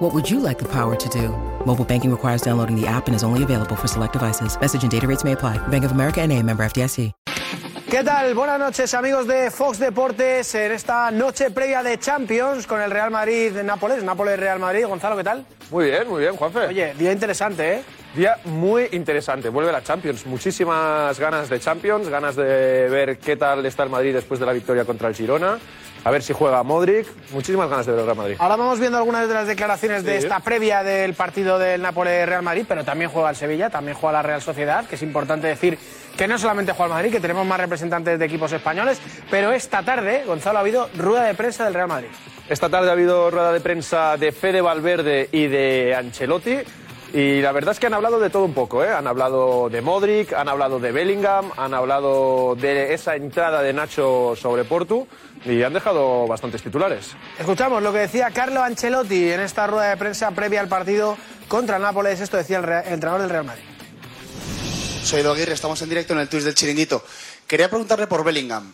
What would you like the power to do? Mobile banking requires downloading the app and is only available for select devices. Message and data rates may apply. Bank of America and a member FDIC. ¿Qué tal? Buenas noches amigos de Fox Deportes en esta noche previa de Champions con el Real Madrid-Nápoles, Nápoles-Real Madrid. Gonzalo, ¿qué tal? Muy bien, muy bien, Juanfe. Oye, día interesante, ¿eh? Día muy interesante. Vuelve la Champions. Muchísimas ganas de Champions, ganas de ver qué tal está el Madrid después de la victoria contra el Girona. A ver si juega Modric. Muchísimas ganas de ver al Real Madrid. Ahora vamos viendo algunas de las declaraciones de Sí. esta previa del partido del Nápoles-Real Madrid, pero también juega el Sevilla, también juega la Real Sociedad, que es importante decir que no solamente juega el Madrid, que tenemos más representantes de equipos españoles, pero esta tarde, Gonzalo, ha habido rueda de prensa del Real Madrid. Esta tarde ha habido rueda de prensa de Fede Valverde y de Ancelotti. Y la verdad es que han hablado de todo un poco, ¿eh? Han hablado de Modric, han hablado de Bellingham, han hablado de esa entrada de Nacho sobre Portu y han dejado bastantes titulares. Escuchamos lo que decía Carlo Ancelotti en esta rueda de prensa previa al partido contra el Nápoles. Esto decía el, Real- el entrenador del Real Madrid. Soy Edu Aguirre, estamos en directo en el Twitch del Chiringuito. Quería preguntarle por Bellingham,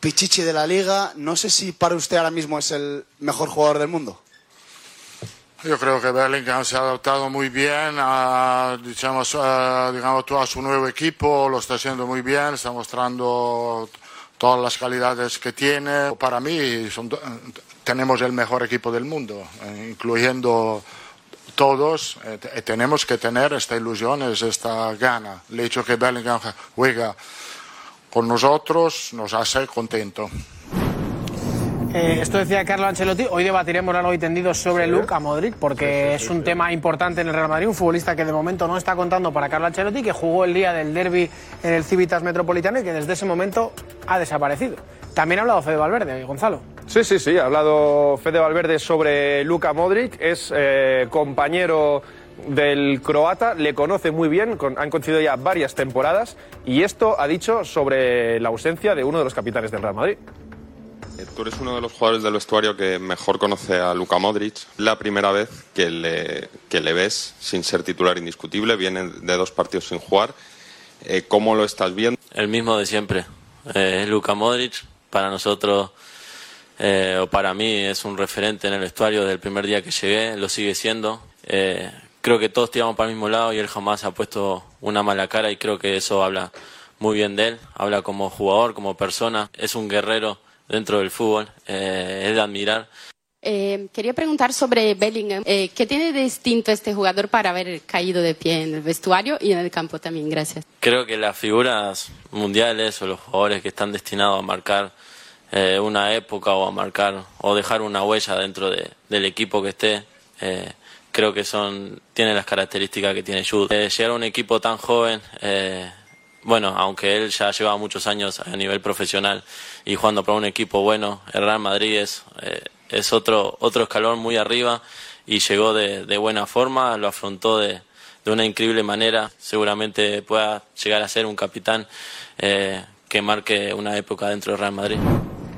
pichichi de la liga, no sé si para usted ahora mismo es el mejor jugador del mundo. Yo creo que Bellingham se ha adaptado muy bien a, digamos, a, digamos, tú, a su nuevo equipo, lo está haciendo muy bien, está mostrando todas las calidades que tiene. Para mí son- tenemos el mejor equipo del mundo, eh, incluyendo todos. eh, te- tenemos que tener esta ilusión, es esta gana. El hecho que Bellingham juega con nosotros nos hace contento. Eh, esto decía Carlo Ancelotti. Hoy debatiremos largo y tendido sobre Luka Modric, porque es un tema importante en el Real Madrid. Un futbolista que de momento no está contando para Carlo Ancelotti, que jugó el día del derby en el Civitas Metropolitano y que desde ese momento ha desaparecido. También ha hablado Fede Valverde, Gonzalo. Sí, sí, sí. Ha hablado Fede Valverde sobre Luka Modric. Es eh, compañero del croata, le conoce muy bien, con- han coincidido ya varias temporadas y esto ha dicho sobre la ausencia de uno de los capitanes del Real Madrid. Eh, Tú eres uno de los jugadores del vestuario que mejor conoce a Luka Modric. La primera vez que le, que le ves sin ser titular indiscutible, viene de dos partidos sin jugar. Eh, ¿Cómo lo estás viendo? El mismo de siempre. Eh, es Luka Modric. Para nosotros, eh, o para mí, es un referente en el vestuario desde el primer día que llegué. Lo sigue siendo. Eh, creo que todos tiramos para el mismo lado y él jamás ha puesto una mala cara y creo que eso habla muy bien de él. Habla como jugador, como persona. Es un guerrero dentro del fútbol. Eh, es de admirar. Eh, quería preguntar sobre Bellingham. Eh, ¿Qué tiene de distinto este jugador para haber caído de pie en el vestuario y en el campo también? Gracias. Creo que las figuras mundiales o los jugadores que están destinados a marcar eh, una época o a marcar o dejar una huella dentro de- del equipo que esté, eh, creo que son tienen las características que tiene Jude. Eh, llegar a un equipo tan joven, eh, bueno, aunque él ya lleva muchos años a nivel profesional y jugando para un equipo bueno, el Real Madrid es, eh, es otro, otro escalón muy arriba y llegó de, de buena forma, lo afrontó de, de una increíble manera. Seguramente pueda llegar a ser un capitán eh, que marque una época dentro del Real Madrid.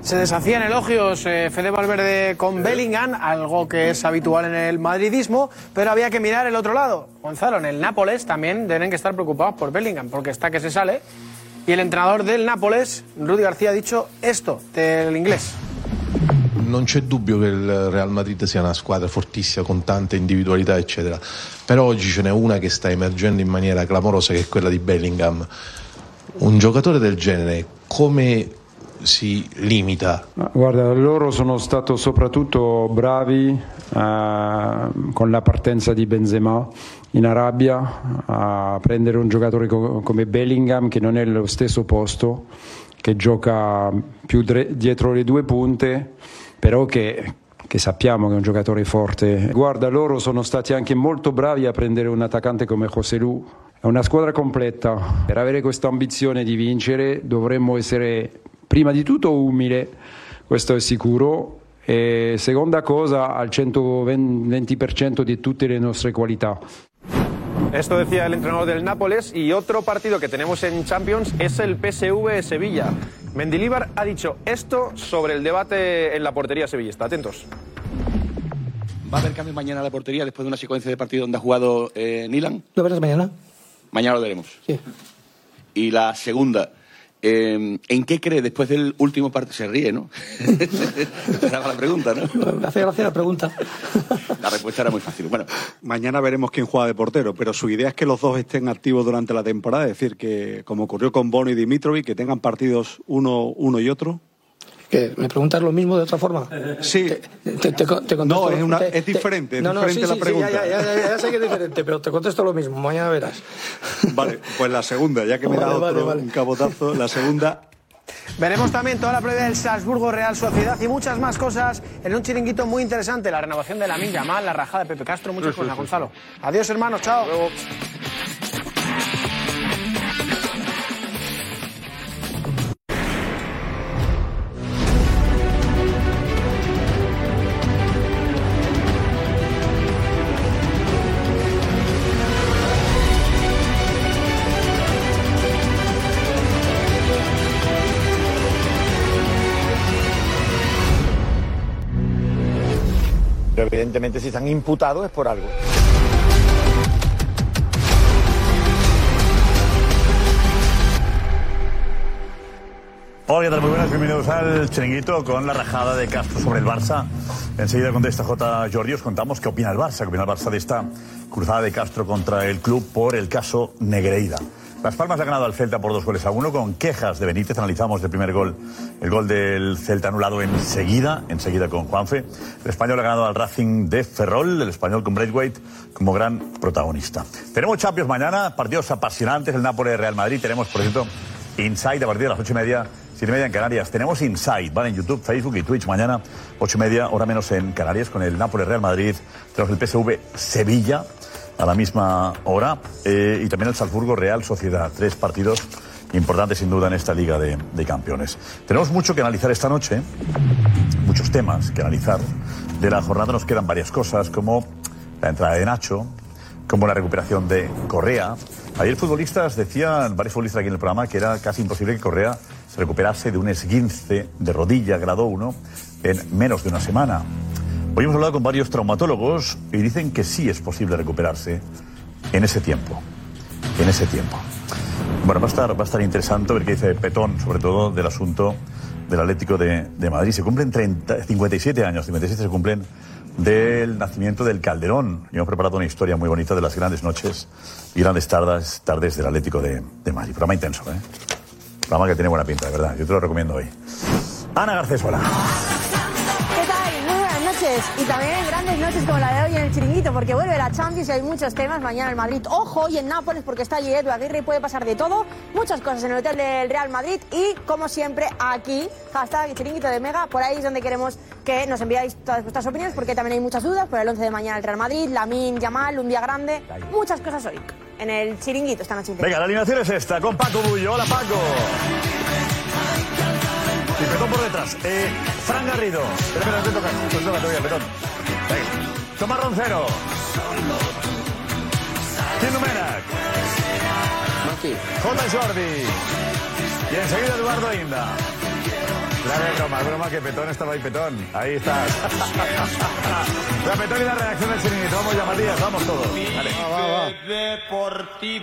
Se deshacían elogios eh, Fede Valverde con Bellingham, algo que es habitual en el madridismo, pero había que mirar el otro lado. Gonzalo, en el Nápoles también tienen que estar preocupados por Bellingham, porque está que se sale. Y el entrenador del Nápoles, Rudy García, ha dicho esto del inglés. Non c'è dubbio che il Real Madrid sia una squadra fortissima con tante individualità, eccetera. Però oggi ce n'è una che sta emergendo in maniera clamorosa, che è quella di Bellingham. Un giocatore del genere come si limita Ma Guarda, loro sono stato soprattutto bravi eh, con la partenza di Benzema in Arabia a prendere un giocatore co- come Bellingham che non è nello stesso posto, che gioca più dre- dietro le due punte, però che, che sappiamo che è un giocatore forte. Guarda, loro sono stati anche molto bravi a prendere un attaccante come José Lu. È una squadra completa. Per avere questa ambizione di vincere dovremmo essere prima di tutto umile, questo è sicuro, e seconda cosa al 120% di tutte le nostre qualità. Esto decía el entrenador del Nápoles y otro partido que tenemos en Champions es el PSV Sevilla. Mendilíbar ha dicho esto sobre el debate en la portería sevillista. Atentos. ¿Va a haber cambios mañana a la portería después de una secuencia de partido donde ha jugado eh, Nilan? ¿Lo verás mañana? Mañana lo veremos. Sí. Y la segunda, eh, ¿en qué cree después del último partido? Se ríe, ¿no? Era la pregunta, ¿no? Me hace gracia la pregunta. La respuesta era muy fácil. Bueno, Mañana veremos quién juega de portero, pero su idea es que los dos estén activos durante la temporada, es decir, que como ocurrió con Bono y Dimitrovic, que tengan partidos uno, uno y otro. ¿Qué? ¿Me preguntas lo mismo de otra forma? Sí. Te, te- te contesto- No, es una- te- es te- diferente, es no, no, diferente sí, la sí, sí, pregunta. ya, ya, ya- ya sé que es diferente, pero te contesto lo mismo. Mañana verás. Vale, pues la segunda, ya que me da Vale, vale, otro vale. un cabotazo, la segunda. Veremos también toda la previa del Salzburgo Real Sociedad y muchas más cosas en un chiringuito muy interesante. La renovación de la Milla Mal, la rajada de Pepe Castro, muchas Sí, sí, cosas, sí. Gonzalo. Adiós, hermanos, chao. Pero evidentemente si están imputados es por algo. Hola, ¿qué tal? Muy buenas, bienvenidos al Chiringuito con la rajada de Castro sobre el Barça. Enseguida contesta J. Jordi, os contamos qué opina el Barça, qué opina el Barça de esta cruzada de Castro contra el club por el caso Negreira. Las Palmas le ha ganado al Celta por dos goles a uno con quejas de Benítez. Analizamos el primer gol, el gol del Celta anulado enseguida, enseguida con Juanfe. El español ha ganado al Racing de Ferrol, el español con Braithwaite como gran protagonista. Tenemos Champions mañana, partidos apasionantes, el Nápoles-Real Madrid. Tenemos, por cierto, Inside a partir de las ocho y media, siete y media en Canarias. Tenemos Inside, ¿vale? En YouTube, Facebook y Twitch mañana, ocho y media, hora menos en Canarias, con el Nápoles Real Madrid. Tenemos el PSV Sevilla a la misma hora eh, y también el Salzburgo Real Sociedad. Tres partidos importantes sin duda en esta Liga de, de Campeones. Tenemos mucho que analizar esta noche, muchos temas que analizar. De la jornada nos quedan varias cosas, como la entrada de Nacho, como la recuperación de Correa. Ayer futbolistas decían, varios futbolistas aquí en el programa, que era casi imposible que Correa se recuperase de un esguince de rodilla grado 1 en menos de una semana. Hoy hemos hablado con varios traumatólogos y dicen que sí es posible recuperarse en ese tiempo. En ese tiempo. Bueno, va a estar, va a estar interesante ver qué dice Petón, sobre todo del asunto del Atlético de, de Madrid. Se cumplen 30, 57 años, 57 se cumplen del nacimiento del Calderón. Y hemos preparado una historia muy bonita de las grandes noches y grandes tardes, tardes del Atlético de, de Madrid. Programa intenso, ¿eh? Programa que tiene buena pinta, de verdad. Yo te lo recomiendo hoy. Ana Garcesola. ¿Qué tal? Muy buenas noches. Y también hay grandes noches como la de hoy en el chiringuito, porque vuelve la Champions y hay muchos temas. Mañana en Madrid, ojo, y en Nápoles, porque está allí Edu Aguirre y puede pasar de todo. Muchas cosas en el hotel del Real Madrid y, como siempre, aquí, hashtag chiringuito de Mega. Por ahí es donde queremos que nos enviáis todas vuestras opiniones, porque también hay muchas dudas. Por el 11 de mañana el Real Madrid, Lamin, Yamal, un día grande. Muchas cosas hoy en el chiringuito esta noche. Venga, la alineación es esta, con Paco Bullo. Hola, Paco. Y Petón por detrás. Eh, Fran Garrido. Espera, espera, te toca. Te toca todavía, Petón. Venga. Tomás Roncero. Tim Numenac. Jota Jordi. Y enseguida Eduardo Inda. Claro, es broma, es broma que Petón estaba ahí, Petón. Ahí estás. la Petón y la redacción del chiringuito. Vamos ya, Matías, vamos todos. Dale.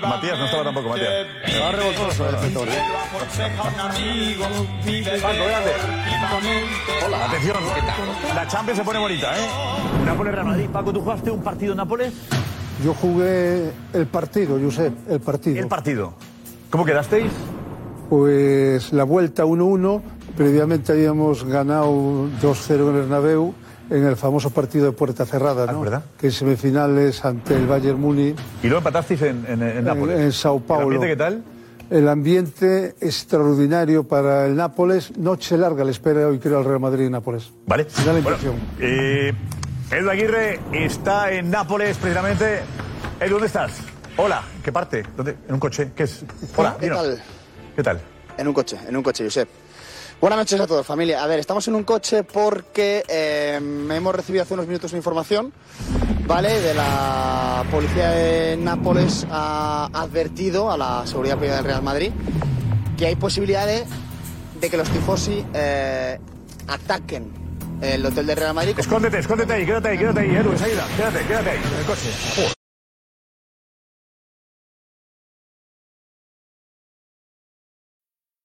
Matías no estaba tampoco, Matías. Estaba revoltoso el Petón, ¿eh? Hola. Atención, la Champions se pone bonita, ¿eh? Nápoles-Real Madrid. Paco, ¿tú jugaste un partido en Nápoles? Yo jugué el partido, Josep, el partido. El partido. ¿Cómo quedasteis? Pues la vuelta 1-1, previamente habíamos ganado 2-0 en el Bernabéu en el famoso partido de puerta cerrada, ¿no? Ah, ¿verdad? Que en semifinales ante el Bayern Múnich Y luego empatasteis en, en, en Nápoles. en, en Sao Paulo. ¿El ambiente qué tal? El ambiente extraordinario para el Nápoles. Noche larga le espera hoy, creo, al Real Madrid y Nápoles. Vale. Da la Bueno, impresión. eh, Edu Aguirre está en Nápoles, precisamente. Edu, ¿dónde estás? Hola, ¿qué parte? ¿Dónde? ¿En un coche? ¿Qué es? Hola, ¿Qué dinos. tal? ¿Qué tal? En un coche, en un coche, Josep. Buenas noches a todos, familia. A ver, estamos en un coche porque eh, hemos recibido hace unos minutos una información, ¿vale? De la policía de Nápoles ha advertido a la seguridad privada del Real Madrid que hay posibilidades de que los tifosi eh, ataquen el hotel del Real Madrid. Escóndete, escóndete ahí, quédate ahí, quédate ahí, Edu, enseguida. Quédate, quédate ahí, en el coche. Joder.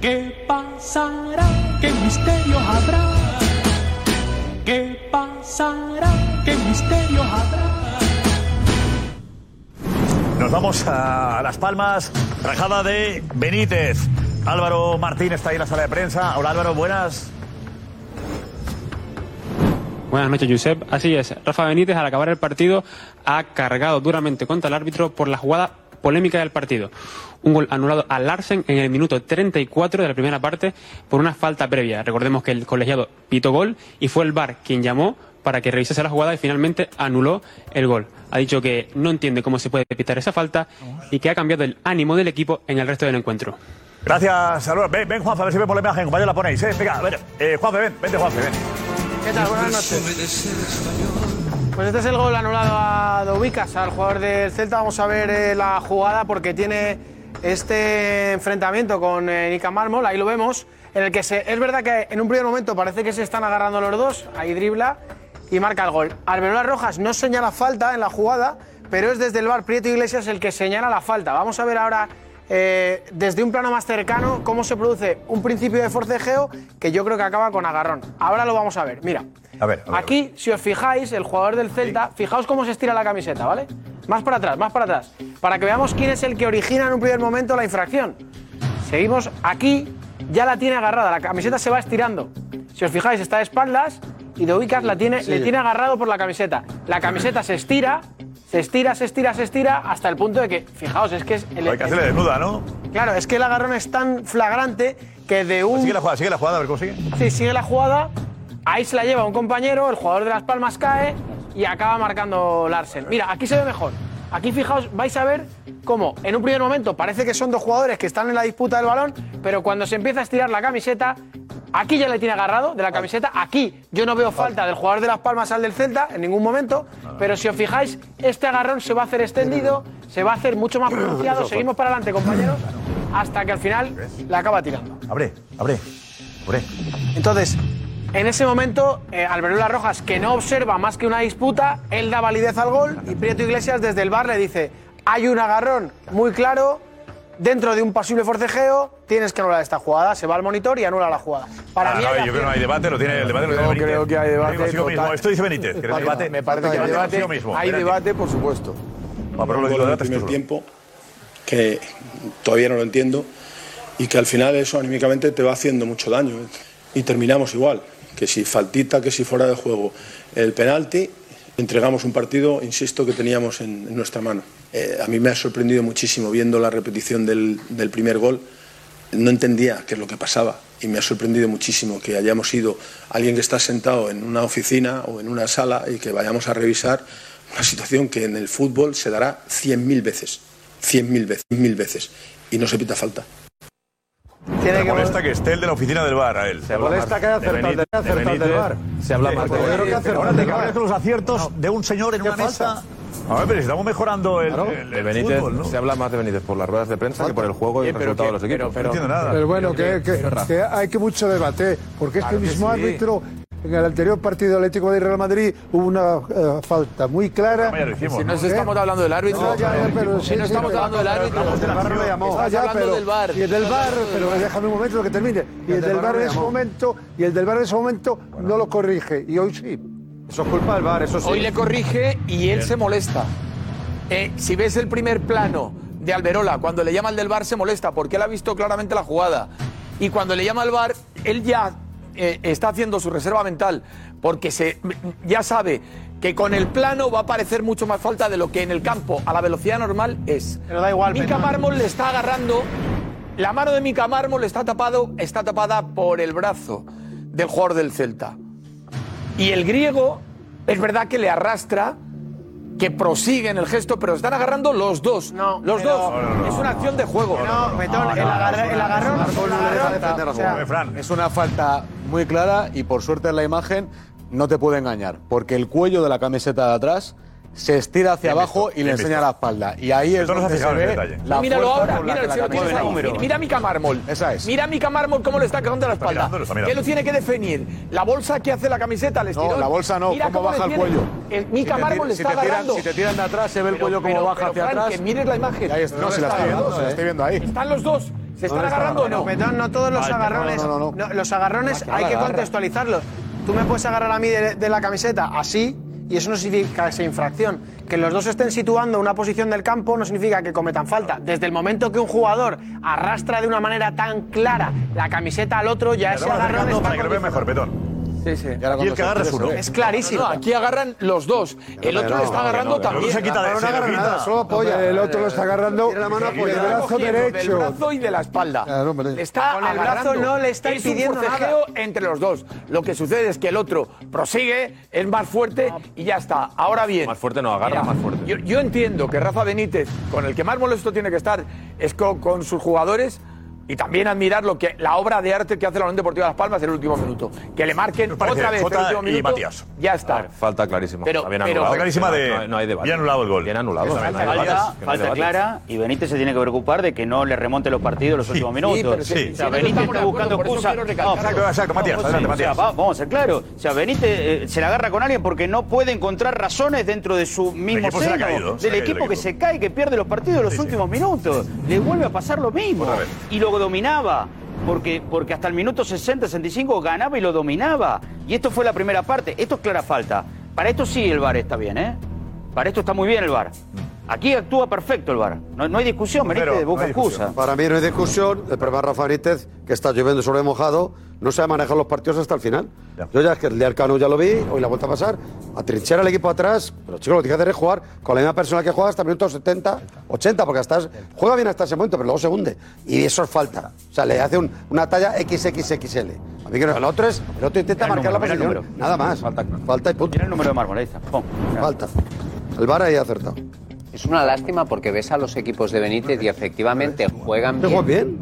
¿Qué pasará? ¿Qué misterio habrá? ¿Qué pasará? ¿Qué misterio habrá? Nos vamos a Las Palmas, rajada de Benítez. Álvaro Martín está ahí en la sala de prensa. Hola Álvaro, buenas. Buenas noches, Josep. Así es, Rafa Benítez al acabar el partido ha cargado duramente contra el árbitro por la jugada polémica del partido. Un gol anulado a Larsen en el minuto 34 de la primera parte por una falta previa. Recordemos que el colegiado pitó gol y fue el VAR quien llamó para que revisase la jugada y finalmente anuló el gol. Ha dicho que no entiende cómo se puede pitar esa falta y que ha cambiado el ánimo del equipo en el resto del encuentro. Gracias, Álvaro. Ven, ven Juanfe, a ver si ve por la imagen, compañero, la ponéis. ¿eh? Venga, a ver, eh, Juanfe, ven, vente Juanfe, ven. ¿Qué tal? Buenas noches. Pues este es el gol anulado a Dovicas, al jugador del Celta. Vamos a ver eh, la jugada porque tiene este enfrentamiento con eh, Nika Marmol, ahí lo vemos, en el que se, es verdad que en un primer momento parece que se están agarrando los dos, ahí dribla y marca el gol. Arbelola Rojas no señala falta en la jugada, pero es desde el bar Prieto Iglesias el que señala la falta. Vamos a ver ahora eh, desde un plano más cercano cómo se produce un principio de forcejeo que yo creo que acaba con agarrón. Ahora lo vamos a ver, mira. A ver, a ver. Aquí, si os fijáis, el jugador del Celta, fijaos cómo se estira la camiseta, ¿vale? Más para atrás, más para atrás. Para que veamos quién es el que origina en un primer momento la infracción. Seguimos aquí, ya la tiene agarrada, la camiseta se va estirando. Si os fijáis, está de espaldas y de ubicas la tiene, Sí. le tiene agarrado por la camiseta. La camiseta se estira, se estira, se estira, se estira, hasta el punto de que, fijaos, es que es el. Hay que hacerle desnuda, ¿no? Claro, es que el agarrón es tan flagrante que de un. Sigue la jugada, sigue la jugada, a ver cómo sigue. Sí, sigue la jugada. Ahí se la lleva un compañero, el jugador de Las Palmas cae y acaba marcando Larsen. Mira, aquí se ve mejor. Aquí fijaos, vais a ver cómo en un primer momento parece que son dos jugadores que están en la disputa del balón, pero cuando se empieza a estirar la camiseta, aquí ya le tiene agarrado de la camiseta, aquí yo no veo falta del jugador de Las Palmas al del Celta en ningún momento, pero si os fijáis, este agarrón se va a hacer extendido, se va a hacer mucho más pronunciado, Eso fue. seguimos para adelante compañeros, hasta que al final la acaba tirando. Abre, abre, abre. Entonces, en ese momento, eh, Alberola Rojas, que no observa más que una disputa, él da validez al gol y Prieto Iglesias desde el bar le dice: hay un agarrón muy claro. Dentro de un posible forcejeo, tienes que anular esta jugada. Se va al monitor y anula la jugada. Para Ah, mí, no, hay yo creo que no hay debate, lo tiene el debate. Lo tiene No Benítez. creo que hay debate. Creo consigo total. mismo. Esto dice Benítez. que no hay Ahí va. debate. Me parece que Debate hay debate. consigo mismo. Hay Espérate. debate, por supuesto. Ah, pero lo digo, en el debate es primer tú. tiempo que todavía no lo entiendo y que al final eso anímicamente te va haciendo mucho daño. ¿eh? Y terminamos igual, que si faltita, que si fuera de juego el penalti, entregamos un partido, insisto, que teníamos en, en nuestra mano. Eh, a mí me ha sorprendido muchísimo viendo la repetición del, del primer gol, no entendía qué es lo que pasaba y me ha sorprendido muchísimo que hayamos ido alguien que está sentado en una oficina o en una sala y que vayamos a revisar una situación que en el fútbol se dará 100.000 veces, 100.000 veces, mil veces y no se pita falta. Me molesta que esté el de la oficina del bar a él. Se molesta que haya acertado, que haya acertado el VAR. Se habla más de Benítez. Ahora te cabreas con los aciertos de un señor en una mesa. A ver, pero si estamos mejorando el, Claro. el- el De Benítez fútbol, ¿no? se habla más de Benítez por las ruedas de prensa que por el juego y el resultado de los equipos. pero- No entiendo nada. Pero Pero bueno, que, que- Rafa. que hay que mucho debate, porque Claro es que que el mismo sí. árbitro En el anterior partido Atlético de Real Madrid hubo una eh, falta muy clara. Ya lo hicimos, Si no ¿Eh? estamos hablando del árbitro, No, ya, ya, pero Si sí, no sí, estamos pero- hablando del árbitro, Ah, estamos ya, hablando pero- del bar. Y el del bar, pero déjame un momento lo que termine. Y el del bar en ese momento, y el del bar en ese momento no lo corrige. Y hoy sí. Eso es culpa del bar, eso sí. Hoy le corrige y él se molesta. Eh, si ves el primer plano de Alberola, cuando le llama al del bar se molesta porque él ha visto claramente la jugada. Y cuando le llama al bar, él ya eh, está haciendo su reserva mental porque se, ya sabe que con el plano va a parecer mucho más falta de lo que en el campo a la velocidad normal es. Pero da igual. Mica Mármol le está agarrando, la mano de Mica Mármol está, tapado, está tapada por el brazo del jugador del Celta. Y el griego es verdad que le arrastra, que prosigue en el gesto, pero están agarrando los dos. No, los pero- dos. es una acción de juego. No, Betón, el, agarre- el agarrón. O sea, Es una falta muy clara y por suerte en la imagen no te puede engañar, porque el cuello de la camiseta de atrás se estira hacia abajo y le bien enseña visto. la espalda. Y ahí es Esto no se ha donde se fijado en el ve detalle. la míralo fuerza ahora, con la mira, que la si lo camiseta- tienes ahí. Mira, mira a Mica Mármol. Esa es. Mira a Mica Mármol cómo le está cagando la espalda. está mirando. Él lo tiene que definir. La bolsa que hace la camiseta, le No, la bolsa no, Mira cómo baja el defiende. cuello. Eh, Mica Si te Mármol tira- le si está te tiran- agarrando. si te tiran de atrás, se ve el Pero- cuello cómo pero- baja pero, hacia Fran, atrás. Que mires la imagen. Ahí está. No, si la estoy viendo, ¿eh? agarrando, se la estoy viendo ahí. Están los dos. ¿Se están agarrando o no? Betón, no todos los agarrones. no, los agarrones que hay que agarra. contextualizarlos. Tú me puedes agarrar a mí de, de la camiseta así y eso no significa que sea infracción. Que los dos estén situando una posición del campo no significa que cometan falta. Desde el momento que un jugador arrastra de una manera tan clara la camiseta al otro, ya ese Vamos agarrón acercando está Ah, para que lo vea mejor, Betón. Sí, sí. Y el que agarra es uno. Es clarísimo. No, aquí agarran los dos. El otro le está agarrando también. No agarra nada, solo apoya. El otro lo está agarrando Le el está brazo cogiendo Del derecho. brazo y de la espalda. Claro, hombre. Le está Con el agarrando. brazo no le está Es un impidiendo forcejeo entre los dos. Lo que sucede es que el otro prosigue, es más fuerte y ya está. Ahora bien. Más fuerte no, agarra más fuerte. Yo, yo entiendo que Rafa Benítez, con el que más molesto tiene que estar, es co- con, sus jugadores. Y también admirar lo que, la obra de arte que hace la Unión Deportiva Las Palmas en el último minuto. Que le marquen parece otra vez en Jota el último y minuto. Matías. Ya está. Falta clarísima. Pero- Está bien pero- anulado. Clarísima No, de- no hay- no hay debate. bien anulado el gol. Bien anulado. Eso, No hay falta debate. clara, Que no hay Falta debate. clara y Benítez se tiene que preocupar de que no le remonte los partidos los últimos minutos. O sea, sí, sí. Sí, Benítez estamos de está acuerdo, buscando por eso excusa. quiero recalcarlo. Exacto, exacto, Matías, sí, adelante, o sea, Matías. va- Ah, vamos a ser claros. O sea, Benítez eh, se la agarra con alguien porque no puede encontrar razones dentro de su mismo equipo se le ha seno. caído, del se le ha caído el equipo que equipo. se cae, que pierde los partidos los últimos minutos. Le vuelve a pasar lo mismo. Otra vez. Y lo dominaba. Porque, porque hasta el minuto 60-65 ganaba y lo dominaba. Y esto fue la primera parte. Esto es clara falta. Para esto sí el VAR está bien, ¿eh? Para esto está muy bien el VAR. Aquí actúa perfecto el VAR. No, no hay discusión, Benítez busca excusa. Para mí no hay discusión. El problema es Rafa Benítez, que está lloviendo sobre mojado, no sabe manejar los partidos hasta el final. Yo ya es que el de Arcano ya lo vi, hoy la vuelta a pasar, a trinchar al equipo atrás. Pero chicos, lo que tiene que hacer es jugar con la misma persona que juega hasta el minuto 70, 80, porque hasta es- juega bien hasta ese momento, pero luego se hunde. Y eso es falta. O sea, le hace un- una talla XXXL. A mí que no, el otro es, el otro intenta Mira el número, marcar la mira el posición. Nada más. Falta, y punto. el número de mármol, ahí está. Falta. El VAR ahí ha acertado. Es una lástima porque ves a los equipos de Benítez y efectivamente juegan bien, Juegan bien.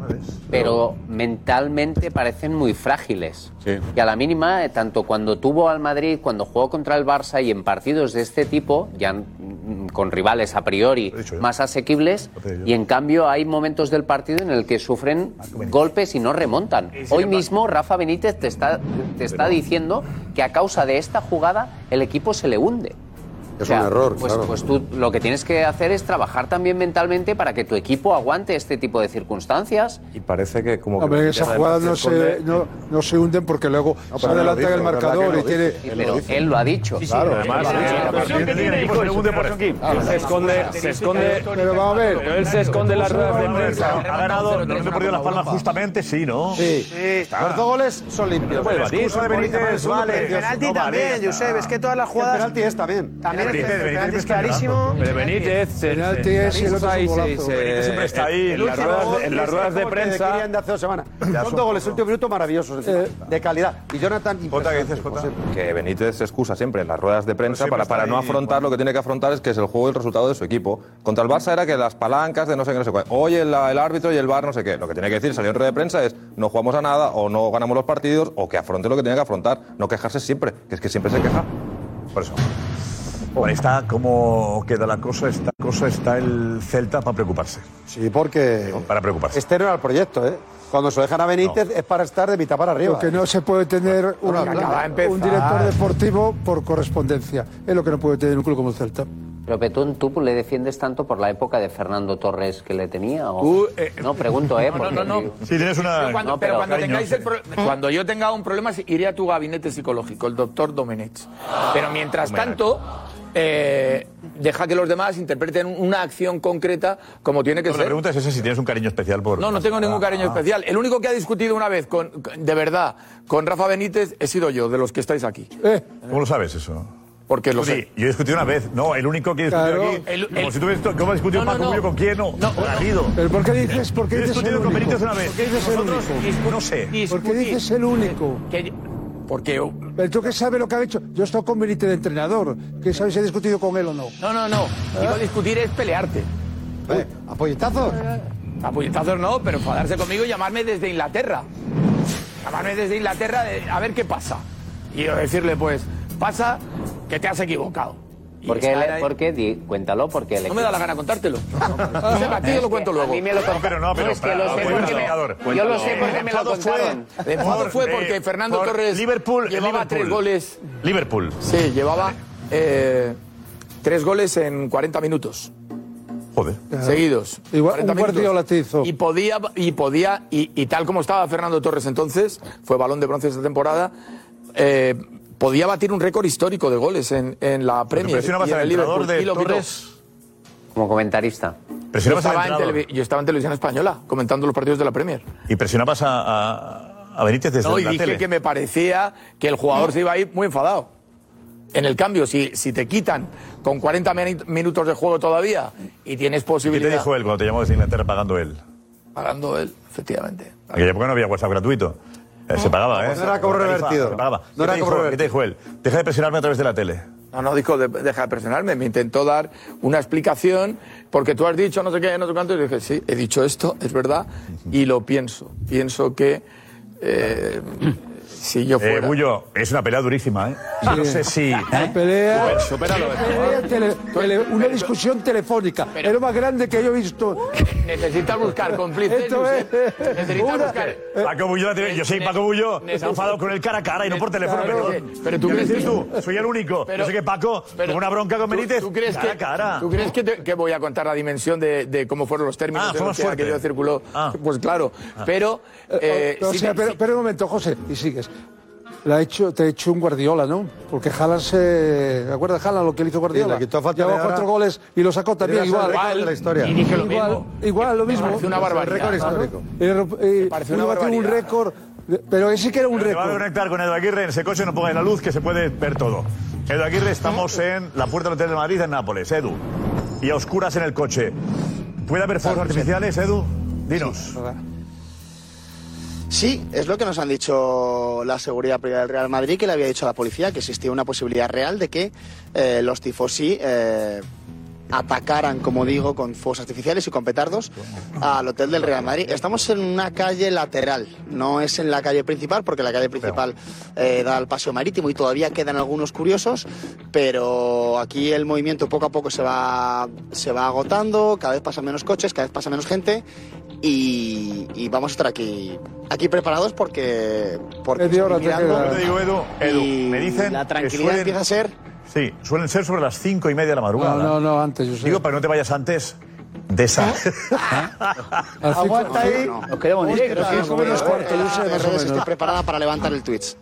pero mentalmente parecen muy frágiles. Sí. Y a la mínima, eh, tanto cuando tuvo al Madrid, cuando jugó contra el Barça y en partidos de este tipo, ya mm, con rivales a priori más asequibles, y en cambio hay momentos del partido en el que sufren golpes y no remontan. Hoy mismo Rafa Benítez te está, te está diciendo que a causa de esta jugada el equipo se le hunde. Es un error, Pues, claro. pues tú lo que tienes que hacer es trabajar también mentalmente para que tu equipo aguante este tipo de circunstancias. Y parece que como... Hombre, en esas jugadas no se, no, no se hunden porque luego se pero lo adelanta en el dice, la verdad marcador que y lo tiene. dice. Sí, pero él lo ha dicho. Claro, Se esconde, se esconde. Pero vamos a ver. Pero él se esconde en las ruedas de prensa. Ha ganado, no he perdido las palmas justamente, sí, ¿no? Sí. Está. Los dos goles son limpios. Bueno, la excusa de Benítez, vale. El penalti No vale, también, está. Josep, es que todas las jugadas. El penalti es también. También es que Benítez, el penalti Benítez es clarísimo. Pero Benítez se, Penalti se- es y el otro es un ahí, golazo. se- Benítez siempre está ahí. En las El último ruedas, gol en las es ruedas de como que prensa. querían de hace dos semanas. Ya Son Eh, son dos goles, último minuto maravillosos, encima, de calidad. Y Jonathan, impresionante, como siempre. que Benítez se excusa siempre en las ruedas de prensa siempre para, para está no ahí, afrontar lo que tiene que afrontar es que es el juego y el resultado de su equipo. Contra el Barça era que las palancas de no sé qué, no sé cuál. Hoy el, el árbitro y el bar no sé qué. Lo que tiene que decir salió en rueda de prensa es no jugamos a nada o no ganamos los partidos o que afronte lo que tiene que afrontar. No quejarse siempre, que es que siempre se queja. Por eso. Bueno, está cómo queda la cosa. Esta cosa está el Celta para preocuparse. Sí, porque. Para preocuparse. Este no era el proyecto, ¿eh? Cuando se lo dejan a Benítez es para estar de mitad para arriba. Lo que no se puede tener un, Bueno, que acaba de empezar. un director deportivo por correspondencia. Es lo que no puede tener un club como el Celta. Pero Petón, ¿tú le defiendes tanto por la época de Fernando Torres que le tenía? o- no, pregunto, ¿eh? No, porque no, no. digo- Sí, tienes una- Pero cuando, No, pero pero cuando cariño, tengáis sí. el pro- ¿Eh? cuando yo tenga un problema, sí, iré a tu gabinete psicológico, el doctor Domenech. Pero mientras Domenech. tanto, eh, deja que los demás interpreten una acción concreta como tiene que La ser. pregunta es esa, si tienes un cariño especial por... No, no tengo ningún cariño Ah. especial. El único que ha discutido una vez, con, con- de verdad, con Rafa Benítez, he sido yo, de los que estáis aquí. ¿Cómo lo sabes eso? Porque lo Sí, sé. Yo he discutido una vez. No, el único que he discutido Claro. Eh, aquí. El- como el- si tú ves cómo ha No, discutido no, Paco no. Rubio con quién, no. No, ¿Pero por qué dices, por qué Yo he dices el discutido con único? Benítez una vez. ¿Por qué dices el Nosotros único? No sé. ¿Por qué dices el único? Porque Pero tú que sabes lo que ha hecho. Yo he estado con Benítez de entrenador. ¿Qué sabes si he discutido con él o no? No, no, no. Digo, discutir es pelearte. ¿Apoyetazos? Apuñetazos no, pero enfadarse conmigo y llamarme desde Inglaterra. Llamarme desde Inglaterra de- a ver qué pasa. Y yo decirle, pues, pasa que te has equivocado. Y ¿Por qué? estar le- ahí- por qué? Di- cuéntalo, porque... el No me da equipo- la gana contártelo. Joseba, a ti yo lo cuento luego. A mí me lo contaron. pero no, pero es que lo sé porque me- Yo lo sé porque me lo contaron. El enfado fue porque eh, Fernando Torres llevaba tres goles. Liverpool. Sí, llevaba eh, tres goles en 40 minutos. Joder. Seguidos. Igual, 40 un Guardiola te hizo. Y podía, y podía, y, y tal como estaba Fernando Torres entonces, fue balón de bronce esta temporada, eh, podía batir un récord histórico de goles en, en Pues la Premier. presionabas y en al el entrenador Liverpool, de y lo quitó. Torres? Como comentarista. Yo Presionabas al estaba, en entrenador. televi- yo estaba en televisión española comentando los partidos de la Premier. Y presionabas a, a, a Benítez desde No, y la dije tele. que me parecía que el jugador se iba a ir muy enfadado. En el cambio, si, si te quitan con 40 meni- minutos de juego todavía y tienes ¿Qué te posibilidad dijo él cuando te llamó desde Inglaterra pagando él? pagando él, efectivamente. En aquella época no había WhatsApp gratuito. Eh, se pagaba, ¿eh? No era cobro Por tarifa, revertido. Se pagaba. No ¿Qué te era dijo- cobro ¿Qué te dijo él? Deja de presionarme a través de la tele. No, no, dijo, de- deja de presionarme. Me intentó dar una explicación porque tú has dicho no sé qué, no sé cuánto. Y dije, sí, he dicho esto, es verdad, y lo pienso. Pienso que eh, si yo Eh, fuera... Bullo, es una pelea durísima, ¿eh? Yo no Sí. sé si... Una pelea- Pues, supéralo, eh. Pelea tele- tele- una discusión telefónica. es lo más grande que yo he visto. Necesitas buscar cómplices. Esto Josep. es- Necesitas Una- buscar... Eh, Paco Bullo, la tiene- yo soy Paco Bullo, está enfadado con el cara a cara y no por teléfono. Claro. perdón. Pero tú ¿Qué crees dices que- tú, soy el único. Pero- yo sé que Paco tuvo una bronca con ¿tú- Benítez. ¿Tú crees cara que, a cara. ¿tú crees que, te- que voy a contar la dimensión de, de cómo fueron los términos Ah, de fue los más que fuerte. Ah. aquello circuló? Pues claro, Ah. pero... eh, O sí sea, te- oh, pero, sí- pero un momento, José, y sigues. La ha hecho, te ha hecho un Guardiola, ¿no? Porque Jalan se. ¿Te acuerdas Jalan lo que le hizo Guardiola? le quitó a falta de Llevó ahora. cuatro goles y lo sacó también Debería ser igual. el récord de la historia. Igual, Y dije lo igual, mismo. igual, lo Me mismo. parece una barbaridad. Récord histórico. Eh, parece Y una batió un barbaridad. récord. de- Pero ese que era un Pero te va a récord. conectar con Edu Aguirre en ese coche, no pongáis la luz, que se puede ver todo. Edu Aguirre, estamos en la puerta del Hotel de Madrid, en Nápoles. Edu, y a oscuras en el coche. ¿Puede haber fuegos artificiales, Edu? Dinos. Sí, es lo que nos han dicho la seguridad privada del Real Madrid, que le había dicho a la policía que existía una posibilidad real de que eh, los tifosi eh, atacaran, como digo, con fuegos artificiales y con petardos al hotel del Real Madrid. Estamos en una calle lateral, no es en la calle principal, porque la calle principal eh, da al paseo marítimo y todavía quedan algunos curiosos, pero aquí el movimiento poco a poco se va, se va agotando, cada vez pasan menos coches, cada vez pasa menos gente y, y vamos a estar aquí aquí preparados porque porque Media estoy hora te mirando queda. Yo te digo, Edu, Edu, y me dicen la que tranquilidad suelen- empieza a ser Sí, suelen ser sobre las cinco y media de la madrugada. No, no, no, antes, yo sé. ¿Ah? Digo, para que no te vayas antes de esa. ¿Eh? aguanta eh. ahí Nos quedamos en directo. Ostras, sí, como- eh, eh, redes, estoy preparada para levantar el Twitch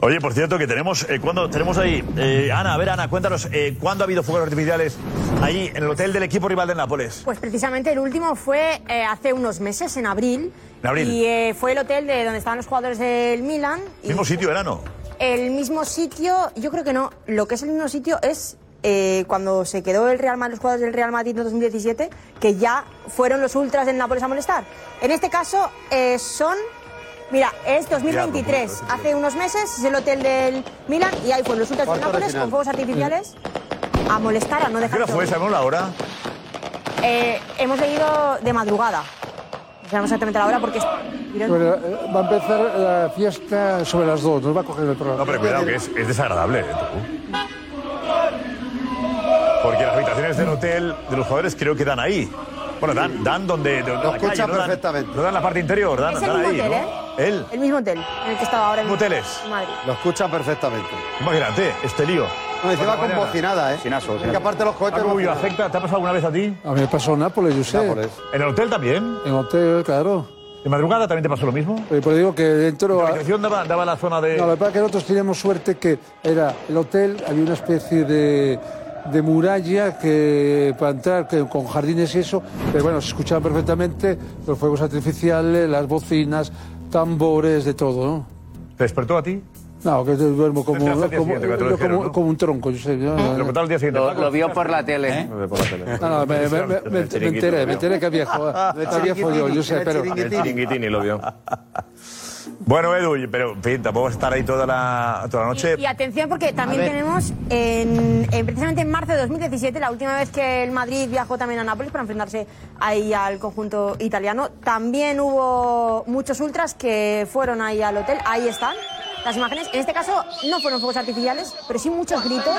Oye, por cierto, que tenemos, eh, ¿cuándo tenemos ahí? Eh, Ana, a ver, Ana, cuéntanos, eh, ¿cuándo ha habido fuegos artificiales ahí en el hotel del equipo rival de Nápoles? Pues precisamente el último fue eh, hace unos meses, en abril. En abril. Y eh, fue el hotel de donde estaban los jugadores del Milan. Y Mismo sitio, era, ¿no? el mismo sitio, yo creo que no. Lo que es el mismo sitio es eh, cuando se quedó el Real Madrid, los jugadores del Real Madrid en 2017, que ya fueron los ultras del Nápoles a molestar. En este caso eh, son. Mira, es pues, 2023. Hace unos meses es el hotel del Milan y ahí fueron los ultras del Cuarto de Nápoles final. con fuegos artificiales a molestar, a no ¿Qué dejar. hora que- fue? ¿Sabemos la hora? eh, hemos leído de madrugada. No sabemos exactamente la hora porque. Bueno, eh, va a empezar la fiesta sobre las dos. Nos va a coger el programa. No, pero cuidado, que es, es desagradable. ¿eh, tú? Porque las habitaciones del hotel de los jugadores creo que dan ahí. Bueno, Dan, Dan donde. donde- Lo a la calle, escucha no Dan- perfectamente. no Dan la parte interior, Dan, Es el Dan mismo ahí, hotel, ¿no? ¿eh? Él. El mismo hotel en el que estaba ahora mismo. Hoteles. En Madrid. Lo escucha perfectamente. Imagínate, este lío. No, dice, Por la va con mañana. bocinada, ¿eh? Bocinazo, Que aparte los cohetes... Paco, bocinadas. afecta? ¿Te ha pasado alguna vez a ti? A mí me pasó en Nápoles, yo sé. ¿En el hotel también? En hotel, claro. ¿De madrugada también te pasó lo mismo? Eh, Pero digo que dentro... La a- habitación daba, daba la zona de. No, la verdad que nosotros teníamos suerte que era el hotel, había una especie de, de muralla que para entrar que, con jardines y eso, pero bueno, se escuchaban perfectamente los fuegos artificiales, las bocinas, tambores, de todo, ¿no? ¿Te despertó a ti? No, que yo duermo como, Te enteraste al día como, siguiente, que te lo yo dijeron, como- ¿no? como un tronco, yo sé. yo- Te Lo contaron el día siguiente. Lo, Paco. lo vio por la tele. No, no, me, me- me- me- me enteré, me enteré que había, jo- ¿eh? había follón, yo sé, pero... chiringuitini lo vio. Bueno, Edu, pero en fin, tampoco vas a estar ahí toda la, toda la noche. Y atención porque también A ver. tenemos en, en- precisamente en marzo de 2017 la última vez que el Madrid viajó también a Nápoles para enfrentarse ahí al conjunto italiano. También hubo muchos ultras que fueron ahí al hotel. Ahí están las imágenes. En este caso no fueron fuegos artificiales, pero sí muchos gritos.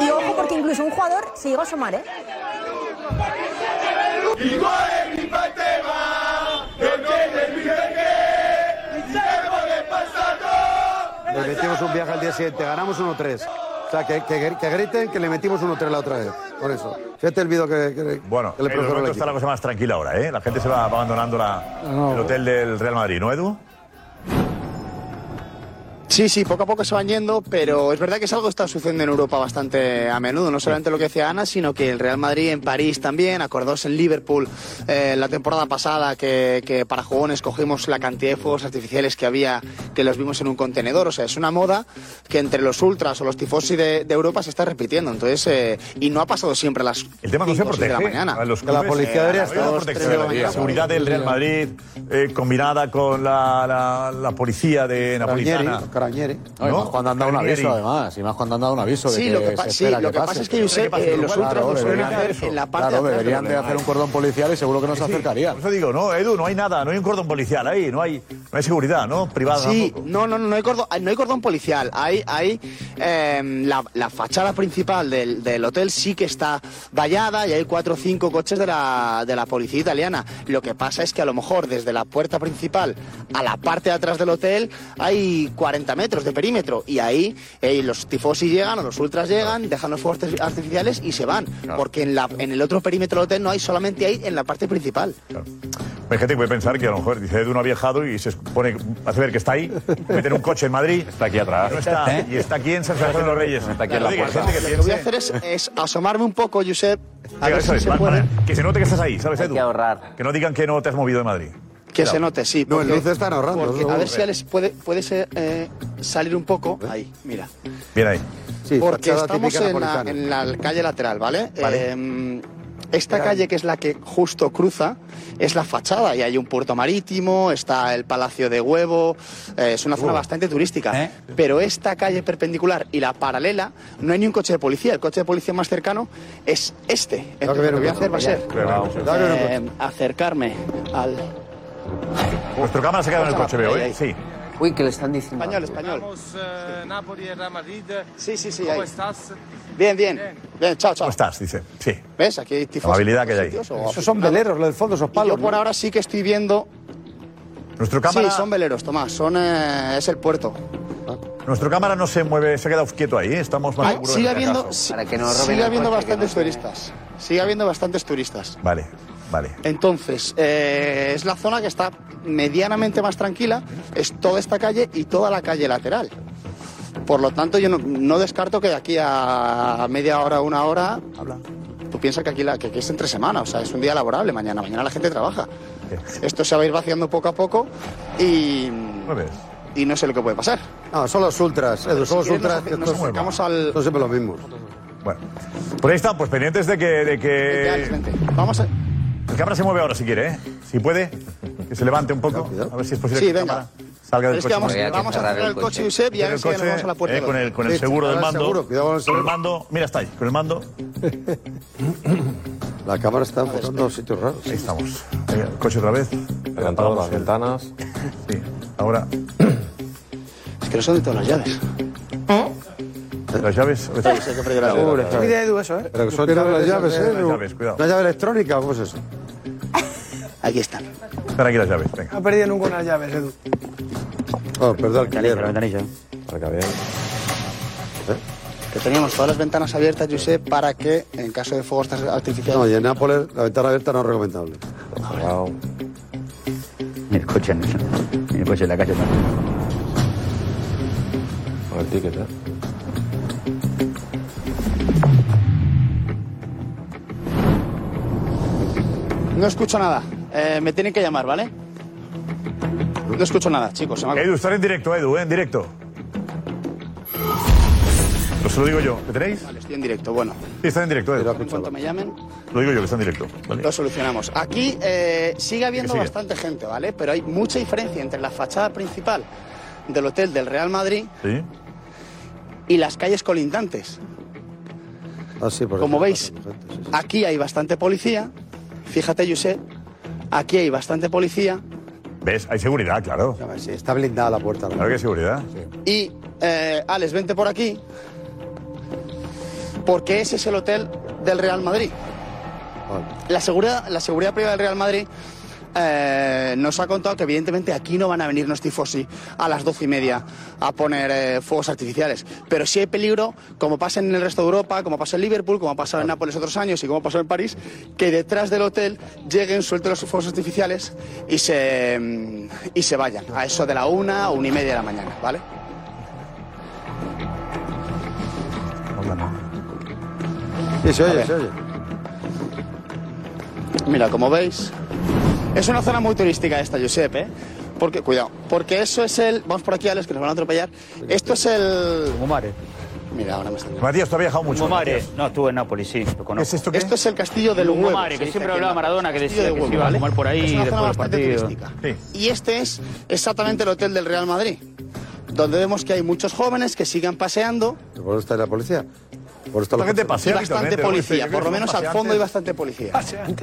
Y ojo porque incluso un jugador se llegó a asomar, ¿eh? Le metimos un viaje al día siguiente, ganamos 1-3. O sea, que, que, que griten que le metimos 1-3 la otra vez. Por eso. Fíjate el vídeo que, que- Bueno, que le en los procuró el momentos está la equipo. cosa más tranquila ahora, ¿eh? La gente se va abandonando Ah, la- No, el hotel del Real Madrid, ¿no, Edu? Sí, sí, poco a poco se van yendo, pero es verdad que es algo que está sucediendo en Europa bastante a menudo. No solamente lo que decía Ana, sino que el Real Madrid en París también. Acordaos en Liverpool eh, la temporada pasada que, que para jugones cogimos la cantidad de fuegos artificiales que había, que los vimos en un contenedor. O sea, es una moda que entre los ultras o los tifosi de, de Europa se está repitiendo. Entonces, eh, y no ha pasado siempre a las El tema no se cinco o seis protege. de la mañana. A los clubes, eh, hay una protección. La seguridad del Real Madrid eh, combinada con la, la, la policía de Napolitana. Carañeri. No, y ¿No? más cuando han dado un Carnieri. aviso, además. Y más cuando han dado un aviso. de Sí, que lo que pa- se sí, espera lo que pase. pasa es que, Josep, eh, los Claro, ultras lo suelen deberían- hacer en la parte Claro, de atrás deberían del de hacer un cordón policial y seguro que no se Sí, acercarían. Por eso digo, no, Edu, no hay nada, no hay un cordón policial ahí, no hay, no hay seguridad, ¿no? Privada Sí, tampoco. no, no, no hay cordón, ah, no hay cordón policial. Hay, hay eh, la, la fachada principal del, del hotel sí que está vallada y hay cuatro o cinco coches de la, de la policía italiana. Lo que pasa es que a lo mejor desde la puerta principal a la parte de atrás del hotel hay 40 metros de perímetro y ahí eh, los tifosi llegan o los ultras llegan, dejan los fuegos arti- artificiales y se van. Porque en, la, en el otro perímetro del hotel no hay, solamente hay en la parte principal. Hay gente que puede pensar que a lo mejor dice Edu no ha viajado y se pone, hace ver que está ahí, mete en un coche en Madrid. Está aquí atrás. No está, y está aquí en San Sebastián de los Reyes. Está Lo que voy a hacer es, es asomarme un poco, Josep, a ver si se puede. que se note que estás ahí, ¿sabes, Edu? que ahorrar. Que no digan que no te has movido de Madrid. Que se note, sí. porque- porque a ver si Bien Alex puede, puede ser, eh, salir un poco. Ahí, mira. ahí. porque fachada estamos típica en la, en napolitana. la calle lateral, ¿vale? Vale. Eh, esta calle que es la que justo cruza es la fachada y hay un puerto marítimo, está el Palacio de Huevo, eh, es una zona Huevo. bastante turística. ¿Eh? Pero esta calle perpendicular y la paralela no hay ni un coche de policía, el coche de policía más cercano es este. Entonces, lo que voy a hacer va a ser eh, acercarme al... Nuestro cámara se ha quedado en el coche, veo, ¿eh? Sí. Uy, que le están diciendo. Español, español. eh, Napoli, e Real Madrid. Sí, sí, sí. ¿Cómo ahí. estás? Bien, bien. Bien, chao, chao. ¿Cómo estás? Dice. Sí. ¿Ves? Aquí hay tifos. La habilidad que hay ahí. Esos son veleros, los del fondo, esos Yo palos. por ahora sí que estoy viendo. Nuestro cámara, Sí, son veleros, Tomás. Son, eh, es el puerto. nuestro cámara no se mueve, se ha quedado quieto ahí, ¿eh? estamos más Ah, seguros sigue de este habiendo, caso. si- sigue habiendo bastantes turistas. Sigue habiendo bastantes turistas. Vale, vale. Entonces, eh, es la zona que está medianamente más tranquila. Es toda esta calle y toda la calle lateral. Por lo tanto, yo no, no descarto que de aquí a media hora, una hora. Tú piensas que aquí, la, que aquí es entre semana, o sea, es un día laborable mañana. Mañana la gente trabaja. Esto se va a ir vaciando poco a poco y. Y no sé lo que puede pasar. No, son los ultras, Edu, son Si los quieres, ultras. nos- nos acercamos al. Son siempre los mismos. Bueno, por ahí están, pues pendientes de que. De que... Vamos a. El cámara se mueve ahora si quiere, ¿eh? Si puede, que se levante un poco. A ver si es posible Sí, que la venga. cámara salga del Pero es que coche. vamos- Habría que vamos a cerrar cerrar el el coche, coche. Josep, y a ver Cerrar el si ya nos coche, vamos a la puerta eh, con el, con el Sí, seguro del ahora el mando. seguro, cuidado con Con el el seguro. mando, mira, está ahí, con el mando. La cámara está enfocando a sitios raros. Ahí estamos. Venga, el coche otra vez. Levantamos las ventanas. Sí, ahora. Es que no son de todas las llaves. Ya ¿Eh? Las llaves. Sí, hay que freír las llaves. Seguro, Las llaves. Edu, eso, ¿eh? Pero que son Pero las esas llaves, de- ¿eh? Las llaves, cuidado. ¿Una llave electrónica? ¿Cómo es eso? Aquí están. Están aquí las llaves, venga. No ha perdido nunca unas llaves, Edu. Oh, perdón, que Ventanilla, Para que vean. Que teníamos todas las ventanas abiertas, Josep, para que en caso de fuegos artificiales. No, y en Nápoles la ventana abierta no es recomendable. El coche en el coche en la calle también. Con el ticket, ¿eh? No escucho nada. Eh, me tienen que llamar, ¿vale? No escucho nada, chicos. Se me ha- Edu, estás en directo, Edu, ¿eh? en directo. No Pues se lo digo yo. ¿Lo tenéis? Vale, estoy en directo, bueno. Sí, está en directo, Edu. En cuanto me llamen, Lo digo yo, que está en directo. Vale. lo solucionamos. Aquí eh, sigue habiendo Sigue. bastante gente, ¿vale? Pero hay mucha diferencia entre la fachada principal del hotel del Real Madrid Sí. y las calles colindantes. Ah, sí, por Como veis, aquí hay bastante policía. Fíjate, Josep, aquí hay bastante policía. ¿Ves? Hay seguridad, claro. Sí, está blindada la puerta. Claro que hay seguridad. Y, eh, Alex, vente por aquí. Porque ese es el hotel del Real Madrid. La seguridad, la seguridad privada del Real Madrid eh, nos ha contado que, evidentemente, aquí no van a venirnos tifosi a las doce y media a poner eh, fuegos artificiales. Pero sí hay peligro, como pasa en el resto de Europa, como pasó en Liverpool, como ha pasado en Nápoles otros años y como pasó en París, que detrás del hotel lleguen, suelten los fuegos artificiales y se, mm, y se vayan. A eso de la una o una y media de la mañana, ¿vale? Sí, se A oye, ver. se oye. Mira, como veis, es una zona muy turística esta, Josep, ¿eh? Porque, cuidado, porque eso es el... Vamos por aquí, Alex, que nos van a atropellar. Esto es el... Mira, ahora me están... Matías, tú has viajado mucho. Mumare. No, estuve en Nápoles, sí, lo conozco. esto es el castillo del huevo. Mumare, se que dice siempre aquí en hablaba Nápoles, Maradona, que Castillo decía del que huevo, se iba a ¿vale? fumar por ahí Es una después zona del bastante partido. turística. Y este es exactamente el hotel del Real Madrid, donde vemos que hay muchos jóvenes que siguen paseando. ¿Por dónde está la policía? Por esto y bastante ¿eh? policía, por lo menos al fondo hay bastante policía.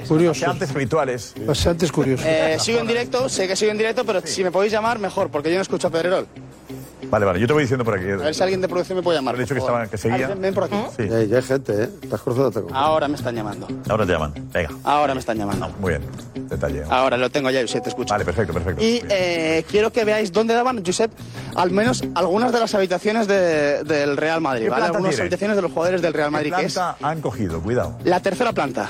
Curiosos. Antes rituales. Bastante curioso. Eh, sigo en directo, sé que sigo en directo, pero si me podéis llamar, mejor, porque yo no escucho a Pedrerol. Vale, vale, yo te voy diciendo por aquí. A ver si alguien de producción me puede llamar. Has dicho por que favor. estaban- que seguía. Alex, ven- ven por aquí. Sí. Ya, ya hay gente, ¿eh? Estás cruzándote con... Ahora me están llamando. Ahora te llaman. Venga. Ahora me están llamando. Muy bien. Detalle. Ahora lo tengo ya, Josep, te escucho. Vale, perfecto, perfecto. Y eh, quiero que veáis dónde daban, Josep, al menos algunas de las habitaciones de- del Real Madrid, ¿Qué ¿vale? planta Algunas tiene? habitaciones de los jugadores del Real Madrid, que ¿Qué es planta han cogido? Cuidado. Ah. la tercera planta.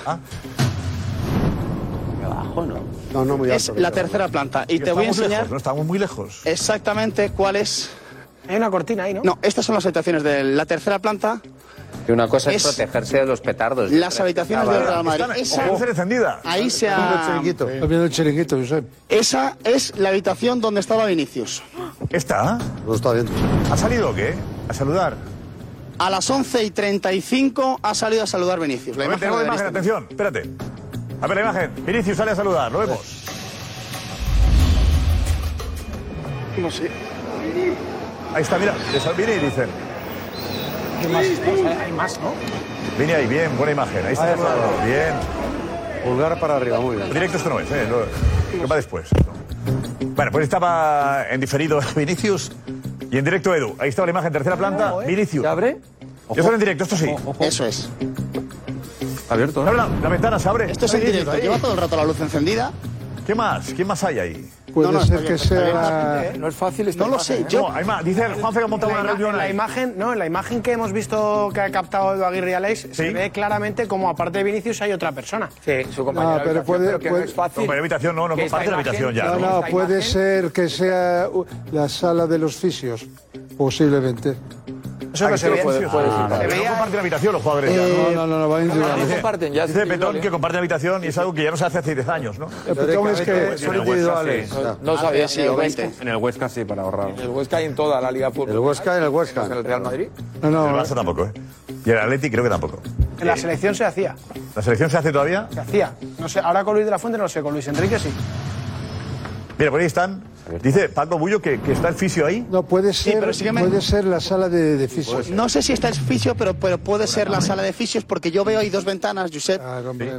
Abajo, ¿no? No, no, muy Es alto. la tercera planta. Y Que te voy a estamos enseñar lejos, no estamos muy lejos. exactamente cuál es... Hay una cortina ahí, ¿no? No, estas son las habitaciones de la tercera planta, Y una cosa es, Es- protegerse de los petardos. las habitaciones del Real Madrid. Esa- Ahí se ha... Está viendo el chiringuito, Josep. Esa es la habitación donde estaba Vinicius. ¿Está? Lo está viendo. ¿Ha salido o qué? A saludar. A las 11 y 35 ha salido a saludar Vinicius. La A ver, imagen este. tenemos la la imagen, tenéis atención, espérate. A ver la imagen. Vinicius sale a saludar, lo vemos. No sé. Ahí está, mira, le sal- viene y dicen. Hay más, hay más, ¿no? Viene ahí, bien, buena imagen. Ahí está Ahí saludando, está. bien. Pulgar para arriba, muy bien. Directo esto no es, ¿eh? Lo que va después. Bueno, pues estaba en diferido Vinicius y en directo Edu. Ahí estaba la imagen, tercera planta, Vinicius. abre? Yo solo en directo, esto sí. Eso es. Abierto. La, la ventana se abre. Esto es en Ahí, directo, ahí. lleva todo el rato la luz encendida. ¿Qué más? ¿Qué más hay ahí? Puede No, no, ser está que bien, está bien, está sea... bien, No es fácil esta No lo imagen, sé, ¿eh? yo- No, hay más. Dice el Juanfe que ha montado La una ima- reunión en la ahí. imagen, no, en la imagen que hemos visto que ha captado Edu Aguirre y Alex, se ve claramente como aparte de Vinicius hay otra persona. Sí, su compañero Ah, de pero habitación, puede- pero que no puede- es fácil. Compañero de habitación, no, no Que esta comparte la habitación ya. No, no, puede ser que sea uh, la sala de los fisios, posiblemente. Eso no Ah, se ve. Puede, no comparten habitación los jugadores ya. Eh, no, no, no, va individual. Dice- No comparten, ya es Dice individual, Petón ¿eh? que comparte habitación y es algo que ya no se hace hace 10 años, ¿no? El Petón es que son individuales. No sabía si sí, o En el Huesca sí, para ahorrar. El Huesca hay en toda la Liga Fútbol. El Huesca en el Huesca. ¿En el Real Madrid? No, no. El Barça tampoco, ¿eh? Y el Atleti creo que tampoco. En la selección se hacía, ¿La selección se hace todavía? se hacía. No sé, ahora con Luis de la Fuente no lo sé, con Luis Enrique sí. Mira, por ahí están. Dice Paco Bullo que, que está el fisio ahí. No, puede ser, pero sí que me- puede ser la sala de, de fisio. No sé si está el fisio, pero, pero puede ser la sala de fisios, porque yo veo ahí dos ventanas, Josep,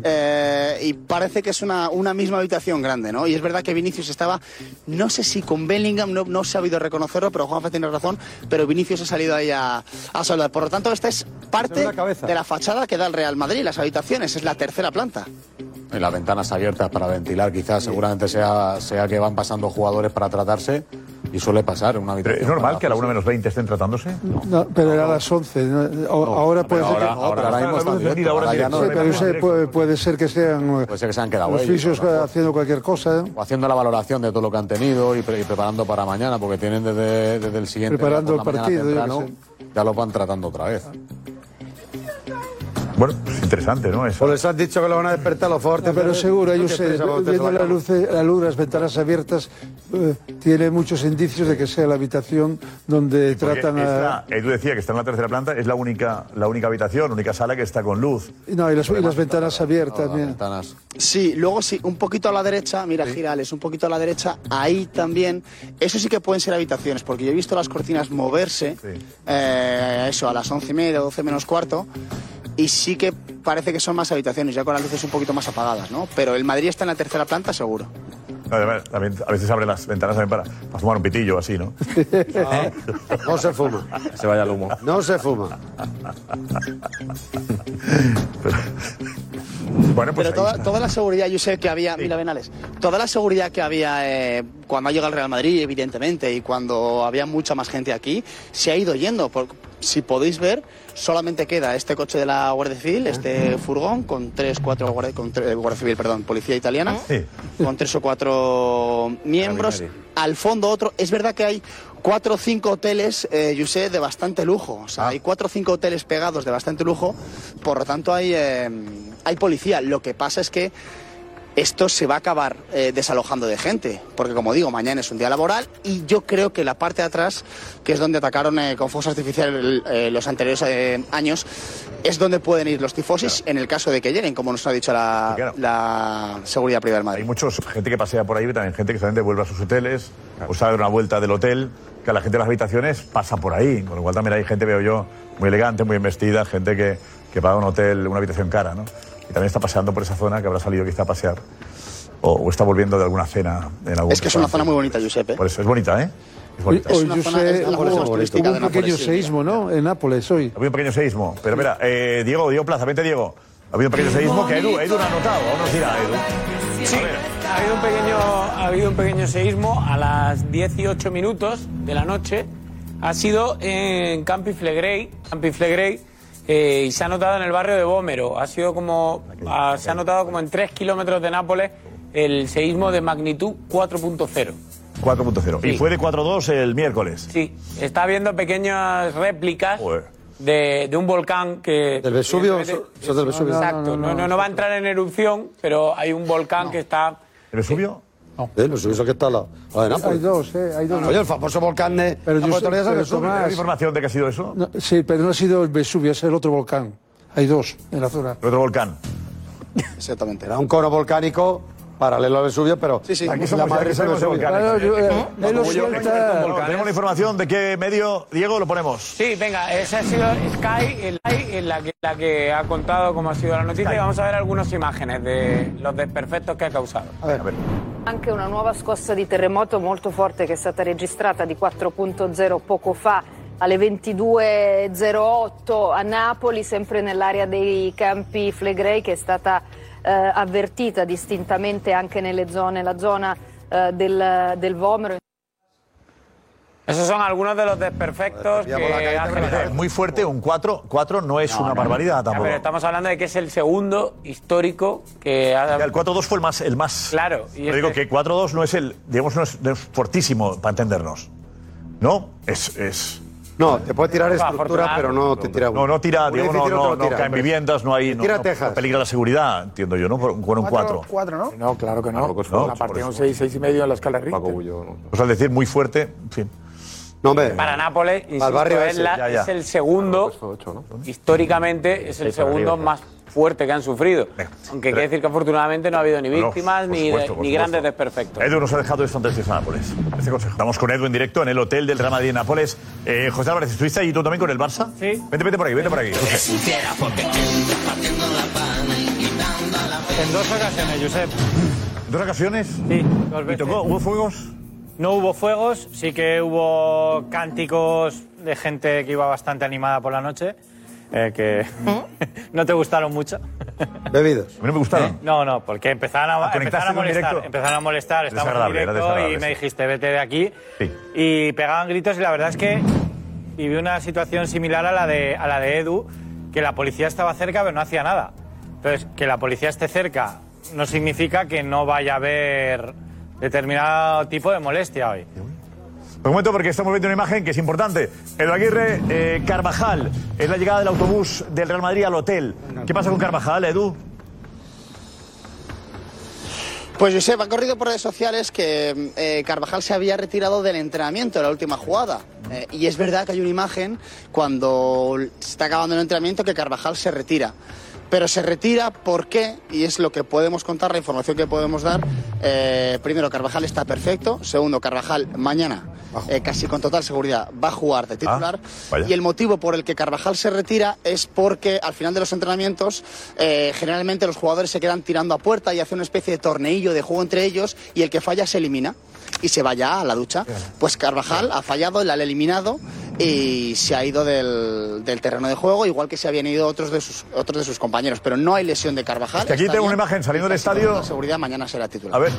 eh, y parece que es una, una misma habitación grande, ¿no? Y es verdad que Vinicius estaba, no sé si con Bellingham, no, no he sabido reconocerlo, pero Juanfa tiene razón, pero Vinicius ha salido ahí a, a saludar. Por lo tanto, esta es parte de la fachada que da el Real Madrid, las habitaciones, es la tercera planta. Y las ventanas abiertas para ventilar, quizás, seguramente sea, sea que van pasando jugadores para tratarse y suele pasar en una Pero habitación. ¿Es normal para Ah, pues que a la 1 hacerse. menos 20 estén tratándose? No, pero era a las 11. ¿no? O- ahora puede ser que. ahora- ahora Sí, mismo están directo, ahora ya no, pero no, ese puede, puede ser que sean. eh, Puede ser que se han quedado los ellos, fisios a lo mejor. haciendo cualquier cosa. ¿eh? O haciendo la valoración de todo lo que han tenido y, pre- y preparando para mañana, porque tienen desde, desde el siguiente. día Preparando por la el mañana partido, yo qué temprano, ya lo van tratando otra vez. Bueno, es interesante, ¿no? Eso. O Pues les has dicho que lo van a despertar los fuertes. Pero seguro, ellos ¿Qué se- piensa cuando usted viendo se va la a luz, la luz, las ventanas abiertas, eh, tiene muchos indicios de que sea la habitación donde Porque tratan es a. la- eh, tú decías que está en la tercera planta, es la única, la única habitación, única sala que está con luz. Y No, y las, y las ventanas Ah, abiertas. mira. Sí, luego sí, un poquito a la derecha, mira Girales, un poquito a la derecha, ahí también, eso sí que pueden ser habitaciones, porque yo he visto las cortinas moverse, eh, eso, a las once y media, doce menos cuarto, y sí que parece que son más habitaciones, ya con las luces un poquito más apagadas, ¿no? Pero el Madrid está en la tercera planta seguro. No, además, también, a veces abre las ventanas también para, para fumar un pitillo, así, ¿no? No se fuma. Se vaya el humo. No se fuma. Bueno, pues Pero toda, toda la seguridad, yo sé que había, mira Benales, toda la seguridad que había eh, cuando ha llegado el Real Madrid, evidentemente, y cuando había mucha más gente aquí, se ha ido yendo. Por- si podéis ver, solamente queda este coche de la Guardia Civil, este furgón, con tres, cuatro guardia, con tre- eh, Guardia Civil, perdón, policía italiana, con tres o cuatro miembros. Al fondo otro, es verdad que hay cuatro o cinco hoteles, eh, José, de bastante lujo. O sea, hay cuatro o cinco hoteles pegados de bastante lujo, por lo tanto hay, eh, hay policía. Lo que pasa es que esto se va a acabar eh, desalojando de gente, porque como digo, mañana es un día laboral y yo creo que la parte de atrás, que es donde atacaron eh, con fuegos artificiales eh, los anteriores eh, años, es donde pueden ir los tifosis en el caso de que lleguen, como nos ha dicho la, Ah, la seguridad privada del Madrid. Hay muchos gente que pasea por ahí, pero también gente que solamente vuelve a sus hoteles o sale a dar una vuelta del hotel, que la gente de las habitaciones pasa por ahí, con lo cual también hay gente, veo yo, muy elegante, muy bien vestida, gente que, que paga un hotel, una habitación cara, ¿no? Y también está paseando por esa zona que habrá salido quizá a pasear o, o está volviendo de alguna cena en algún Es que es una restaurante. zona muy bonita, Giuseppe. Por eso es bonita, ¿eh? Es Hoy, bonita. hoy yo sé- hubo- hubo un pequeño seísmo, ¿no? En Nápoles hoy. Ha habido un pequeño seísmo. Pero espera, eh, Diego, Diego Plaza, vente Diego. Ha habido un pequeño seísmo que Edu, Edu lo ha notado, aún nos dirá Edu. Sí, ha habido, un pequeño, ha habido un pequeño seísmo a las 18 minutos de la noche. Ha sido en Campi Flegrei, Campi Flegrei, eh, y se ha notado en el barrio de Bómero. Ha sido como, ah, se ha notado como en 3 kilómetros de Nápoles el seísmo de magnitud 4.0. 4.0. Y Sí. fue de 4.2 el miércoles. Sí, está habiendo pequeñas réplicas de, de un volcán que... ¿Del Vesubio? ¿Eso es del Vesubio? Exacto, no, no, no va a entrar en erupción, pero hay un volcán que está... ¿El Vesubio? Eh, no sé, eso que está la, la de Hay Nápoles. dos, ¿eh? Hay dos. Oye, el famoso volcán de... Pero la yo Puerta sé- Unidad, pero ¿sabes? Tomás- Sube. información de que ha sido eso? No, sí, pero no ha sido el Vesubio, es el otro volcán. Hay dos en la zona. El otro volcán. Exactamente. Era un cono volcánico paralelo al Vesubio, pero... Aquí somos ya que sabemos de volcanes. él lo Como yo, suelta. experto en volcanes. Tenemos la información de qué medio, Diego, lo ponemos. Sí, venga, esa ha sido Sky, el- en la, que, la que ha contado cómo ha sido la noticia y vamos a ver algunas imágenes de los desperfectos que ha causado. Anche una nuova scossa di terremoto molto forte che è stata registrata di 4.0 poco fa alle 22.08 a Napoli, sempre nell'area dei campi Flegrei che è stata eh, avvertita distintamente anche nelle zone, la zona eh, del, del Vomero. Esos son algunos de los desperfectos pues, que ha generado. Muy fuerte, un 4. 4 no es una barbaridad Ya, tampoco. Pero estamos hablando de que es el segundo histórico que ha... Ya, el 4-2 fue el más... El más Claro. y Yo digo este- que 4-2 no es el, digamos, no es, no es fortísimo para entendernos. ¿No? Es. es... No, te puede tirar estructura, pero no te tira... No, no tira, Un digo, no, edificio no te no, lo no tira, caen hombre. viviendas, no hay. Te No, tira no Texas. peligra la seguridad, entiendo yo, ¿no? Por- Con un 4. Cuatro, ¿no? No, claro que no. Marruecos, no, la por partida eso. un 6, 6 y medio en la escala Richter. O sea, al decir muy fuerte, en fin. Eh, No, hombre. Para Nápoles, insisto, barrio es, ese, la- ya, ya. es el segundo, históricamente es el Seis para segundo arriba, más fuerte que han sufrido. Aunque quiere decir que afortunadamente no ha habido ni No, víctimas por ni, de- supuesto, por ni supuesto. grandes desperfectos. Edu nos ha dejado esto antes de Nápoles. Este consejo. Estamos con Edu en directo en el hotel del Real Madrid en Nápoles. Eh, José Álvarez, ¿estuviste ahí tú también con el Barça? Sí. Vete, vete por aquí, vete por aquí. En dos ocasiones, Josep. ¿Dos ocasiones? Sí, dos veces. ¿Hubo fuegos? No hubo fuegos, sí que hubo cánticos de gente que iba bastante animada por la noche, eh, que no te gustaron mucho. Bebidos. A mí no me ¿Eh? gustaron. No, no, porque empezaron a, Ah, empezaron conectaste a con molestar. directo. Empezaron a molestar, estamos en Desagradable, era directo y desagradable, me sí. dijiste, vete de aquí. Y pegaban gritos y la verdad es que viví una situación similar a la de, a la de Edu, que la policía estaba cerca pero no hacía nada. Entonces, que la policía esté cerca no significa que no vaya a haber determinado tipo de molestia hoy. Lo comento porque estamos viendo una imagen que es importante. Edu Aguirre, eh, Carvajal, es la llegada del autobús del Real Madrid al hotel. ¿Qué pasa con Carvajal, Edu? Pues Josep, ha corrido por redes sociales que eh, Carvajal se había retirado del entrenamiento en la última jugada. Eh, y es verdad que hay una imagen cuando se está acabando el entrenamiento que Carvajal se retira. Pero se retira porque, y es lo que podemos contar, la información que podemos dar, eh, primero, Carvajal está perfecto. Segundo, Carvajal mañana, eh, casi con total seguridad, va a jugar de titular. vaya. y el motivo por el que Carvajal se retira es porque al final de los entrenamientos eh, generalmente los jugadores se quedan tirando a puerta y hace una especie de torneillo de juego entre ellos y el que falla se elimina y se va ya a la ducha. Pues Carvajal ha fallado, la han eliminado y se ha ido del, del terreno de juego, igual que se habían ido otros de sus, otros de sus compañeros. Pero no hay lesión de Carvajal. Es que aquí está tengo una bien, imagen saliendo y del casi con estadio. toda seguridad mañana será titular. A ver,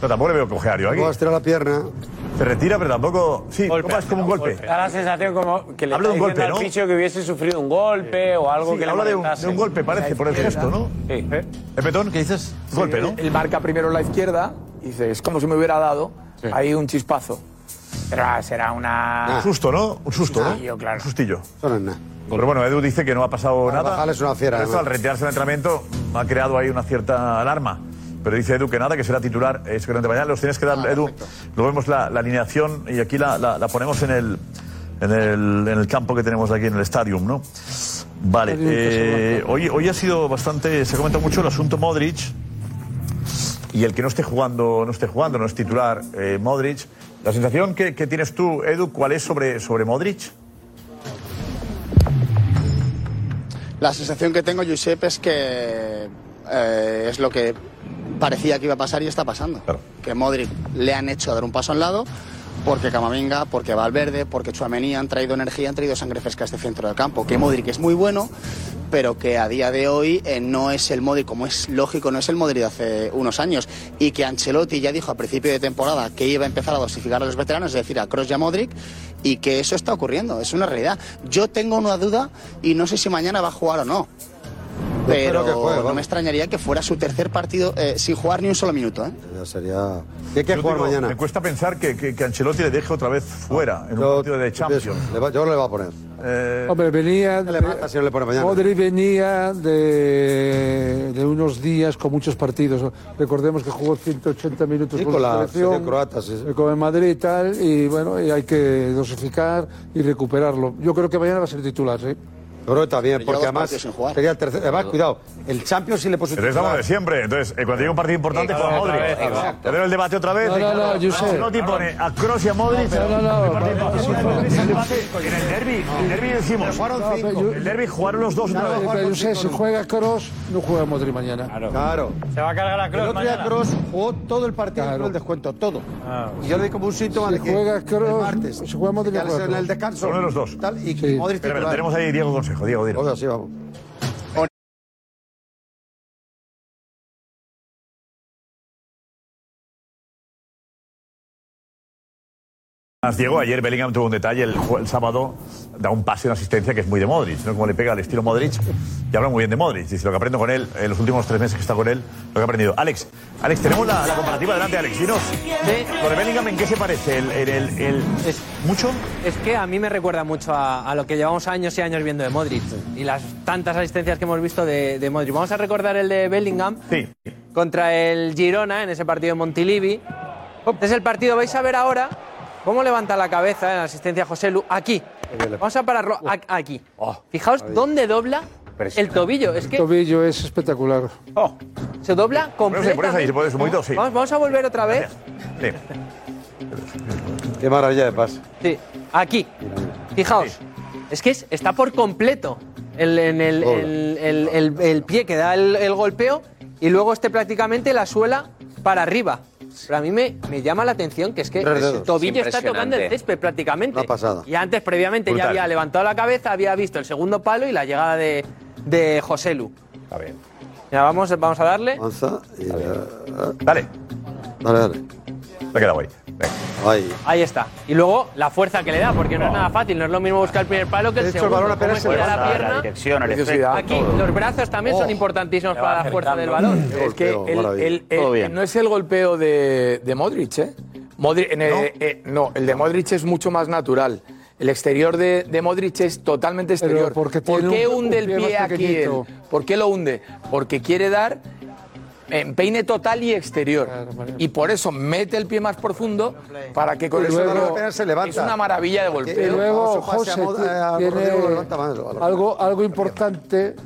pero tampoco le veo cojear yo aquí. No, estira la pierna. Se retira, pero tampoco. Sí, copa, es como un golpe. Da la sensación como que le Habla está de un diciendo golpe, al ¿no? Fisio que hubiese sufrido un golpe o algo Sí, que le habla de un- molestase. de un golpe, parece, por el gesto, ¿no? Eh, Sí. Petón, ¿qué dices? Golpe, ¿no? Él marca primero la izquierda y dice, es como si me hubiera dado ahí un chispazo. Pero ah, será una... Un susto, ¿no? Un susto, ¿no? Sustillo, claro. Un sustillo. Eso no es nada. Pero bueno, Edu dice que no ha pasado nada. Carvajal es una fiera, Esto, al además. retirarse del entrenamiento ha creado ahí una cierta alarma. Pero dice Edu que nada, que será titular eh, seguramente mañana. Los tienes que dar, Edu. Luego vemos la, la alineación y aquí la, la- la ponemos en el, en, el, en el campo que tenemos aquí, en el stadium, ¿no? Vale. Stadium Casablanca. eh, hoy, hoy ha sido bastante. Se comenta mucho el asunto Modric. Y el que no esté jugando, no esté jugando, no es titular, eh, Modric. La sensación que, que tienes tú, Edu, ¿cuál es sobre, sobre Modric? La sensación que tengo, Josep, es que eh, es lo que parecía que iba a pasar y está pasando. Que Modric le han hecho dar un paso al lado porque Camavinga, porque Valverde, porque Chuamení han traído energía, han traído sangre fresca a este centro del campo. Que Modric es muy bueno, pero que a día de hoy eh, no es el Modric, como es lógico, no es el Modric de hace unos años. Y que Ancelotti ya dijo a principio de temporada que iba a empezar a dosificar a los veteranos, es decir, a Kroos y a Modric, y que eso está ocurriendo, es una realidad. Yo tengo una duda y no sé si mañana va a jugar o no. Pero espero que juegue, no vamos. me extrañaría que fuera su tercer partido eh, sin jugar ni un solo minuto. ¿eh? Ya sería. ¿Qué hay que Yo jugar digo, mañana? Me cuesta pensar que, que, que Ancelotti le deje otra vez fuera en un partido de Champions. yo le voy a poner. Eh, Hombre, venía. le mata si no le pone mañana? Modric venía de, de unos días con muchos partidos. Recordemos que jugó 180 minutos con Nicolás, la selección, selección croata, sí, sí. eh, con el Madrid y tal, y bueno, y hay que dosificar y recuperarlo. Yo creo que mañana va a ser titular, sí. Yo creo que también, Pero lleva porque dos además partidos sin jugar. sería el tercer. Además, cuidado, el Champions sí le Pues puso. Pero estamos de siempre. Entonces, eh, cuando llega un partido importante, Sí, juega claro, Modric. otra vez, Claro. exacto. Te veo el debate otra vez. ¿eh? No, no, y claro, no, Josep. Ancelotti pone a Kroos y a Modric. No, no, no, El partido no, importante, no, no, el no, empate. Y En el derbi, el derbi decimos. El derbi jugaron los dos. otra Claro, vez. pero yo sé, si juega Kroos, no juega Modric mañana. Claro. Se va a cargar la El otro día Cross jugó todo el partido Claro. con el descuento, todo. Ah. Y Pues yo le di como un síntoma Si de que juega Kroos, el martes. si juega Modric, que al- juega en el Kroos. descanso. Uno de los dos. Tal, y Sí. Modric Espera, titular. Tenemos ahí Diego Consejo. Diego, dilo. Ahora sí, vamos. Además, Diego, ayer Bellingham tuvo un detalle, el, jue- el sábado da un pase, una asistencia que es muy de Modric, ¿no? Como le pega al estilo Modric, y habla muy bien de Modric. Dice, lo que aprendo con él, en los últimos tres meses que está con él, lo que he aprendido. Alex, Alex, tenemos la, la comparativa delante, Alex, dinos. Con el Bellingham, ¿en qué se parece? El, el- el- el- ¿Mucho? Es que a mí me recuerda mucho a, a lo que llevamos años y años viendo de Modric y las tantas asistencias que hemos visto de, de Modric. Vamos a recordar el de Bellingham contra el Girona en ese partido de Montilivi. Es el partido, vais a ver ahora cómo levanta la Oh, cabeza en la asistencia a José Lu. Aquí. Vamos a pararlo a- aquí. Fijaos dónde dobla El tobillo, es El que tobillo es espectacular. se dobla completamente. por eso, y se puede subir dos, sí. Vamos, vamos a volver otra vez. Qué maravilla de pase. Sí, aquí. Fijaos. Es que es- está por completo el, en el, Hola. el- el- el- el pie que da el, el golpeo y luego este prácticamente la suela para arriba. Pero a mí me, me llama la atención que es que Tres el dedos. tobillo Es está tocando el impresionante. césped prácticamente. Una pasada. Y antes, previamente, ya Brutal. había levantado la cabeza, había visto el segundo palo y la llegada de, de José Lu. Está bien. Ya vamos, vamos a darle. Avanza y. Dale. Dale, dale. Me queda guay. Ahí. Ahí está. Y luego la fuerza que le da, porque no es nada fácil, no es lo mismo buscar el primer palo que el De hecho, el segundo. balón apenas Cómo se le estira va. la La pierna. dirección, el efecto, Aquí todo. los brazos también Oh. son importantísimos para la fuerza del balón. Es que el- el- el- Todo bien. no es el golpeo de, de Modric, ¿eh? Modri- en el- eh, ¿No? el de Modric es mucho más natural. El exterior de, de Modric es totalmente exterior. porque ¿Por tiene qué un- un hunde el pie más pie aquí? él? pequeñito. ¿Por qué lo hunde? Porque quiere dar empeine total y exterior. y por eso mete el pie más profundo para que con Y eso luego- dar- apenas se levanta. Es una maravilla de golpeo. Y Luego, pase a José Mod- a tiene eh, Rodrigo, lo levanta más, lo- lo- algo, algo importante.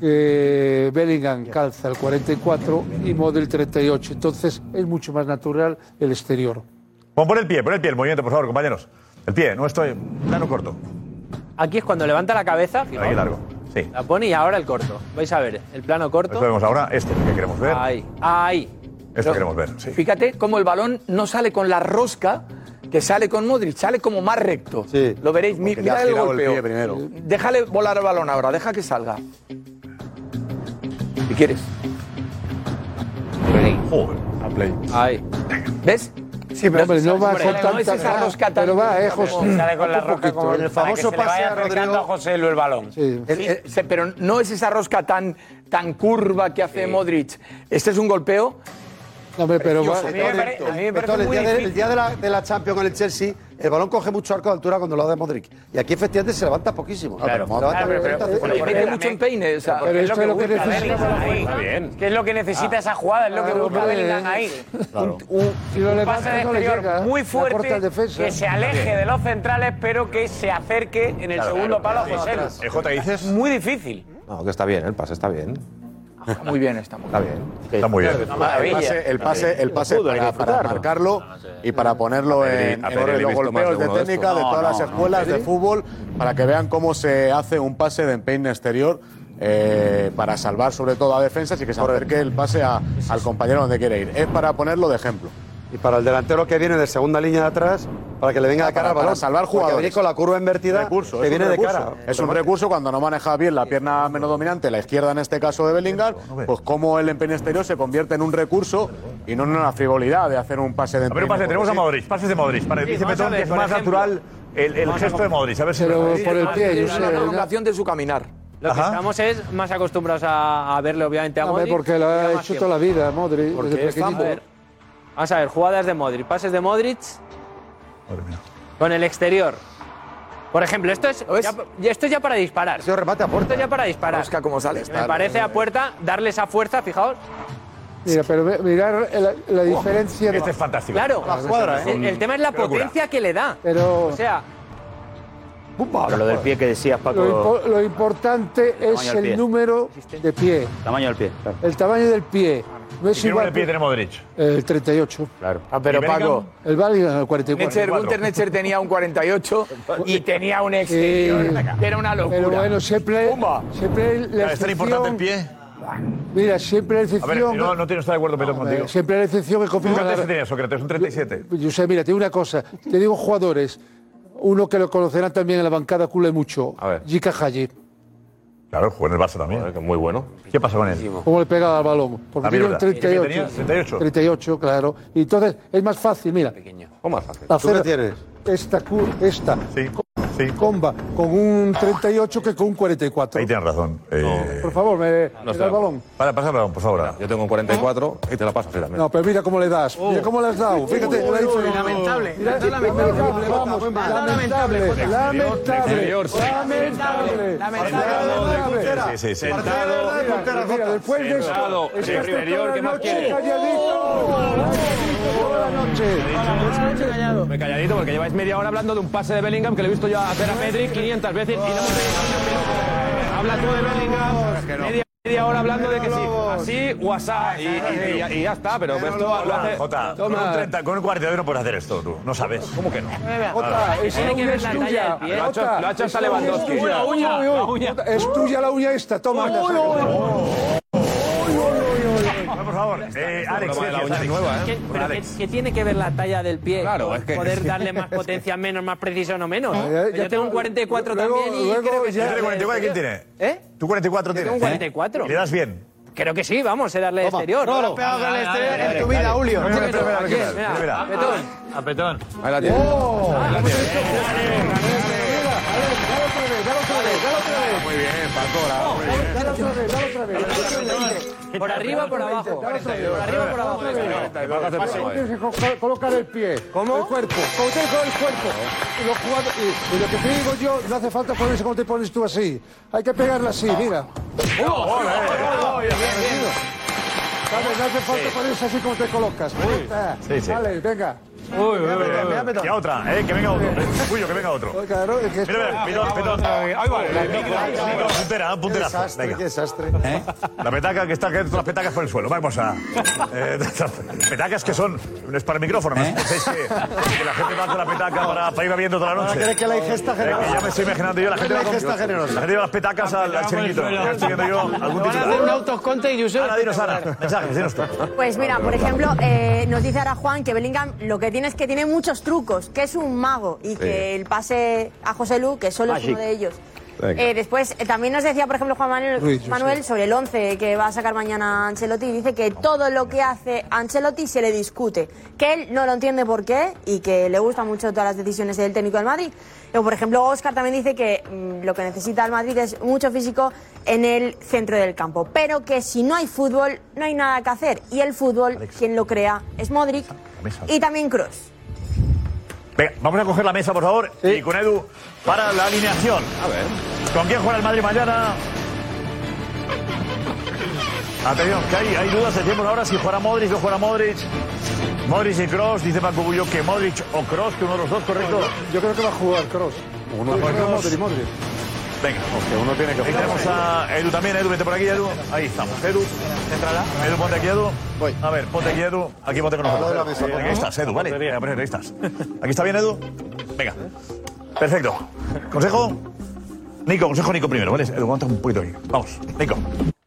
que Bellingham calza el 44 y Modric 38. Entonces es mucho más natural el exterior. Pon, pon el pie, pon el pie, el movimiento, por favor, compañeros. El pie, no estoy. Plano corto. Aquí es cuando levanta la cabeza, fijaos, Ahí largo. Sí. la pone y ahora el corto. Vais a ver, el plano corto. Esto vemos ahora, esto que queremos ver. Ahí, ahí. Esto queremos ver, sí. Fíjate cómo el balón no sale con la rosca que sale con Modric, sale como más recto. Lo veréis, mi- Porque le ha mira el girado el golpeo. pie primero. Déjale volar el balón ahora, deja que salga. Si quieres. A play. Ahí. ¿Ves? Sí, pero hombre, no va Hombre, con no tanta es esa rosca tan- Pero va, eh, José. Sale con la Poco a roca poquito. como el famoso para que se le vaya acercando a José Lu el balón. Sí, se- pero no es esa rosca tan, tan curva que hace Modric. Este es un golpeo. No, hombre, pero va- Precioso. Beto, Beto, el, día de, el día de la, de la Champions con el Chelsea, el balón coge mucho arco de altura cuando lo da Modric. Y aquí efectivamente se levanta poquísimo. Claro, Se levanta, claro, pero- levanta, pero- se levanta. pero- Mete mucho empeine. Pero esto es lo que busca necesita Bellingham para ahí. Es que es lo que necesita esa jugada, es lo que Claro, busca hombre. Bellingham ahí. Claro. Un, Si lo un levanta, pase de no le exterior llega. muy Le corta el fuerte, defensa. que se aleje Sí. de los centrales, pero que se acerque en el Claro, segundo palo claro, a José claro. Lu. Eh, Jota, ¿dices? Muy difícil. No, que está bien, el pase está bien. Muy bien, está muy bien. Está bien. Está muy bien. El pase, el pase, el pase Fútbol, hay para, que para disfrutarlo. marcarlo y para ponerlo A Pedri- en, a en Pedri le los he visto más de golpeos de, uno de técnica estos. de No, todas no, las no, escuelas de fútbol para que vean cómo se hace un pase de empeine exterior eh, para salvar sobre todo a defensas y que se acerque el pase a- al compañero donde quiere ir. Es para ponerlo de ejemplo. Y para el delantero que viene de segunda línea de atrás, para que le venga de para, cara al balón. para salvar Porque jugadores. venís con la curva invertida, Recurso, que es un viene de recurso. ¿eh? cara. Es un recurso cuando no maneja bien la pierna menos dominante, la izquierda en este caso de Bellingham, pues como el empeño exterior se convierte en un recurso y no en una frivolidad de hacer un pase de A ver, un pase, empeine, tenemos a porque sí. Modric, pases de Modric. Para el Sí, dice vamos a Petón, ver, que es por más ejemplo. natural el, el Vamos a gesto de Modric. A ver si me- Es ¿eh? una prolongación de su caminar. Lo que estamos es más acostumbrados a, a verle, obviamente, a Hombre, Modric. porque lo Lleva ha más hecho tiempo. toda la vida, Modric. desde A pequeñito. ver, Vamos a ver, jugadas de Modric, pases de Modric. Con el exterior. Por ejemplo, esto es, ya, ya- esto es ya para disparar. Esto es ya para disparar. Busca cómo sale. Me parece a puerta darle esa fuerza, fijaos. Mira, pero ve- mirar la, la diferencia. Este de- Claro. El, el tema es la Qué locura. potencia que le da. Pero- O sea, Pero lo del pie que decías, Lo, Paco. impo- lo importante Tamaño es del el pie. número de pie, Tamaño del pie. el tamaño del pie. No es ¿Qué número igual. de pie tiene Modric? El 38. Claro. Ah, pero ¿Y Bellingham? Paco. El Bellingham, el 44. Netzer, Gunter Netzer tenía un 48 y tenía un exterior. Sí. que Era una locura. Pero bueno, siempre, siempre la ¿Está importante el excepción. pie? Mira, siempre la A ver, no, excepción. eh, no estoy no estoy de acuerdo, Petón, contigo. Siempre la excepción que ¿Tú confirma cuántos la, tenía, Sócrates? Un 37. Yo sé, mira, te digo una cosa. Te digo jugadores, uno que lo conocerán también en la bancada, cule mucho. Jika Haji. Claro, jugó en el Barça también. muy bueno. ¿Qué pasó con él? ¿Cómo le pegaba al balón? Ah, Porque tiene mierda. un ¿Y qué tenía? 38. 38. 38, claro. Y entonces es más fácil, mira. ¿Cómo más fácil? Hacer ¿Tú qué tienes? Esta, cu- esta comba con un 38 que con un 44. Ahí tienes razón. Eh, Por favor, me, me da el balón. Para, pasa el balón, por favor. Yo tengo un 44 y te la paso así también. No, pero mira cómo le das. Mira cómo le has dado. Fíjate. la diferencia. lamentable, Mira, lamentable. Vamos, lamentable. Lamentable. Lamentable. Sí, sí, sí. Mira, mira, después de eso, Sentado, estás en toda exterior, la ¿qué más noche quieres? calladito, toda la noche. Me calladito porque lleváis media hora hablando de un pase de Bellingham que le he visto yo hacer a Pedri 500 veces y no hemos tenido- habla todo de Bellingham. Media, media hora hablando de que sí. Así, WhatsApp. y, y- y- y ya está, pero esto lo hace. Jota, con un, 30, con un 42 no puedes hacer esto, tú. No sabes. ¿Cómo que no? Ah, Jota, esa Tiene que uña ver es la tuya. talla del pie. Lo ha hecho- Jota, lo ha hecho hasta esa uña es Lewandowski. tuya. La uña, Uy, uy, la uy. uña. Es tuya la uña esta, toma. Por favor, eh, Alex, broma de la Alex, uña Alex. nueva, ¿eh? ¿Qué- Pero Alex. ¿qué, qué tiene que ver la talla del pie? Claro, con es que- Poder darle más potencia, menos, más precisión o menos. Eh, ya Yo tengo un 44 también y creo que sí. ¿Tú 44 quién tiene? ¿Eh? ¿Tú 44 Yo tienes? tengo un 44. ¿Le das bien? Creo que sí, vamos, he darle exterior. No, no, pegado con el exterior en tu vida, Julio. Mira, mira, mira, mira, mira, mira. A petón. Ahí la tiene. Oh, Muy bien, Paco, bravo, muy bien. Por arriba o por abajo. Por arriba o por abajo. Eh? Colocar el pie, ¿Cómo? el cuerpo, Coutinho con el cuerpo. Y, los jugadores- y- y lo que te digo yo, no hace falta ponerse como te pones tú así. Hay que pegarla así, mira. Vale, no hace falta ponerse así como te colocas. Venga, Sí, sí. Vale, venga. Y a otra, eh, que venga otro. Uy, que venga otro. Claro, es que Mira, mira, pitón, pitón. Ahí va. Puntera, punterazo. Venga. ¿Eh? desastre. La petaca que está que las petacas por el suelo. Vamos a. eh, petacas que son. No es para el micrófono, ¿no? Penséis que, que la gente va con la petaca para, para ir bebiendo toda la noche. Ahora crees que la ingesta Eh, que generosa. ya me estoy imaginando yo. La gente La va con- ingesta generosa. La gente lleva las petacas al, al chiringuito. Ya estoy viendo yo algún Van a hacer un título. autoconte y Josep. Ahora dinos, Ana. Mensajes, dinos tú. Pues mira, por ejemplo, eh, nos dice ahora Juan que Bellingham lo que tiene es que tiene muchos trucos, que es un mago y que Sí. el pase a José Lu, que solo es Magic. uno de ellos. Venga. Eh, después, eh, también nos decía, por ejemplo, Juan Manuel, Ruiz, yo Manuel sobre el 11 que va a sacar mañana Ancelotti. Dice que todo lo que hace Ancelotti se le discute, que él no lo entiende por qué y que le gustan mucho todas las decisiones del técnico del Madrid. Luego, por ejemplo, Oscar también dice que mm, lo que necesita el Madrid es mucho físico en el centro del campo, pero que si no hay fútbol, no hay nada que hacer. Y el fútbol, quien lo crea es Modric mesa. y también Kroos. Venga, vamos a coger la mesa, por favor. Y con Edu para la alineación. A ver. ¿Con quién juega el Madrid mañana? Atención, que hay, hay dudas de tiempo ahora si jugará Modric o jugará Modric. Modric y Cross, dice Paco Bullo que Modric o Cross, que uno de los dos, correcto. Yo creo que va a jugar Cross. Uno de los dos. Venga, uno tiene que Tenemos a Edu también, Edu, vete por aquí, Edu. Ahí estamos, Edu. Entrala. Edu, ponte aquí, Edu. A ver, ponte aquí, Edu. Aquí ponte con Al lado de la nosotros. mesa, Eh, por Aquí favor. estás, Edu, vale. Venga, perfecto, Ahí estás. ¿Aquí está bien, Edu? Venga. Perfecto. ¿Consejo? Nico, consejo Nico primero, ¿vale? Edu, aguanta un poquito aquí. Vamos, Nico.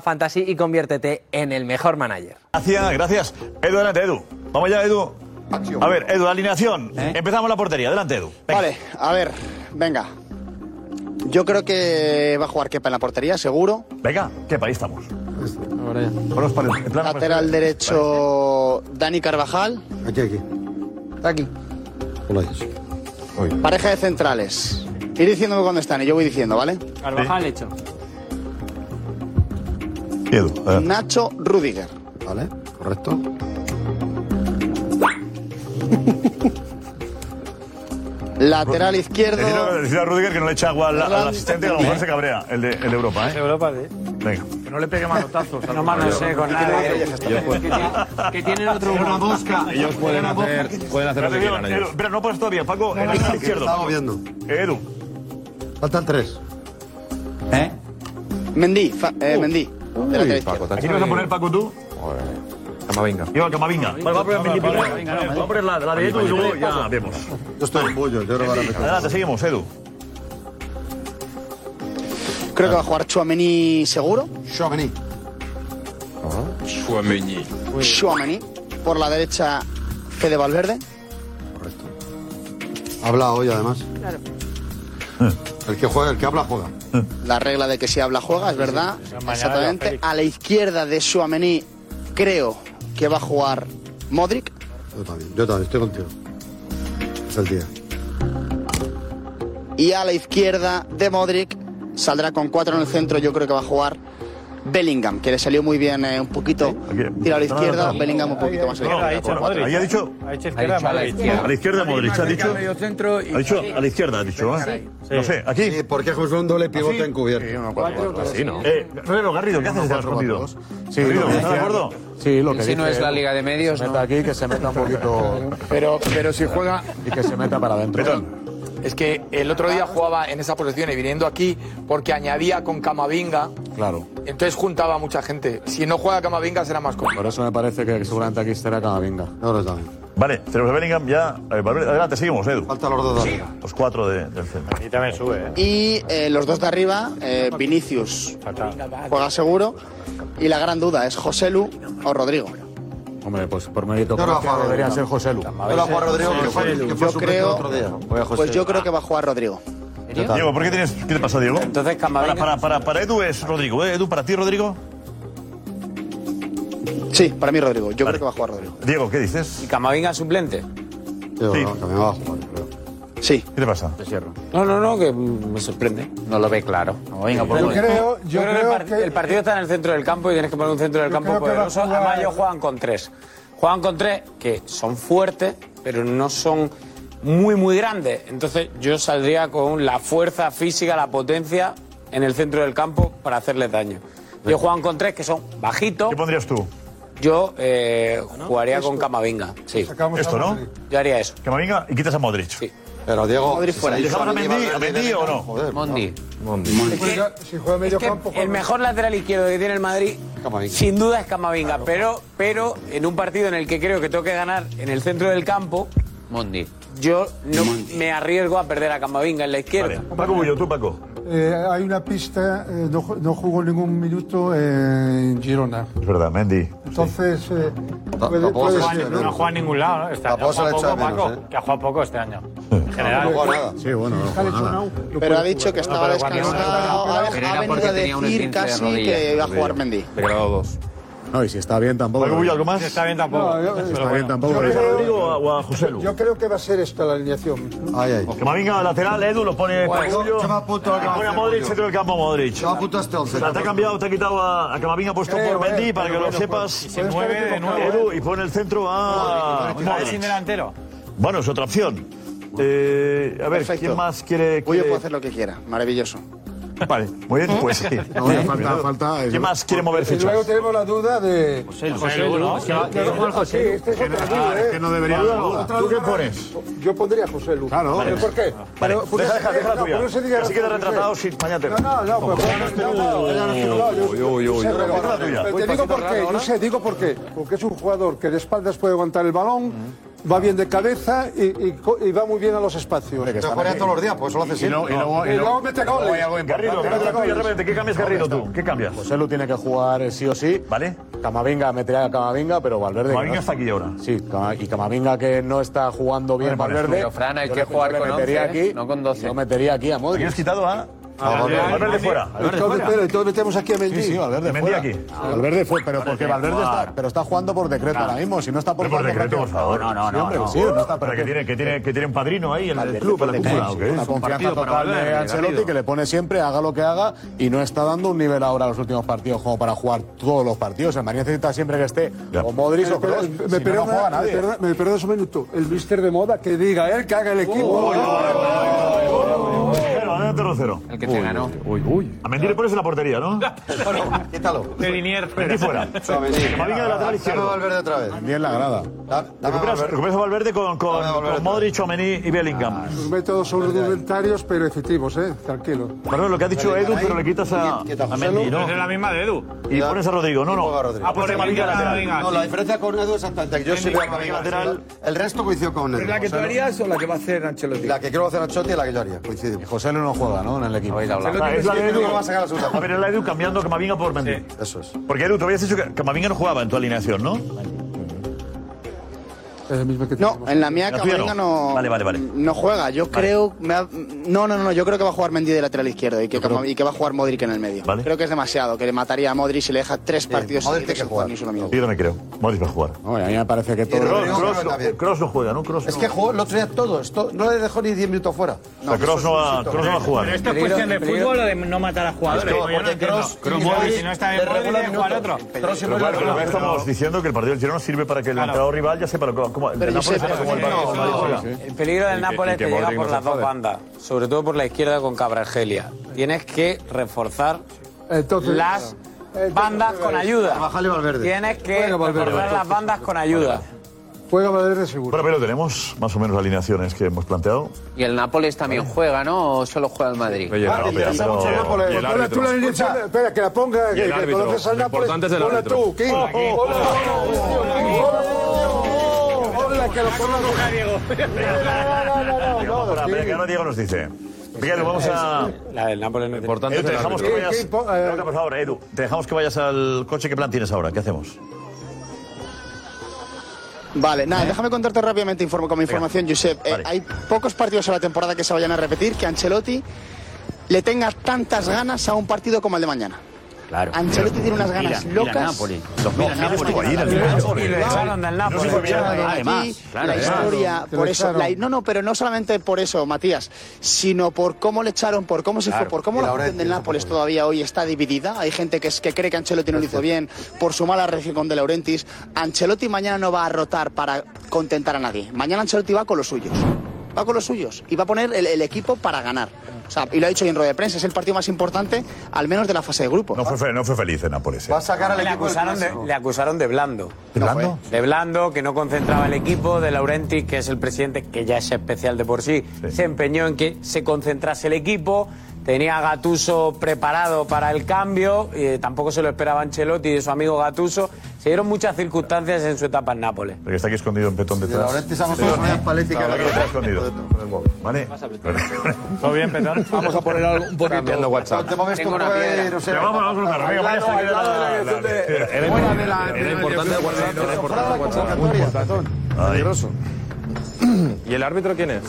Fantasy y conviértete en el mejor manager. Gracias, gracias. Edu, adelante, Edu. Vamos allá, Edu. A ver, Edu, la alineación. Empezamos la portería. Adelante, Edu. Vale, a ver, venga. Yo creo que va a jugar Kepa en la portería, seguro. Venga, Kepa, ahí estamos. Vamos para el- en plan- Lateral derecho, Dani Carvajal. Aquí, aquí. Aquí. Pareja de centrales. Ir diciéndome cuándo están y yo voy diciendo, ¿vale? Carvajal hecho. Nacho Rudiger. Vale, correcto. Lateral izquierdo. Decirle a- decirle a Rudiger que no le echa agua al, al Fernández asistente, que a lo mejor se cabrea, el de, el ¿Eh? de Europa, ¿eh? Europa, sí. Venga. Que no le pegue manotazos. No manosee con nadie. Que tienen otro una Ellos pueden hacer, pueden hacer lo que quieran. Pero no puedes todavía, Paco, en el lado izquierdo. Estamos viendo. Edu. Faltan tres. ¿Eh? Mendí, fa- eh, Mendí. de lateral izquierdo. ¿Aquí vas a poner, Paco, tú? Camavinga. Yo, Camavinga. Vale, vamos a poner Mendy primero. Vamos a poner la, la de Edu y luego ya vemos. Yo estoy en bollo, yo creo que van a meter. Adelante, seguimos, Edu. Creo que va a jugar Chuamení seguro. Chuamení. Chouameni. Chuamení. Por la derecha, Fede Valverde. Ha hablado hoy, además. Claro. El que juega, el que habla, juega. La regla de que si habla juega, es verdad. Exactamente. A la izquierda de Chuamení, creo que va a jugar Modric. Yo también, yo también, estoy contigo. Es el día. Y a la izquierda de Modric saldrá con cuatro en el centro, yo creo que va a jugar Bellingham, que le salió muy bien eh, un poquito tirado a la izquierda, Bellingham un poquito más a la Ahí izquierda. por ha cuatro. dicho. A la izquierda Modric, ha dicho. Ha dicho a la izquierda, ha dicho. ¿eh? No sé, aquí. ¿Por qué José un doble pivote ¿Así? encubierto? Así, ¿no? Eh, Rero, Garrido, ¿qué haces? ¿Estás escondido? Sí, lo Garrido, que ¿estás de decía- acuerdo? Sí, lo que Si no dice es la él, Liga de que Medios, se ¿no? meta aquí, que se meta un poquito. Pero, pero si juega. Y que se meta para adentro. Es que el otro día jugaba en esa posición y viniendo aquí porque añadía con Camavinga, Claro. entonces juntaba a mucha gente. Si no juega Camavinga será más cómodo. Por eso me parece que seguramente aquí estará Camavinga. Ahora también. Vale, tenemos a Bellingham ya. Eh, Valverde, adelante, seguimos, Edu. Faltan los dos. Los cuatro de- del centro. Y también sube, ¿eh? Y eh, los dos de arriba, eh, Vinicius juega seguro. Y la gran duda es José Lu o Rodrigo. Hombre, pues por mérito No lo ha jugado debería Rodrigo. ser José Lu. No lo ha jugado Rodrigo, que fue- que fue Yo suplente creo- el otro día. Pues yo creo que va a jugar Rodrigo. Diego, ¿por qué tienes, ¿qué te pasa, Diego? Entonces, Camavinga. Para, para, para, para Edu es Rodrigo, ¿eh? Edu, ¿para ti, Rodrigo? Sí, para mí Rodrigo. Yo creo que va a jugar Rodrigo. Diego, ¿qué dices? ¿Y Camavinga suplente? Sí. Sí. ¿Qué te pasa? No, no, no, que mm, me sorprende. No lo ve claro. venga, por Yo favor. creo, yo creo que, el, creo par- el partido está en el centro del campo y tienes que poner un centro del campo creo que va a poderoso. jugar- Además, ellos juegan con tres. Juegan con tres que son fuertes, pero no son muy, muy grandes. Entonces, yo saldría con la fuerza física, la potencia en el centro del campo para hacerles daño. Ellos juegan con tres que son bajitos. ¿Qué pondrías tú? Yo eh, jugaría con Camavinga. Sí. Esto, ¿no? Yo haría eso. Camavinga y quitas a Modric. Sí. Pero Diego. Modric fuera. ¿Dejamos a Mendy, a Mendy o no? Mondi. Mondi. Si juega medio Es que campo, el mejor lateral izquierdo que tiene el Madrid, sin duda es Camavinga, pero, pero en un partido en el que creo que tengo que ganar en el centro del campo, Mondi. yo no me arriesgo a perder a Camavinga en la izquierda. Paco Bullo, tú, Paco. Eh, hay una pista, eh, no, ju- no jugó ningún minuto en Girona. Es verdad, Mendy. Entonces, eh, puede- No puede juega, ser, no, ¿no? juega en ningún lado, ¿no? Este año. Tampoco se Juega le echa poco, de menos, Paco, que ha jugado poco este año. En general. No juega nada. Sí, bueno, no juega nada. Pero ha dicho que estaba pero cuando- descansado. Ha, Pero ha era venido porque a tenía un decir esguince de casi rodilla, que iba a Rodrigo. jugar Mendy. dos. No, y si está bien tampoco. Paco Bullo, ¿algo más? Está bien tampoco. No, eh, yo- Está Pero bien bueno. tampoco. Yo creo- o a José Lu? Yo creo que va a ser esta la alineación. Ay, ay. Camavinga lateral, Edu, lo pone Bueno, Paco Bullo. yo me apunto a Lo pone a Camavinga. Modric, centro del campo Modric. Yo me apunto a este once. Te ha cambiado, te ha quitado a, a Camavinga, ha puesto Eh, por bueno, Mendy, para que pero lo bueno, sepas. pues, se mueve de nuevo. ¿eh? Edu, y pone el centro a Modric, Modric. Modric. Bueno, es otra opción. Eh, a ver, Perfecto. ¿quién más quiere...? Hoy yo puedo quiere- hacer lo que quiera. Maravilloso. Vale, muy bien, pues sí. No, ya falta- falta- ¿Quién más quiere mover Y luego fichas? tenemos la duda de. Lu, José Lu, ¿no? Es que va- que va a jugar José Sí, Lu. este es Que otra no- duda, ah, es ¿eh? que no debería Otra haber duda. otra ¿Tú qué duda. pones? Yo pondría a José Lu. Claro. ¿Pero Vale. por qué? Vale, Pero, deja, deja, deja la no, tuya. pero no se diga Así queda razón, retratado José. sin mañana. No, no, no, pues Pero te digo por qué, yo sé, digo por qué. Porque es un jugador que de espaldas puede aguantar el balón, va bien de cabeza y, y co- y va muy bien a los espacios. que está juega bien. todos los días, pues lo hace Y siempre. luego- y luego- y Y luego- luego mete luego goles. hay algo importante. Garrido, Mete Garrido, goles. tuyo, realmente, ¿qué cambias, Garrido, tú? ¿Qué cambias? José Lu tiene que jugar eh, sí o sí. Vale. Camavinga meterá a Camavinga, pero Valverde. Camavinga que no está aquí ahora. Sí, Cama- y Camavinga que no está jugando bien Vale, vale. Valverde. Pero, Fran, hay yo que le- jugar yo le con metería 11, aquí, no con 12. Yo metería aquí a Modric. Aquí has quitado a... Ah, A Valverde. Valverde fuera. Entonces, pero, entonces metemos aquí a Mendy. Sí, sí, Valverde Mendy fuera. aquí. Valverde fue, pero porque Valverde está, pero está jugando por decreto ahora mismo, si no está por, Por falta, decreto, por prácticamente- favor. No, no, Sí, hombre, sí, no está por que tiene, que, tiene, que tiene un padrino ahí en el club, en la cúpula. ¿o qué? La Es un confianza partido para total Valverde, de Ancelotti Garrido. que le pone siempre, haga lo que haga, y no está dando un nivel ahora a los últimos partidos como para jugar todos los partidos. El Madrid necesita siempre que esté o Modric o Kroos, Pero, si me, no, no perdona, juega me, nadie. perdona, me perdonas un minuto. El mister de moda que diga él que haga el equipo. Pero, adelante, Rocero. El que te ganó. Uy, uy. ¿eh? A Mendy le pones en la portería, ¿no? Quítalo. De Linier Mendy fuera. Camavinga de lateral Dame a izquierdo. Valverde otra vez. También la grada. Recuperas, recuperas a Valverde con, con, con Modric, Omení y Bellingham. Los métodos son rudimentarios pero efectivos, ¿eh? Tranquilo. Perdón, lo que ha dicho Edu, pero le quitas a, a Mendy, ¿no? Es la misma de Edu. Pues Y pones a Rodrigo, no, no. Ah, Pones a Camavinga lateral. No, la diferencia con Edu es exactamente que yo sí veo a Camavinga lateral. El resto coincido con Edu. ¿Es la que tú José Lu. harías o la que va a hacer Ancelotti? La que quiero hacer Ancelotti es la que yo haría. Coincidimos. José Lu no juega, ¿no? En el equipo. Ah, Es la de Edu. Creo que va a sacar la segunda A ver, es la de Edu cambiando Camavinga por Mendy. Eso es. Porque Edu, tú habías dicho que Camavinga no jugaba en tu alineación, ¿no? Es el mismo que No, en la mía Camavinga no, Vale, vale, vale. no juega. Yo creo. me ha- no, no, no, no, yo creo que va a jugar Mendy de lateral izquierdo y que, Cama- y que va a jugar Modric en el medio. Creo que es demasiado, que le mataría a Modric si le deja tres partidos seguidos Modric tiene que sin jugar ni un solo minuto. Yo no me creo. Modric va a jugar. a mí me parece que todo. todo- Cross, no juega, ¿no? Cross Es que jugó el otro día todos. to- no le dejó ni 10 minutos fuera. O sea, Kroos no pues, va- Kroos no va a jugar. Pero esto es cuestión de fútbol o de no matar a jugadores. Es que- Yo no porque entiendo. Kroos- Si no- si no está le bien Modric, regula deja jugar al otro. Pero si claro, no- pero acá estamos diciendo que el partido del Girona sirve para que el entrenador rival ya sepa lo que va cómo- el Napoli sepa cómo el partido se va a jugar. El peligro del Y que- y Nápoles que te llega Modric no por se las dos jode. bandas, sobre todo por la izquierda con Cabragelia. Tienes que reforzar Entonces, las bandas con ayuda. Tienes que Juega Valverde. reforzar las bandas con ayuda. Juega Valverde seguro. Bueno, pero tenemos más o menos las alineaciones que hemos planteado. Y el Nápoles también juega, ¿no? ¿O solo juega el Madrid? Oye, no, pero- Nápoles. y el Ponla tú la árbitro. línea, espera, que la ponga, Y el que, que árbitro. conoces al Lo Nápoles. importante es el Ponla árbitro. tú, King. Aquí. Ponla, Hola, que lo ponga Diego. No, no, no, no. Que ahora Diego nos dice. Miguel, vamos a. La del Nápoles no Edu, importante. te dejamos que vayas. Espera, por favor, Edu, te dejamos que vayas al coche. ¿Qué plan tienes ahora? ¿Qué hacemos? Vale, nada, déjame contarte rápidamente informo, como información, Josep. Eh, hay pocos partidos a la temporada que se vayan a repetir que Ancelotti le tenga tantas ganas a un partido como el de mañana. Claro. Ancelotti tiene unas ganas Mira, locas. Mira Napoli. Los mira Ojalá Napoli. Mira estuviera en el Napoli. Napoli. Y lo echaron del Napoli. Lo echaron allí, Además, claro, la claro. historia, Que lo por eso, la- echaron. no, no, pero no solamente por eso, Matías, sino por cómo le echaron, por cómo se Claro. fue, por cómo Y la la hora afición de del Nápoles todavía hoy está dividida. Hay gente que, es, que cree que Ancelotti no lo hizo bien por su mala relación con De Laurentiis. Ancelotti mañana no va a rotar para contentar a nadie. Mañana Ancelotti va con los suyos. Va con los suyos y va a poner el, el equipo para ganar. O sea, y lo ha dicho hoy en rueda de prensa, es el partido más importante, al menos de la fase de grupo. No fue, fe- no fue feliz en Nápoles. eh. le acusaron de, le acusaron de blando. ¿De blando? De blando, que no concentraba el equipo, de Laurenti, que es el presidente, que ya es especial de por sí, se empeñó en que se concentrase el equipo, tenía a Gatuso preparado para el cambio, eh, tampoco se lo esperaba Ancelotti y su amigo Gatuso. Se dieron muchas circunstancias en su etapa en Nápoles. Porque está aquí escondido en petón detrás. De Laurentiis ha Petón, cogido ¿eh? paletas y Está que- aquí escondido. Vale. Todo bien, Petón. Vamos a poner algo un poquito. WhatsApp. Te mueves Tengo con una piedra. nueve, no sé. Pero vamos, vamos, Luzaro, venga, vaya hasta aquí la- la- la- Era importante Era importante el WhatsApp. Era importante el WhatsApp. Peligroso. ¿Y el árbitro quién es?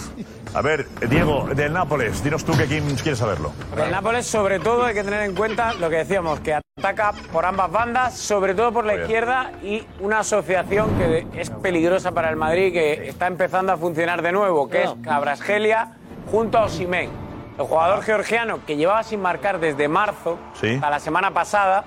A ver, Diego, del Nápoles, dinos tú que quién quiere saberlo. El Nápoles, sobre todo, hay que tener en cuenta lo que decíamos, que ataca por ambas bandas, sobre todo por la izquierda, y una asociación que de- es peligrosa para el Madrid, que está empezando a funcionar de nuevo, que es Cabrasgelia junto a Osimén. El jugador georgiano que llevaba sin marcar desde marzo, Sí. hasta la semana pasada,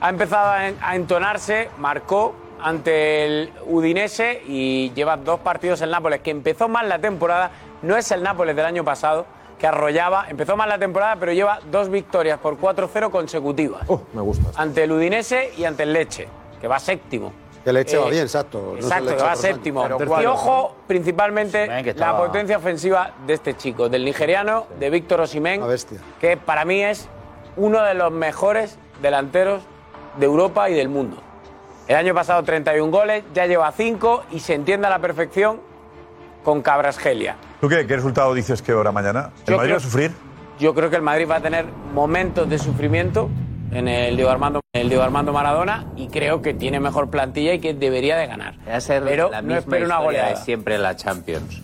ha empezado a en- a entonarse, marcó ante el Udinese y lleva dos partidos el Nápoles, que empezó mal la temporada, no es el Nápoles del año pasado, que arrollaba, empezó mal la temporada, pero lleva dos victorias por 4-0 consecutivas, Oh. Me gusta. ante el Udinese y y ante el Leche, que va séptimo. Que le eche Eh, va bien, exacto. Exacto, que va séptimo. Y ojo, principalmente, la estaba- potencia ofensiva de este chico, del nigeriano, de Víctor Osimén, que para mí es uno de los mejores delanteros de Europa y del mundo. El año pasado 31 goles, ya lleva 5 y se entiende a la perfección con Cabrasgelia. ¿Tú qué, qué resultado dices que ahora mañana? ¿El Yo Madrid creo- va a sufrir? Yo creo que el Madrid va a tener momentos de sufrimiento en el Diego Armando, en el Diego Armando Maradona y creo que tiene mejor plantilla y que debería de ganar. Va a ser Pero la no misma espero una historia goleada. de siempre en la Champions.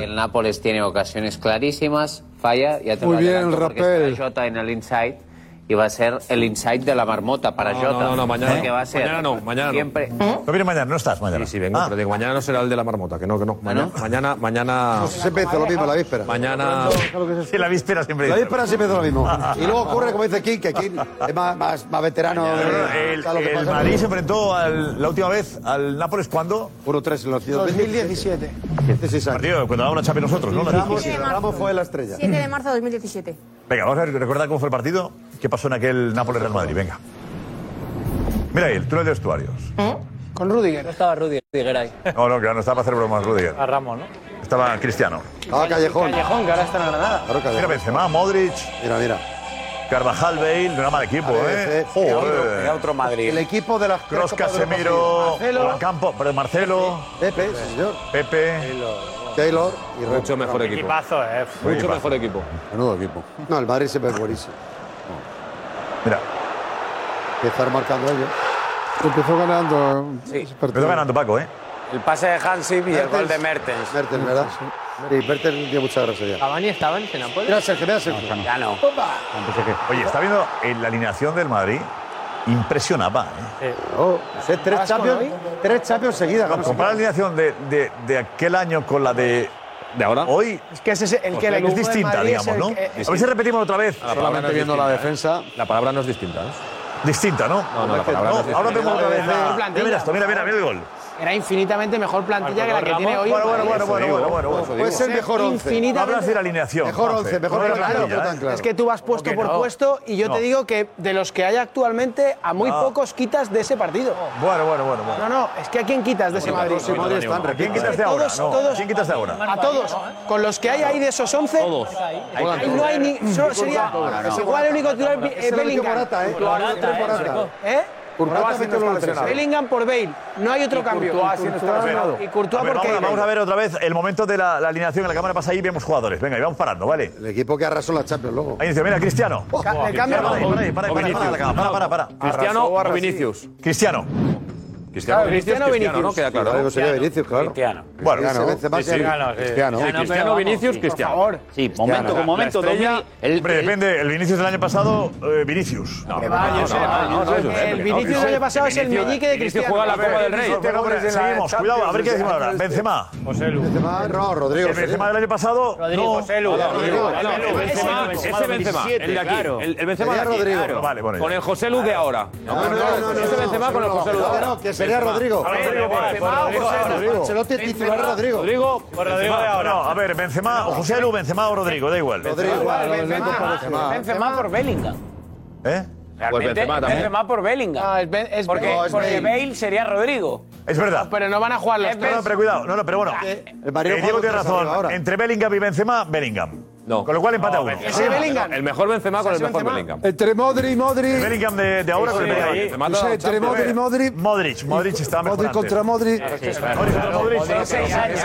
El Nápoles tiene ocasiones clarísimas, falla, ya te Muy lo bien, adelanto, porque Rapel. estará Jota en el inside y va a ser el inside de la marmota para No, Jota. no, no, mañana Porque no. va a ser Mañana no, mañana no. siempre No viene mañana, no estás mañana. Sí, sí, vengo, pero digo, mañana no será el de la marmota, que no, que no. Mañana, mañana, mañana. Siempre hizo lo mismo la víspera. Mañana. Sí, la víspera siempre La dice. víspera siempre hizo lo mismo. Y luego ocurre, como dice King, que King es más, más, más veterano. eh, El, sabe lo que el pasa. Madrid se enfrentó al- la última vez al Nápoles cuando. 1-3 en los 2017. Partido, cuando dábamos la Champions nosotros, ¿no? Ramos, Sí, Ramos fue la estrella. 7 de marzo de 2017. Venga, vamos a ver, recordar cómo fue el partido. ¿Qué pasó en aquel Nápoles-Real Madrid? Venga. Mira ahí, el túnel de vestuarios. Con Rudiger. No estaba Rudiger, ahí. No, no, que no estaba para hacer bromas, Rudiger. A Ramos, ¿no? Estaba Cristiano. Ah, Callejón. Callejón, que ahora está en la Granada. Mira Benzema, Modric. Mira, mira. Carvajal, Bale, no era mal equipo, A ver, ¿eh? ese- era otro- era otro Madrid. El equipo de las Cross, tres Copas de Europa Casemiro, han sido Marcelo, Campo, pero Marcelo, Pepe, sí, señor. Pepe. Taylor y Ramos. Mucho mejor equipo. Equipazo, eh. Mucho mejor equipo. Menudo equipo. No, el Madrid siempre es buenísimo. Mira. Empezar marcando ellos. Empezó ganando. Sí. Empezó ganando Paco, ¿eh? El pase de Hansip y el gol de Mertens. Mertens, ¿verdad? Sí, Mertens tiene mucha gracia ya. Cavani estaba en Nápoles. Mira, Sergio, mira, Sergio. Ya no. Oye, está viendo en la alineación del Madrid. Impresionaba, ¿eh? Oh, o sea, tres, champions, tres champions seguidas. No, vamos, comparar la señor. alineación de, de- de aquel año con la de, de ahora. Hoy. Es que ese es el o que sea, le es distinta, digamos, ¿no? A ver si repetimos otra vez. La palabra no es distinta, ¿eh? La palabra no es distinta. ¿eh? Distinta, ¿no? No, no, la palabra no es ahora distinta. vemos otra vez. Mejor la- Mira, plantilla. mira esto, mira, mira, mira el gol. Era infinitamente mejor plantilla que la que tiene hoy. Bueno, bueno, el bueno, Madrid. bueno, bueno, bueno, bueno. Puede ser mejor once. Infinitamente- No hablas de la alineación. Mejor Juanfe. 11, mejor No hablas de la plantilla, plantilla, ¿eh? Es que tú vas puesto ¿Cómo que por no? puesto y yo No. te digo que de los que hay actualmente, a muy No. pocos quitas de ese partido. Bueno, bueno, bueno. No, bueno. no, es que a quién quitas de ese Madrid. Rossi, Madrid están, repito, ¿Quién quitas de ahora? Todos, No. todos. ¿Quién quitas de ahora? A todos. Con los que hay ahí de esos 11. Todos. no hay ni. Solo sería. Todos, es no. Igual el único titular Ese es lo metió Bellingham. Morata, ¿eh? Morata, Otro ¿eh? Morata. ¿Eh? Courtois sí no está lesionado. Bellingham por Bale. No hay otro Y cambio. Courtois sí no está lesionado. Y A Courtois ver, porque. vamos, a- vamos a ver otra vez el momento de la, la alineación. La cámara pasa ahí y vemos jugadores. Venga, y vamos parando, ¿vale? El equipo que arrasó en la Champions luego. Ahí dice, mira, Cristiano. Ca- le cambia Cristiano, la- para ahí, para ahí, para ahí, o para ahí, para Vinicius. la cámara, para, para, para. ¿Cristiano o Vinicius? Cristiano. Cristiano, Claro, Vinicius, Cristiano, Cristiano, ¿no? Vinicius. Queda claro. Sí, algo sería Vinicius, claro. Cristiano. Bueno, Cristiano, Benzema, Sí, sí. Cristiano, sí. Cristiano. Sí, Cristiano, Cristiano, pero Vinicius, vamos, Cristiano. por favor. Sí, Cristiano. La estrella- Hombre, depende. El Vinicius del año pasado, eh, Vinicius. No, El Vinicius del año pasado es el meñique de Cristiano. Seguimos, cuidado, a ver qué decimos ahora. Benzema. José Lu. Benzema, no, Rodrigo. El Benzema del año pasado. Rodrigo, no. José Lu. Ah, Rodrigo. Rodrigo. Ah, no, El Benzema, Benzema, ese Benzema, el de aquí, 17, el, el Benzema de claro. aquí. Sería Rodrigo. Vale, bueno, con el José Lu de ahora. No, no, no, ese Benzema con el José Lu de ahora. que sería Benzema. Rodrigo. A ver, Benzema o José Lu. Rodrigo. Ancelotti titular Rodrigo. Rodrigo, Rodrigo de ahora. No, a ver, Benzema o José Lu, Benzema o Rodrigo, da igual. Benzema. Benzema por Bellingham. ¿Eh? Realmente, Benzema también. Benzema por Bellingham. Ah, es Ben- es porque Bale. porque Bale sería Rodrigo. Es verdad. Pero no van a jugar los Es No, tres. no, pero cuidado. No, no, pero bueno. Madrid Eh, Diego juega tiene dos razón. arriba ahora. Entre Bellingham y Benzema, Bellingham. Con lo cual empata uno. Ese Bellingham. El mejor Benzema con el mejor Bellingham. Entre Modri y Modri. El Bellingham de, de ahora Sí, con el sí, Bellingham. ahí. Benzema O sea, no, entre Modri y Modri. Modric, Modric está mejor. Modri contra Modri. Ese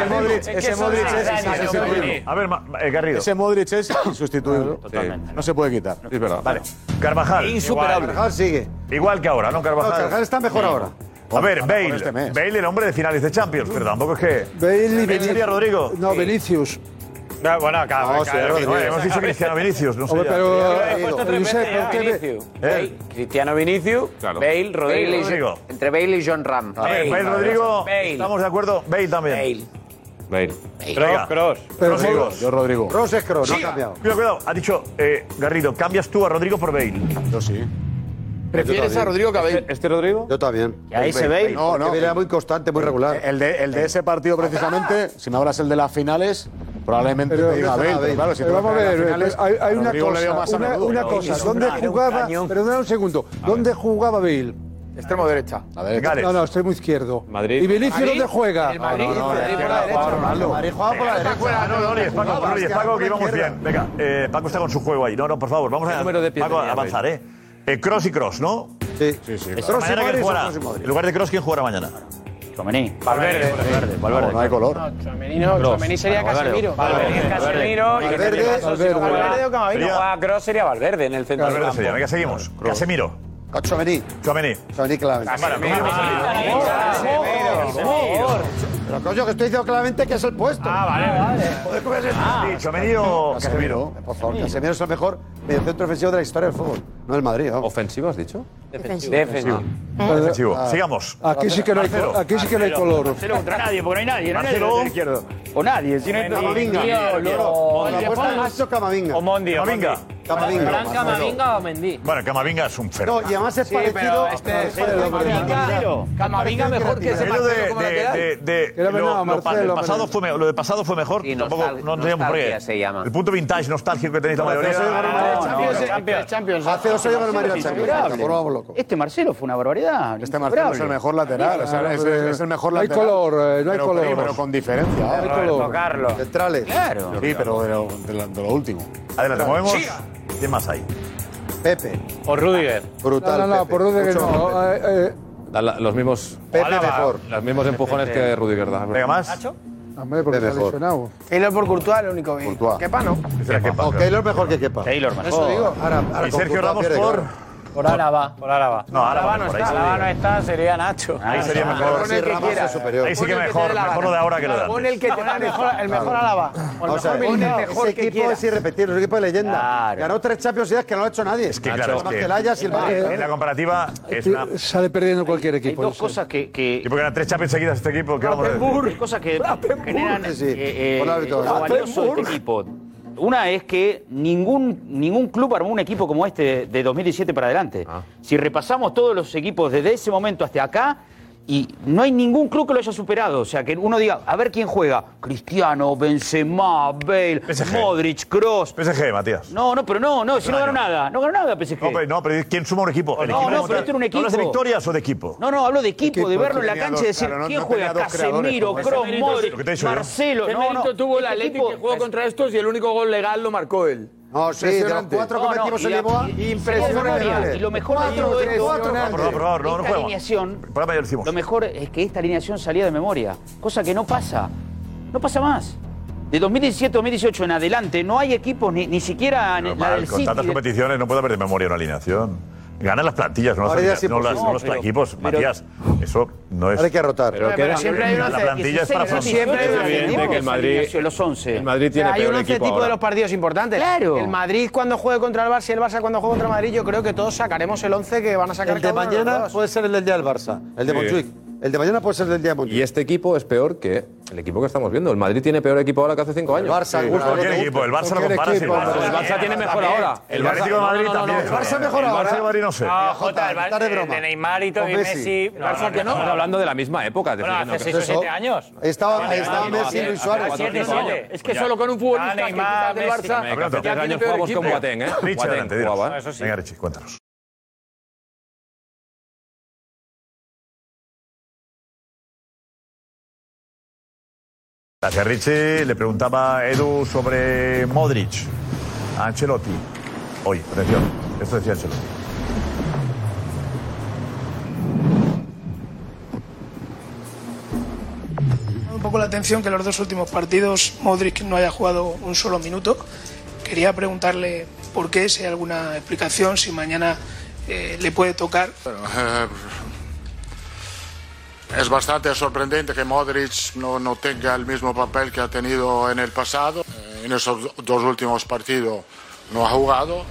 Modric, ese Modric es insustituible. A ver, ma- eh, Garrido. Ese Modric es insustituible. Totalmente. No se puede quitar. Es verdad. Vale. Carvajal. Insuperable. Igual. Carvajal sigue. Igual que ahora, ¿no? Carvajal. No, Carvajal está mejor ahora. A ver, Ahora, Bale. por este mes. Bale, el hombre de finales de Champions, pero tampoco es que. Bale y Bale Vinicius. sería Rodrigo. No, Vinicius. Ah, Bueno, acá. No, acá- sería Rodrigo. Bueno, Hemos dicho Cristiano Vinicius, no sé. Hombre, ya. pero, He puesto tres Josep, veces ya ¿por qué Vinicius. ¿Eh? Cristiano Vinicius, Bale, Bale y- Rodrigo. entre Bale y John Ram. A ver, Bale, Rodrigo. Bale. ¿Estamos de acuerdo? Bale también. Bale. Cross, cross. Pero Rodrigo. yo Rodrigo. Cross es Cross, no ha Sí. cambiado. Cuidado, cuidado. Ha dicho eh, Garrido, cambias tú a Rodrigo por Bale. Yo sí. ¿Prefieres a Rodrigo que a Bale? ¿Este Rodrigo? Yo también. ahí se ve. No, no. Bale Era muy constante, muy regular. El de, el de ese partido precisamente, si me hablas el de las finales, probablemente Pero- te diga Bale, Benzema, pero Bale. claro, si Pero te vamos a vas las ver, finales, eh, hay, hay una Rodrigo le veo más cosa, a una, menudo. una No, cosa, es un ¿dónde gran- jugaba? Perdona un segundo, ¿dónde jugaba Bale? Extremo derecha. A ver, No, no, extremo izquierdo. Madrid. ¿Y Vinicius dónde juega? Ah, El Madrid. No, no, el Madrid por la no, derecha. Madrid jugaba por la derecha. Ah, no, no, Loris, Paco, no, Loris, Paco, que íbamos bien. Venga, eh, Paco está con su juego ahí. No, no, por favor, vamos a número de pies Paco, tenía, avanzar, ¿eh? Eh, Cross y Cross, ¿no? Sí. Sí, sí. Cross mañana quién jugará. Cross y Modric. En lugar de Cross, ¿quién jugará mañana? Chomení. Valverde. No, no hay color. Chouameni no, Chouameni sería Casemiro. Valverde, Casemiro. y Valverde, Casemiro. Si Valverde. no juega- Valverde o si Camavinga. no juega cross sería Valverde en el centro del Valverde campo. sería. Venga, seguimos. Casemiro. Chomení. Chouameni. Chomení claramente. Cámara, ¿cómo vamos a salir? Pero coño, que estoy diciendo claramente que es el puesto. Ah, Joder, ¿cómo es esto? Sí, Chouameni o Casemiro. Por favor, Casemiro es el mejor mediocentro ofensivo de la historia del fútbol. No el Madrid, Eh, ¿no? ¿Ofensivo has dicho? Defensivo. Defensivo. ah. Sigamos. Aquí sí que no hay, Marcelo. aquí sí que no hay color. Marcelo contra nadie, porque no hay nadie. No hay nadie Marcelo. del lateral izquierdo. O nadie. Si no hay Camavinga. La apuesta ha hecho Camavinga. O Mondi. o Camavinga. Camavinga. ¿Fran Camavinga o Mendy? Bueno, Camavinga es un fenómeno. No, y además es Sí, pero parecido. este es es parecido a Camavinga. Camavinga mejor que ese Pero de, Marcelo como de- lateral. de- de- Era lo, Bernardo, lo pa- Marcelo, el pasado Bernardo. fue mejor, lo de pasado fue mejor. Y tampoco, nostal- no entendemos por qué. nostalgia se llama. El punto vintage nostálgico que tenéis la mayoría. Ah, Champions, Champions, Champions. Hace dos años ganó el Madrid la Champions. Tampoco nos vamos locos. Este Marcelo fue una barbaridad. Este Marcelo es el mejor lateral, o sea, es, es el mejor Ah, No hay lateral. color, eh, no hay pero, color. Pero con diferencia. ¿eh? hay color. Carlos. Centrales. Claro. Sí, pero de lo, de lo- de lo último. Adelante, movemos. ¿Quién más hay? Pepe. O Rudiger. No, Brutal. no, no, Pepe. por dónde que Mucho mejor Pepe. no. eh, eh, Da la- los mismos, Pepe Alaba. mejor. los mismos empujones que Rudiger da. Venga, más. hombre, porque Pepe está mejor. lesionado. Keylor por Courtois, lo único que. Courtois. Kepa no. Será que O Paco. Keylor mejor que Kepa. Taylor mejor. Ahora, ahora Y con Sergio Courtois Ramos pierde, por. claro. Por Álava. Por Álava. No, Álava no, no por ahí está. sí. Álava no está, sería Nacho. Ahí sería mejor. Pon el que Ramos quiera. es superior. Ahí sí Pon que el mejor, te dé la mejor lo de gana. ahora que lo de Claro, antes. pon el que te El mejor, el mejor Claro. Álava. O el Vamos a mejor ver. Militao. ese equipo es irrepetible, es un equipo de leyenda. Ganó tres Champions League que no lo ha hecho nadie. Es que claro, es Más que que el Ajax y el Bayern. en la comparativa es una... Sale perdiendo cualquier equipo. dos cosas que... que... Y porque eran tres chapas seguidas este equipo, ¿qué vamos a decir? Hay cosas que generan Sí, sí. eh, eh, Por la lo victoria. valioso de este equipo. Una es que ningún, ningún club armó un equipo como este de 2017 para adelante. Ah. Si repasamos todos los equipos desde ese momento hasta acá, y no hay ningún club que lo haya superado. O sea, que uno diga, a ver quién juega. Cristiano, Benzema, Bale, Modric, Kroos. PSG, Matías. No, no, pero no, no, si no Un ganó año. nada. No ganó nada PSG. No, pero, no, pero ¿quién suma un equipo? El No, equipo no, como pero tal. esto era un ¿Tú hablas de equipo. victorias o de equipo? No, no, hablo de equipo, Equipo, de verlo en la tenía cancha dos, y decir claro, no- quién no juega, tenía dos creadores Casemiro, como ese. Kroos, Ese mérito es lo que te he Modric, dicho yo. Marcelo. ¿Qué No, ¿eh? mérito no, tuvo el este Atlético equipo- que jugó contra estos y el único gol legal lo marcó él? No, sí, de los cuatro que metimos en Lisboa, Impresionante. Y lo mejor de todo esto- Por favor, por favor, no, no esta juguemos. alineación, El programa ya lo hicimos. lo mejor es que esta alineación salía de memoria, cosa que no pasa, no pasa más. De 2017-2018 en adelante no hay equipos, ni, ni siquiera en la Mal, del con City. tantas competiciones no puede haber de memoria una alineación. Ganan las plantillas, no, las, Ahora ya alineaciones, no, es las, imposible. no los No, pero- equipos, Matías. Eso no es. Ahora hay que rotar. Pero que- La plantilla es para Siempre hay un once tipo. los 11. El Madrid tiene O sea, hay peor un once equipo tipo ahora. de los partidos importantes. Claro. El Madrid cuando juegue contra el Barça y el Barça cuando juegue contra el Madrid, yo creo que todos sacaremos el once que van a sacar El de cada uno los mañana dos. puede ser el del día del Barça. El de Sí. Montjuic. El de mañana puede ser el del día de Montjuic. Y este equipo es peor que el equipo que estamos viendo. El Madrid tiene peor equipo ahora que hace cinco años. Barça, Sí, gusta, cualquier El equipo, el Barça lo comparas y el Barça. El Barça tiene mejor ahora. El Atlético de Madrid también. El Barça mejor ahora. El Barça y el Madrid no sé. No, Jota, el Barça de, de Neymar y todo, y Messi. El Barça que no. Estamos hablando de la misma época. es decir, Bueno, no, hace que- 6 o 7 años. Estaba, Ahí estaba Messi y Luis Suárez. Es que solo con un futbolista que quizás del Barça Hace ya tres tiene años peor jugamos con equipo. Boateng, ¿eh? Richie, Boateng adelante, dinos. jugaba. Venga, Richie, cuéntanos. Gracias, Richie. Le preguntaba a Edu sobre Modric. A Ancelotti. Oye, atención. Esto decía Ancelotti. un poco la atención que los dos últimos partidos Modric no haya jugado un solo minuto. Quería preguntarle por qué, si hay alguna explicación, si mañana eh, le puede tocar. Eh, Es bastante sorprendente que Modric no, no tenga el mismo papel que ha tenido en el pasado. Eh, En esos dos últimos partidos no ha jugado,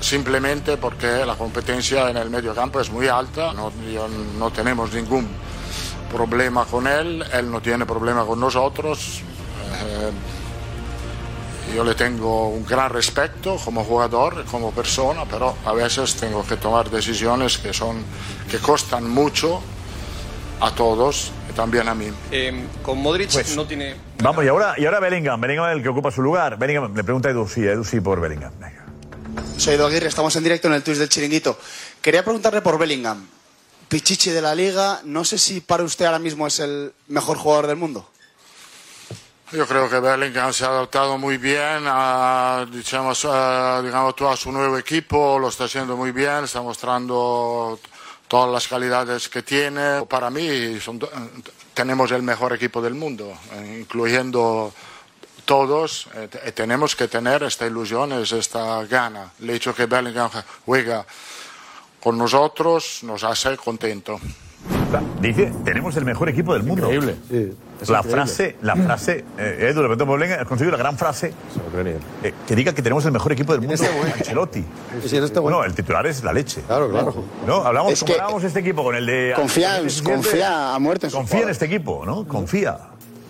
simplemente porque la competencia en el medio campo es muy alta. No, yo- no tenemos ningún problema con él, él no tiene problema con nosotros. Eh, yo le tengo un gran respeto como jugador, como persona, pero a veces tengo que tomar decisiones que, son, que costan mucho a todos y también a mí. Eh, con Modric Pues, no tiene. Vamos, y ahora, y ahora Bellingham. Bellingham es el que ocupa su lugar. Bellingham, le pregunta a Edu, sí, Edu sí por Bellingham. Soy Edu Aguirre, estamos en directo en el Twitch del Chiringuito. Quería preguntarle por Bellingham. Pichichi de la Liga, no sé si para usted ahora mismo es el mejor jugador del mundo. Yo creo que Bellingham se ha adaptado muy bien a, digamos, a, digamos, tú, a su nuevo equipo, lo está haciendo muy bien, está mostrando todas las calidades que tiene. Para mí son do- tenemos el mejor equipo del mundo, eh, incluyendo todos. eh, te- tenemos que tener esta ilusión, es esta gana. El hecho que Bellingham juega con nosotros nos hace contento. Dice, tenemos el mejor equipo del mundo. Increíble. es la increíble. frase, la frase, eh, Edu, le pregunto por Bellingham, has conseguido la gran frase eh, que diga que tenemos el mejor equipo del mundo. Ancelotti. No, el titular es la leche. Claro, claro. No, hablamos, Es que- comparábamos este equipo con el de... Confía, confía a muerte en su Confía en jugador. este equipo, ¿no? Confía.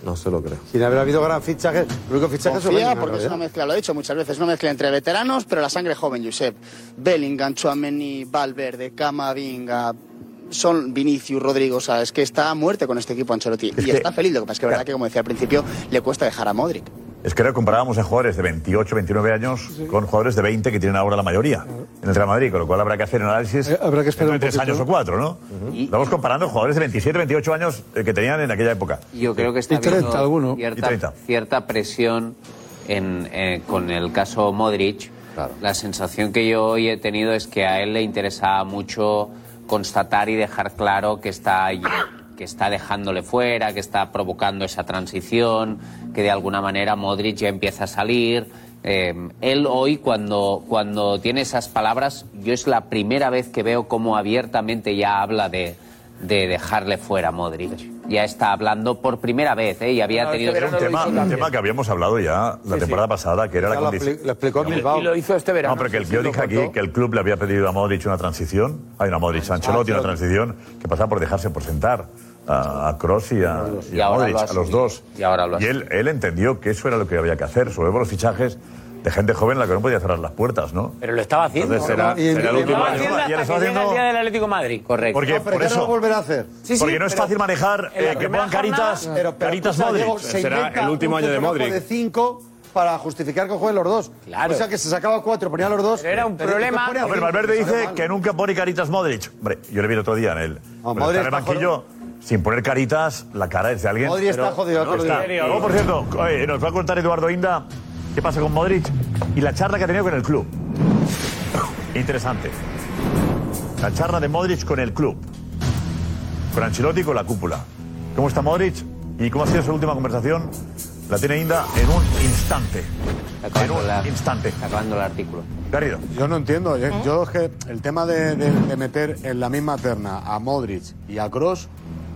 No se lo creo. Sin haber habido gran fichaje. El único fichaje es Confía Bellingham, porque es en una mezcla, lo he dicho muchas veces, una mezcla entre veteranos, pero la sangre joven, Josep. Bellingham, Chouameni, Valverde, Camavinga, son Vinicius, Rodrigo, o sea, es que está a muerte con este equipo Ancelotti. Y está feliz, lo que pasa es que es verdad que, como decía al principio, le cuesta dejar a Modric. Es que ahora comparábamos a jugadores de 28, 29 años con jugadores de 20 que tienen ahora la mayoría en el Real Madrid, con lo cual habrá que hacer un análisis eh, habrá que esperar dentro de un tres poquito, años ¿no? o cuatro, ¿no? Estamos comparando jugadores de 27, 28 años eh, que tenían en aquella época. Yo creo que está Y 30 habiendo alguno. Y cierta, 30. cierta presión en, eh, con el caso Modric. La sensación que yo hoy he tenido es que a él le interesaba mucho constatar y dejar claro que está ahí, que está dejándole fuera, que está provocando esa transición, que de alguna manera Modric ya empieza a salir, Eh, él hoy, cuando, cuando tiene esas palabras, yo es la primera vez que veo cómo abiertamente ya habla de, de dejarle fuera a Modric. Ya está hablando por primera vez, ¿eh? Y había Una vez tenido... que verano lo Tema- hizo también. tema que habíamos hablado ya la temporada pasada, que era la Ya lo condición. apli- lo explicó en Y lo- Bilbao. y lo hizo este verano, No, pero que el- sí, yo sí, lo dije aquí contó. que el club le había pedido a Modric una transición. Hay una Modric Ancelotti, una transición que pasaba por dejarse por sentar a Cross y a, y Y a ahora lo Modric, ha a los asumido. dos. Y ahora lo ha Y él, él entendió que eso era lo que había que hacer, sobre todo los fichajes de gente joven a la que no podía cerrar las puertas, ¿no? Pero lo estaba haciendo. Entonces será- Y- será el lo último estaba año. haciendo Y hasta lo que estaba haciendo- llega el día del Atlético de Madrid. Correcto. Porque No, pero por ¿qué eso no volverá a hacer? Sí, sí, Porque no es pero- fácil manejar, En la eh, que primera pongan caritas- caritas escucha, Modric. Diego, se Será inventa el último un año de centrocampista Modric. de cinco para justificar que jueguen los dos. Claro. O sea, que se sacaba cuatro, ponía los dos. Pero te pone a Hombre, cinco, Valverde sale dice mal. que nunca pone caritas Modric. Hombre, yo le vi el otro día en el, pero Modric está en el está banquillo. Sin poner caritas, la cara es de alguien. Modric está pero- jodido, no otro está. día. Luego, por cierto, oye, nos va a contar Eduardo Inda qué pasa con Modric y la charla que ha tenido con el club. Interesante. La charla de Modric con el club. Con Ancelotti y con la cúpula. ¿Cómo está Modric? ¿Y cómo ha sido su última conversación? La tiene Inda en un instante. En un instante. Acabando el artículo. Garrido. Yo no entiendo. Yo, yo es que el tema de, de- de meter en la misma terna a Modric y a Cross,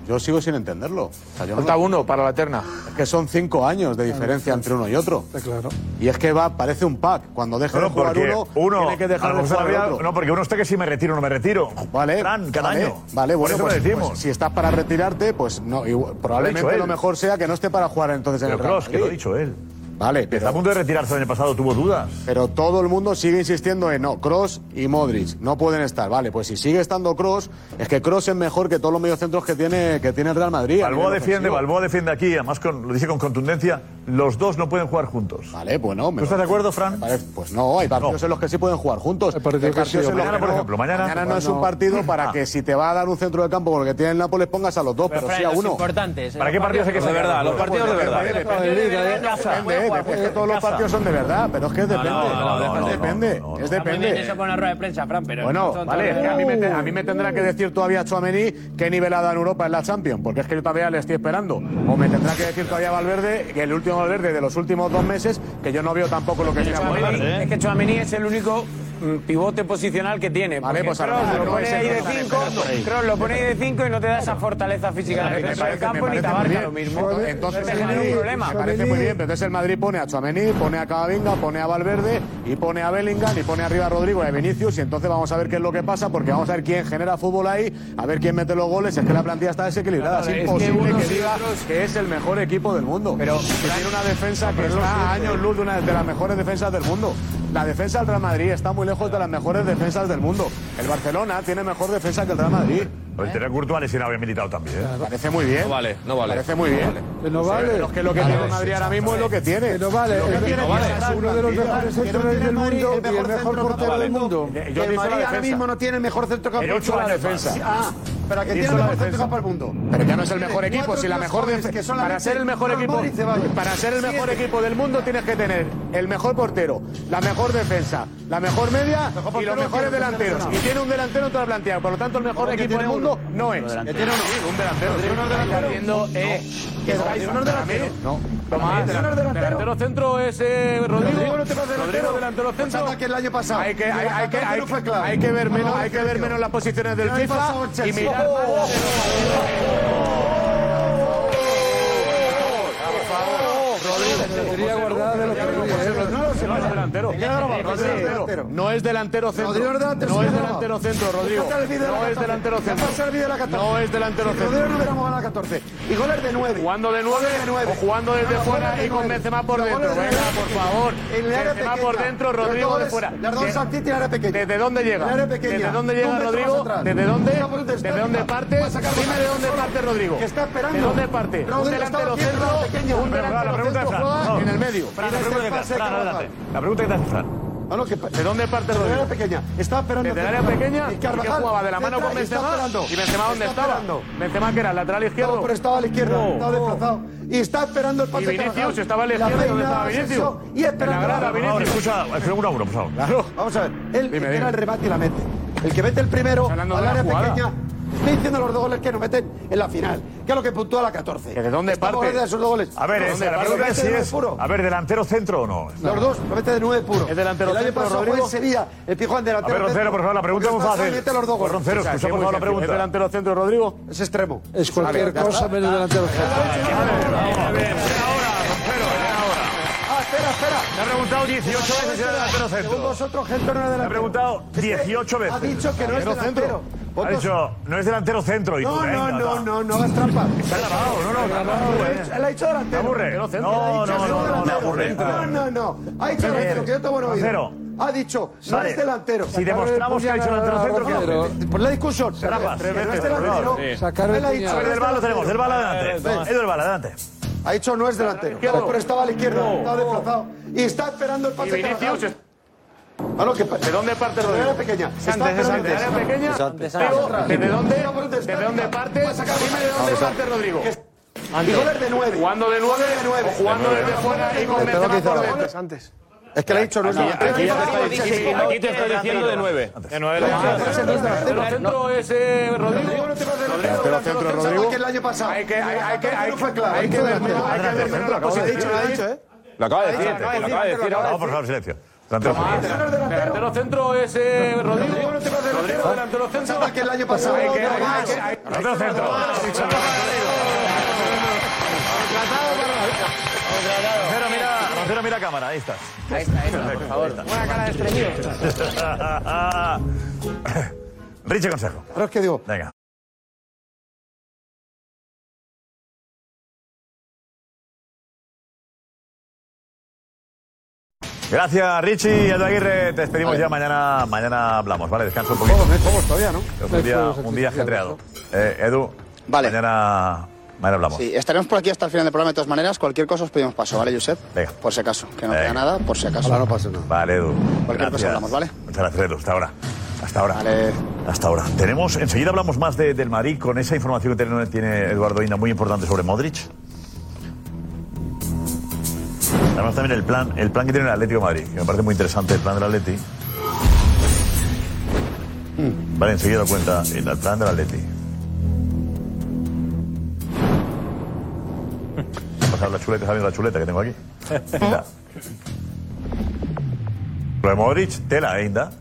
yo sigo sin entenderlo. O sea, yo no- Falta uno para la terna. Es que son cinco años de diferencia entre uno y otro. Claro. Y es que va, parece un pack. Cuando deja de No, jugar porque uno, uno, tiene que dejar a de lo mejor jugar el había- otro. No, porque uno está que si me retiro o no me retiro. Vale. cada vale, año. Vale, Por bueno, eso pues, lo decimos. pues si estás para retirarte, pues no, igual- probablemente él. lo, mejor sea que no esté para jugar entonces en Pero el Real Kroos, que lo ha Madrid. dicho él. Vale, pero... Está a punto de retirarse el año pasado, tuvo dudas. Pero todo el mundo sigue insistiendo en no, Cross y Modric no pueden estar. Vale, pues si sigue estando Cross, es que Cross es mejor que todos los mediocentros que tiene que tiene el Real Madrid. a Balboa nivel defiende, ofensivo. Balboa defiende aquí, además con- lo dice con contundencia, los dos no pueden jugar juntos. Vale, bueno. ¿Tú estás de acuerdo, Fran? Pues no, hay partidos en los que sí pueden jugar juntos. partido Hay que sí, partidos en los mañana, que por no. ejemplo, mañana- no es un Bueno. partido para Ah. que si te va a dar un centro de campo porque tiene el Nápoles pongas a los dos, pero, Fran, sí a los uno. importantes, eh, ¿Para qué partidos hay que de sacar? verdad? Los partidos de verdad. Depende, depende, es que todos los partidos son de verdad, pero es que depende. es depende, es También depende. eso con una rueda de prensa, Fran, pero... Bueno, no son vale, todos- es que a mí, me te- a mí me tendrá que decir todavía Chuamení qué nivelada en Europa es la Champions, porque es que yo todavía le estoy esperando. O me tendrá que decir todavía Valverde, que el último Valverde de los últimos dos meses, que yo no veo tampoco lo que sea Valverde. Es que Chouameni es el único mm, pivote posicional que tiene. Vale, porque pues a lo Kroos mejor lo no pone es el ahí que de están 5, esperando por ahí. Kroos lo pone ahí de 5 y no te da esa fortaleza física en el Me centro del parece, me campo ni parece muy Tabarca bien. lo mismo. Entonces, Te genera un Madrid- problema. Me parece muy bien, pero entonces el Madrid pone a Chuamení, pone a Cavavinga, pone a Valverde y pone a Bellingham y pone arriba a Rodrigo y a Vinicius y entonces vamos a ver qué es lo que pasa porque vamos a ver quién genera fútbol ahí, a ver quién mete los goles, es que la plantilla está desequilibrada, Claro, Ah, es es imposible que que, unos y diga otros- que es el mejor equipo del mundo. Pero que tiene una defensa que está a años luz de una de las mejores defensas del mundo. La defensa del Real Madrid está muy lejos de las mejores defensas del mundo. El Barcelona tiene mejor defensa que el Real Madrid. El tener a Courtois lesionado y militado también. ¿eh? Parece muy bien. No vale, no vale. Parece muy bien. Que no vale. Pero es que lo que tiene Madrid ahora mismo es lo que tiene. Que no vale. Lo que Es- tiene no vale. es Es uno de los mejores centros del mundo y el mejor portero del mundo. Yo Que el hizo la Madrid ahora defensa. mismo no tiene el mejor centrocampista. Pero hizo la defensa. Sí, Ah, pero que tiene Hizo el la mejor defensa. centrocampista del mundo. Pero ya no es el mejor Tiene equipo, cuatro si la tíos mejor jóvenes defe- que solamente para ser el mejor Fran equipo, Modric se va. para ser el mejor Siete. equipo del mundo tienes que tener el mejor portero, la mejor defensa, la mejor media y portero los que mejores no está delanteros. Y lesionado. tiene un delantero en toda la plantilla, por lo tanto el mejor que equipo tiene del mundo no es. Que tiene uno. Sí, un delantero. Tiene unos delanteros. Haciendo, eh, Que es no, Gaisman, tiene unos para mí. delanteros. No. Tomás, Tiene unos delanteros. delantero centro es eh, Rodrigo. Rodrigo no te pasa delantero. Rodrigo, delantero Pues centro. anda que el año pasado. Hay que, hay, hay que, hay, No fue claro. hay que ver Bueno, menos, hay que ver Sergio. menos las posiciones del El año FIFA pasado, y Chelsea. mirar más las de los- Sería guardada de los delantero. No es delantero centro. Rodrigo no es delantero, No es señor. delantero centro, Rodrigo. Pues Ya está el vídeo de la No es 14. delantero Ya centro. pasa el vídeo de la 14. No es delantero Si centro. Rodrigo no hubiéramos ganado la 14. Y goles de 9. Jugando de 9 o jugando desde fuera y con Benzema por dentro. Venga, por favor. En el área Benzema pequeña. por dentro, Los Rodrigo de goles, fuera. Las dos De- Santi tiene área pequeña. ¿Desde dónde En el llega? área pequeña. ¿Desde dónde Un llega metro más Rodrigo? atrás. ¿Desde dónde? Una pelota ¿Desde estática. dónde parte? Va a sacar Dime de dónde parte Rodrigo. Que está esperando. ¿De dónde parte? Rodrigo Un está delantero haciendo centro, área pequeña. un Pero, claro, delantero la pregunta centro es Fran. juega No. en el medio. Fran, la pregunta es Fran, Fran, adelante. La pregunta que te hace Fran. No, no, que pa- ¿De dónde parte Desde el Rodrigo? área pequeña. Está esperando. Desde el área pequeña, Y ¿y qué Carvajal jugaba? ¿De la mano está- con está Benzema? esperando. ¿Y Benzema dónde Está estaba? esperando. Benzema que era el lateral izquierdo. No, pero estaba a la izquierda, Oh. estaba desplazado. Y está esperando el pase Y Vinicius, Carvajal. estaba a la izquierda, ¿dónde estaba peina, Vinicius? Asensio, Y En la esperando. grada, Vinicius. Ahora, escucha, es uno a uno, por favor. Claro. Vamos a ver. Él Dime, era dime. el remate y la mete. El que mete el primero hablando al de una área jugada. pequeña Estoy diciendo los dos goles que nos meten en la final, que es lo que puntúa la 14. ¿De dónde parte? De esos dos goles. A ver, ¿De es, dónde la parte? ¿Este pregunta Lo es mete si de nueve es. puro. A ver, delantero centro o no. Los dos, lo mete de nueve puro. ¿Es delantero el año centro, pasado Rodrigo? fue el Sevilla, el Pijón A delantero ver, Roncero, centro. por favor, la pregunta es muy Porque está fácil. Mete los dos goles. Roncero, escucha por favor la pregunta. delantero centro, Rodrigo? Es extremo. Es cualquier Vale, ya cosa está. menos delantero centro. Ah, espera, espera. Me ha preguntado 18 veces si era delantero centro. Según vosotros, Gento no era delantero. Me ha preguntado Este 18 veces. Ha dicho que no es delantero. Ha Vosotros- dicho, no es delantero centro. Y tú, No, venga, no, no, va. no, no hagas trampa. Está grabado, no, no, está grabado, eh. Él ha dicho delantero. Me aburre. Él ha dicho No, no, no, segundo no, no, me delantero. aburre. No, no, no. Ha dicho Bien. delantero, que yo te he Cero. oído. Ha dicho, no Vale. es delantero. Si demostramos que ha dicho delantero centro, ¿qué haces? Por la discusión. Trampas. Que No es Tres veces, delantero. por favor. Sí. Él ha dicho. A ver, no es del balo tenemos, del balo adelante. Ven. Edu del balo, adelante. Ha dicho no es delantero, pero estaba a la izquierda, estaba desplazado. Y está esperando el pase de Carvajal. Ah, no, que pa- ¿De dónde parte Rodrigo? área pequeña. Se está Antes, esperando antes. el pase. Área pequeña, Antes, pero atrás. ¿desde dónde- Mira por donde está. desde dónde parte? Va a sacar Dime de Vamos a ver. Rodrigo. Y goles de nueve. Jugando de nueve, Goles de nueve. o jugando De desde nueve. fuera y con Pero Benzema lo que hizo por ahora. dentro. Antes. Es que le he dicho no es delantero. Aquí te estoy diciendo de nueve. De nueve. Delantero centro es eh, Rodrigo. Delantero centro Rodrigo. Que el año pasado. Hay que hay que hay que fue claro. Hay que ver hay que ver menos la posición. Lo ha dicho, lo ha dicho, ¿eh? Lo acaba de Lo decir, acaba de lo decir, acaba de decir. lo acaba de No, por favor, silencio. Delantero centro. Delantero centro es eh, Rodrigo. Rodrigo delantero centro. Que el año pasado. Hay que- hay que- hay que- hay Delantero centro. Roncero, mira, Roncero, mira a cámara, ahí estás. Ahí está, ahí está, por favor. Una cara de estreñido. Richie Consejo. Pero es que digo, Venga. Gracias, Richie. Edu Aguirre, te despedimos ya. Mañana, mañana hablamos, ¿vale? Descansa un poquito. Vamos todavía, ¿no? Es Pues un día, un día ajetreado. Eh, Edu, mañana, mañana hablamos. Sí, estaremos por aquí hasta el final del programa de todas maneras. Cualquier cosa os pedimos paso, ¿vale, Josep? Por si acaso, que no queda nada, por si acaso. no pasa nada. Vale, Edu. Cualquier cosa hablamos, ¿vale? Muchas gracias, Edu. Hasta ahora. Hasta ahora. Hasta ahora. Tenemos, enseguida hablamos más de- del Madrid con esa información que tiene, tiene Eduardo Inda muy importante sobre Modric. Además también el plan, el plan que tiene el Atlético de Madrid, que me parece muy interesante el plan del Atleti. Hmm. Vale, enseguida lo cuenta el el plan del Atleti. Pasar la chuleta, ¿sabes la chuleta que tengo aquí? Inda. Lo de Modric, tela, ¿eh, Inda.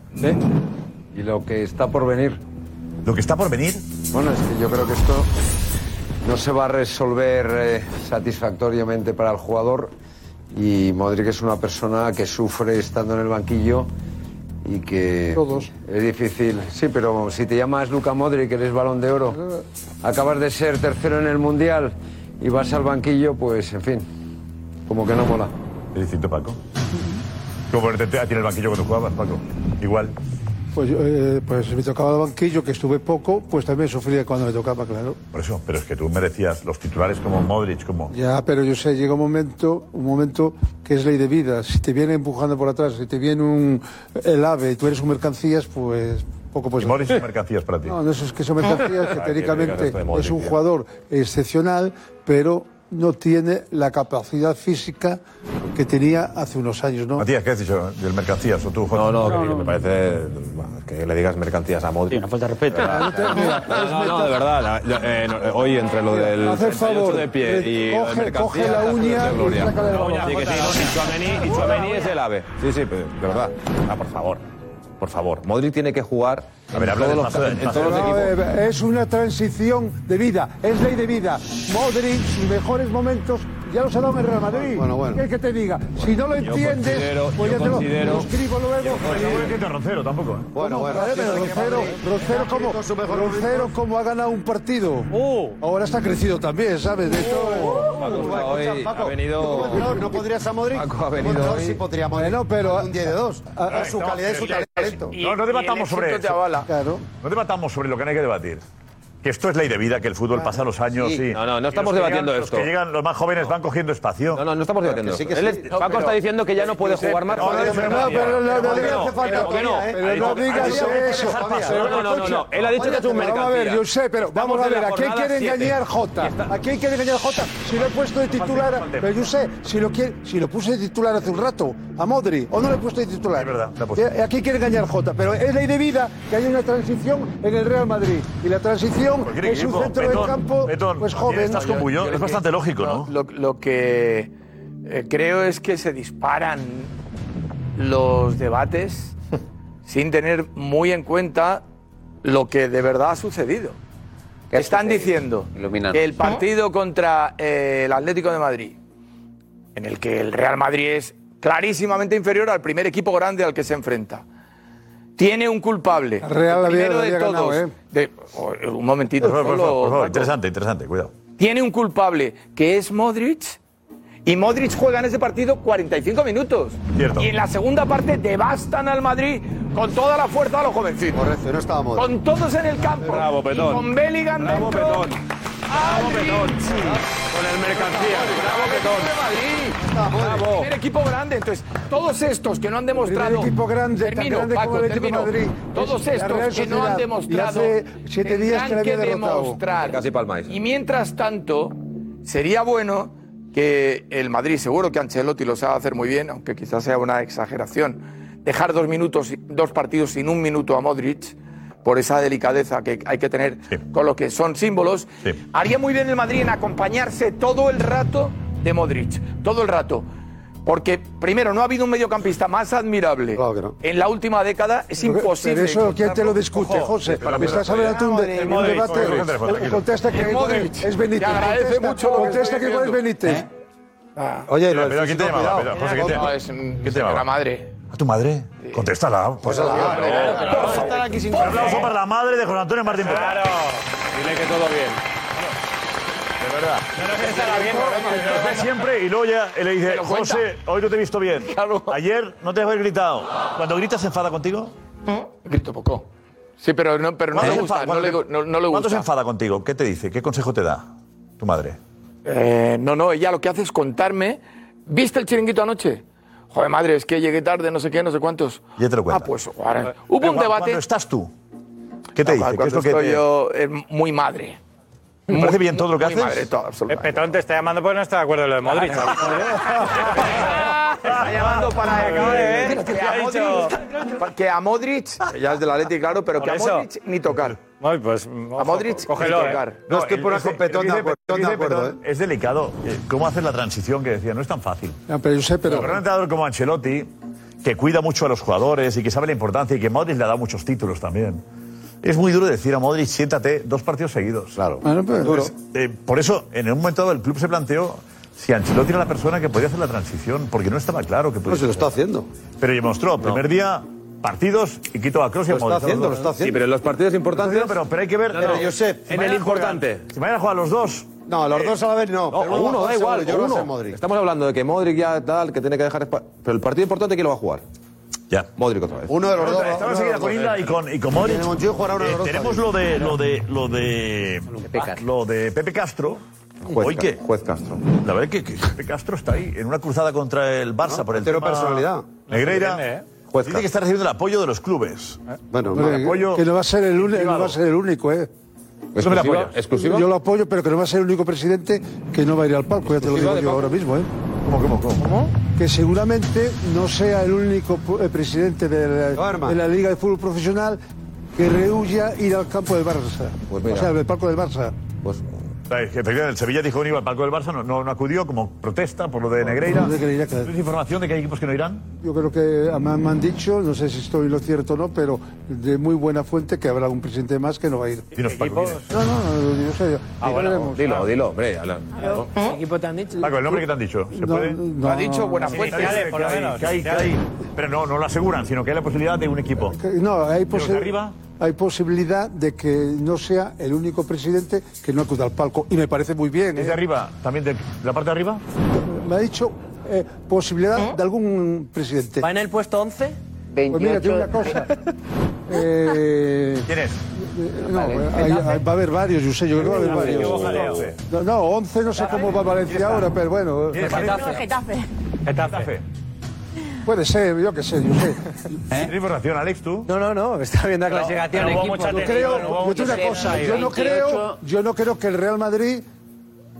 Y lo que está por venir. ¿Lo que está por venir? Bueno, es que yo creo que esto no se va a resolver eh, satisfactoriamente para el jugador. Y Modric es una persona que sufre estando en el banquillo y que es difícil. Sí, pero si te llamas Luca Modric, eres balón de oro, acabas de ser tercero en el Mundial y vas al banquillo, pues en fin, como que no mola. Es distinto, Paco. ¿Cómo ponerte a ti en el banquillo cuando jugabas, Paco? Igual. Pues, yo, eh, pues me tocaba el banquillo, que estuve poco, pues también sufría cuando me tocaba, claro. Por eso, pero es que tú merecías los titulares como Modric, como... Ya, pero yo sé, llega un momento, un momento que es ley de vida. Si te viene empujando por atrás, si te viene un, el ave y tú eres un mercancías, pues poco pues. Y Modric es mercancías para ti. No, no eso es que son mercancías, Ah, que que digas teóricamente esto de Modric, es un ya. jugador excepcional, pero no tiene la capacidad física que tenía hace unos años, ¿no? Matías, ¿qué has dicho del mercancías o tú, José? No, no, que me parece bueno, que le digas mercancías a Modric. una falta de respeto. No, no, no, de verdad. la- yo, eh, no, eh, hoy entre lo del Haz el 38 favor, de pie y coge- lo de mercancías, coge la uña de y gloria. sácala del La balón. Sí, que sí, no, y Tchouaméni- y Tchouaméni es el ave. Sí, sí, pero de verdad. Ah, por favor. Por favor. Modric tiene que jugar a ver, en habla todos del los, paso- en del todos los No, equipos. eh, es una transición de vida, es ley de vida. Modric, sus mejores momentos ya los ha dado en Real Madrid. Bueno, bueno. ¿Qué que te diga? si no lo entiendes, considero- pues yo ya te lo- considero- lo escribo luego. Bueno, no voy a quitar a Roncero tampoco. ¿eh? Bueno, bueno, pero Rocero, Rocero, ¿cómo, Rocero cómo ha ganado un partido. Oh. Ahora está crecido también, ¿sabes? De esto- Hoy ha venido... No podrías a Modric. Paco ha venido Como entrenador hoy. sí podría Modric. Bueno, pero- Un 10 de 2. Ah, Su calidad y su talento. No, no debatamos sobre eso. Claro. No debatamos sobre lo que no hay que debatir. que esto es ley de vida, que el fútbol pasa los años Sí. y. No, no, no y los estamos que debatiendo llegan- esto. Los que llegan, los más jóvenes van cogiendo espacio. No, no, no estamos debatiendo Que sí, que esto. sí. Él es- No, Paco pero- está diciendo que ya no puede Sí, jugar más. no, porque- pero- pero- pero- pero- pero- pero- hace falta ¿Cómo que no? todavía, ¿eh? Ha dicho- no digas ha dicho- eso, ha dicho- Paco. No, no, no, no. Él ha dicho que es un Vamos a ver, mercancía. yo sé, pero vamos Estamos a en ver, la ¿a qué jornada quiere siete. engañar Jota? ¿A quién quiere engañar Jota? Si lo he puesto de titular, a- pero yo sé, si lo, quiere, si lo puse de titular hace un rato, a Modri, o no lo he puesto de titular. Es verdad, he puesto. ¿A quién quiere engañar Jota? Pero es ley de vida que hay una transición en el Real Madrid. Y la transición Cualquier es un equipo, centro del Betón, campo pues joven. estás como yo, es bastante lógico, ¿no? Lo, lo que eh, creo es que se disparan los debates sin tener muy en cuenta lo que de verdad ha sucedido. Están diciendo Ilumínanos. que el partido contra eh, el Atlético de Madrid, en el que el Real Madrid es clarísimamente inferior al primer equipo grande al que se enfrenta, tiene un culpable. El Real El primero había- de había ganado, todos. ¿eh? de- oh, un momentito. Por favor, por solo, favor, por favor, Paco. interesante, interesante, cuidado. Tiene un culpable, que es Modric. Y Modric juega en ese partido 45 minutos. Cierto. Y en la segunda parte devastan al Madrid con toda la fuerza a los jovencitos. Correcto, no estaba Modric. Con todos en el campo. Bravo, Petón. Y con Bellingham Bravo, dentro. Petón. Bravo, Con el mercancía. Bravo, Petón. Bravo. Primer equipo grande. Entonces, todos estos que no han demostrado... Primer equipo grande, tan Termino, grande Paco, como el Atlético termino. de Madrid. Todos Es la Real estos que no Sociedad. han Y demostrado... hace siete días que le tendrán había que derrotado. demostrar. Casi palmáis. Y mientras tanto, sería bueno que el Madrid, seguro que Ancelotti lo sabe hacer muy bien, aunque quizás sea una exageración, dejar dos minutos, dos partidos sin un minuto a Modric por esa delicadeza que hay que tener con lo que son símbolos, haría muy bien el Madrid en acompañarse todo el rato de Modric, todo el rato. Porque, primero, no ha habido un mediocampista más admirable en la última década, es imposible. Pero eso, ¿quién te lo discute, Ojo. José? Me estás hablando de un, de- un Modric, debate. Modric, Modric, tranquilo. Contesta Es que Modric. es Benítez. Te agradece Contesta- mucho lo que Contesta estoy que igual es diciendo. ¿Eh? Benítez. Oye, lo Pero, del ¿quién te físico, llamaba? cuidado. Pero, José, ¿quién te- No, es un- ¿quién te llamaba? la madre. ¿A tu madre? Contéstala. Pues la- Un aplauso para la madre de José Antonio Martín Pérez. Claro. Dile que todo bien. De verdad. Lo ve Siempre, y luego ya le dice, Pero cuenta. José, hoy no te he visto bien. Ayer no te debes haber gritado. Cuando gritas, ¿se enfada contigo? ¿Eh? Grito poco. Sí, pero no, pero no ¿Cuándo le se gusta. enfada? No le, ¿Cuándo- no, no le ¿Cuándo se gusta. enfada contigo? ¿Qué te dice? ¿Qué consejo te da tu madre? Eh, no, no, ella lo que hace es contarme. ¿Viste el chiringuito anoche? Joder, madre, es que llegué tarde, no sé qué, no sé cuántos. Ya te lo cuento. Ah, pues ahora- Hubo Pero un cu- debate. Cuando estás tú, ¿qué te No, dice? ¿Qué cuando es lo que estoy te- yo eh, muy madre. ¿Te parece bien todo lo que muy haces? madre, todo, absolutamente. Eh, Petón te está llamando porque no está de acuerdo en lo de Modric. Está llamando para que ¿eh? a Modric- que a Modric, ya es del Atleti, claro, pero que Por a eso. Modric ni tocar. pues, a Modric Cógelo, ni tocar. ¿eh? el- el- el- el- el- el- el- Petón Es delicado. Eh, ¿Cómo haces la transición que decía? No es tan fácil. No, pero yo sé, pero... Pero un entrenador como Ancelotti, que cuida mucho a los jugadores y que sabe la importancia y que Modric le ha dado muchos títulos también. Es muy duro decir a Modric, siéntate dos partidos seguidos. Claro. Bueno, pero- por eso, en un momento dado, el club se planteó si Ancelotti era la persona que podía hacer la transición, porque no estaba claro que podía. Pues se lo está haciendo. Pero ya mostró, primer día, partidos y quito a Kroos y a Lo está Modric. haciendo, lo está haciendo. Sí, pero en los partidos importantes. Pero, pero hay que ver. No, no, eh, Josep, si en el mañana importante. juegan- si mañana juegan los dos. No, los dos a la vez no. no, pero uno, va a da jugar igual, seguro, Yo creo que va a ser uno. Modric. Estamos hablando de que Modric ya tal, que tiene que dejar espacio. Pero el partido importante, ¿quién lo va a jugar? Ya. Modric otra vez. Uno de los Pero dos. Estaba enseguida con Isla y con, y con Modric. Tiene Montijo, ahora uno de Eh, los dos tenemos lo de, lo de, lo de, ah, lo de Pepe Castro. Juez Hoy Ca- que, Juez Castro. la verdad que, que Pepe Castro está ahí en una cruzada contra el Barça No, por el cero tema personalidad. Negreira. No se viene, ¿eh? Juez Dice que está recibiendo el apoyo de los clubes. Bueno, no. Hombre, apoyo que no va a ser el, uni- no va a ser el único, ¿eh? ¿Eso me lo Exclusiva, apoyas? exclusiva. Yo lo apoyo, pero que no va a ser el único presidente que no va a ir al palco, ya te lo Exclusiva digo de yo Paco. ahora mismo, ¿eh? ¿Cómo, cómo, cómo? Que seguramente no sea el único pu- eh, presidente de la, Norma. de la Liga de Fútbol Profesional que rehuya ir al campo del Barça. Pues mira. o sea, al palco del Barça. Ay, Eh, que efectivamente, El Sevilla dijo que no iba al palco del Barça, no, no, no acudió como protesta por lo de Negreira. por lo de Negreira, claro. ¿Tienes información de que hay equipos que no irán? Yo creo que ah, me han me han dicho, no sé si estoy lo cierto o no, pero de muy buena fuente que habrá un presidente más que no va a ir. Dinos, Paco, ¿quién es? No, no, no, yo sé. Ah, ya bueno, veremos. dilo, dilo, hombre. ¿Eh? Alan. ¿Qué equipo te han dicho? Paco, el nombre que te han dicho. ¿Se No, puede? no, Ha dicho no, buenas no. fuentes. Iniciales, por lo menos. Que hay, que hay. Pero no, no lo aseguran, sino que hay la posibilidad de un equipo. Que- Eh, No, hay, posi- de arriba? hay posibilidad de que no sea el único presidente que no acuda al palco. Y me parece muy bien. ¿eh? ¿Es de arriba? ¿También de la parte de arriba? Me ha dicho eh, posibilidad de algún presidente. ¿Va en el puesto 11? Pues Pues mira, te digo una cosa. Eh, ¿Quién es? No, eh, hay- hay- va a haber varios, yo sé, yo creo que va a haber Yo varios. jaleo. No, no, 11 no sé cómo va Valencia ahora, pero bueno. Getafe. Getafe. ¿Eh? Puede ser, yo qué sé, yo sé. ¿Tienes información, Alex, tú? No, no, no, me está viendo la Pero- clasificación. pero hubo equipo. mucha Yo creo, yo te digo una cosa, yo no creo, yo no creo que el Real Madrid,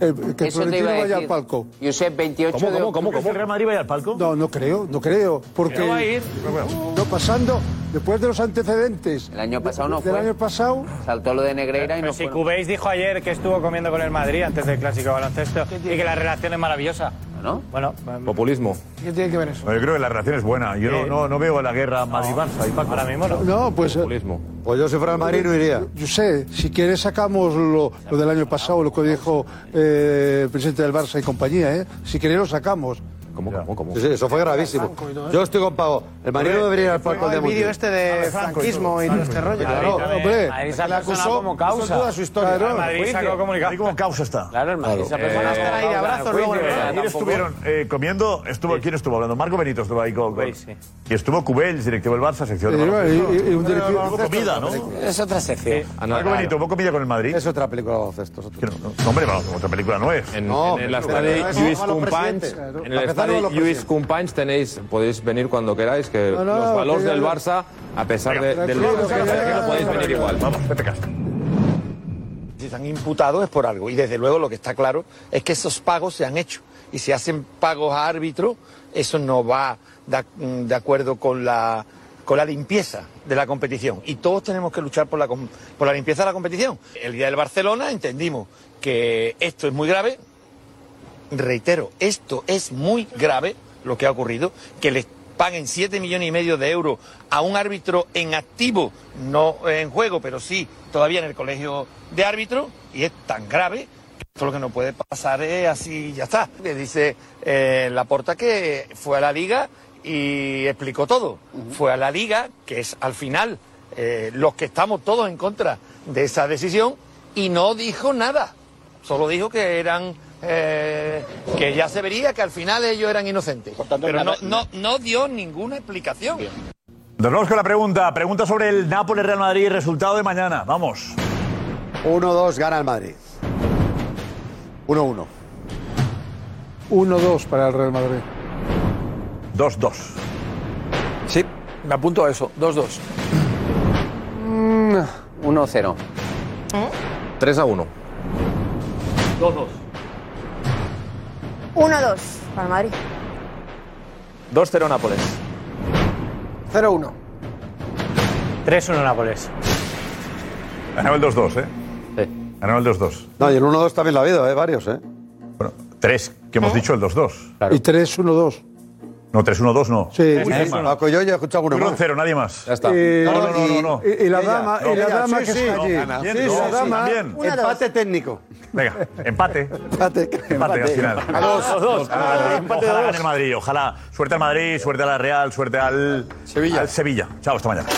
eh, que el Eso te Florentino iba a vaya decir. al palco. Josep, 28 de octubre. el Real Madrid vaya al palco? No, no creo, no creo, porque No va a ir. no pasando después de los antecedentes. El año pasado no del fue. año pasado Saltó lo de Negreira y Pero no si fue. Cubéis dijo ayer que estuvo comiendo con el Madrid antes del clásico de baloncesto y que la relación es maravillosa. ¿No? Bueno, Populismo. ¿Qué tiene que ver eso? No, yo creo que la relación es buena. Yo no, no, no veo la guerra Madrid-Barça. Ahora mismo no. No, pues. Populismo. Pues yo si fuera el Madrid no iría. Yo sé, si quieres sacamos lo, lo del año pasado, lo que dijo eh, el presidente del Barça y compañía, ¿eh? Si quieres lo sacamos. ¿Cómo, cómo, cómo? Sí, sí, eso fue gravísimo. Franco y todo eso. Yo estoy con Pago. El Madrid no debería ir al palco Ah, de ¿eh? el vídeo Mundial. este de franquismo y todo este rollo. Claro, Madrid hombre. pues se ha Le acusó personado como causa. acusó toda su historia. Claro. Madrid sacó comunicado. Ahí como causa está. Claro, el Madrid se ha como personado causa. Ahí de abrazos, luego en el programa Ayer tampoco. estuvieron eh, comiendo, estuvo, ¿quién estuvo hablando? Marco Benito estuvo ahí con... con- Y estuvo Cubells, directivo del Barça, sección de Sí, baloncesto. y- y- y un directivo- Hubo comida, ¿no? Es otra sección. Sí. Ah, no, Marco claro. Benito, ¿hubo comida con el Madrid? Es otra película de baloncesto. es otra. No, hombre, va, otra película no es. En, No, en el pero estadi eso Lluís a los Companys, presidentes, claro. en Para el empezar, estadi a los Lluís Companys tenéis, podéis venir cuando queráis, que No, no, los valores que ya del lo- Barça, a pesar de- del tranquilo, Barça, que que ya- no podéis venir igual. Vamos, Pepe Castro. Si están imputados es por algo. Y desde luego lo que está claro es que esos pagos se han hecho. Y si hacen pagos a árbitro, eso no va de, ac- mm, de acuerdo con la, con la limpieza de la competición. Y todos tenemos que luchar por la, com- por la limpieza de la competición. El día del Barcelona entendimos que esto es muy grave. Reitero, esto es muy grave lo que ha ocurrido, que les paguen 7 millones y medio de euros a un árbitro en activo, no en juego, pero sí todavía en el colegio de árbitro, y es tan grave que esto lo que no puede pasar es así, ya está. Le dice eh, Laporta que fue a la liga y explicó todo. Fue a la liga, que es al final eh, los que estamos todos en contra de esa decisión, y no dijo nada. Solo dijo que eran eh, que ya se vería que al final ellos eran inocentes. Pero no, nada- no, no dio ninguna explicación. Nos vamos con la pregunta. Pregunta sobre el Nápoles-Real Madrid, resultado de mañana. Vamos. 1-2 gana el Madrid. 1-1. 1-2 para el Real Madrid. 2-2. Sí, me apunto a eso. 2-2. Mm. 1-0. 3-1. 2-2. 1-2 para el Madrid. 2-0 Nápoles. 0-1. 3-1 Nápoles. Ganaba el 2-2, ¿eh? Sí. Ganaba el 2-2. No, y el 1-2 también lo ha habido, ¿eh? Varios, ¿eh? Bueno, 3, que hemos dicho el 2-2. Y 3-1-2. No, 3-1-2 no. Sí. Uy, Sí. Gemma. Paco, yo ya he escuchado alguno Turrón más. cero, nadie más. Ya está. Eh, no, no, no, no, y- no. y- y la dama- y la ella, dama que está allí. gana. Sí, Bien, sí, no, la dama. también. Una, dos. Empate técnico. Venga, empate. Empate. Empate al final. A dos, a dos. Ojalá, Empate a ojalá dos. gane el Madrid. Ojalá. Suerte al Madrid, suerte a la Real, suerte al Sevilla. Al Sevilla. Chao, hasta mañana.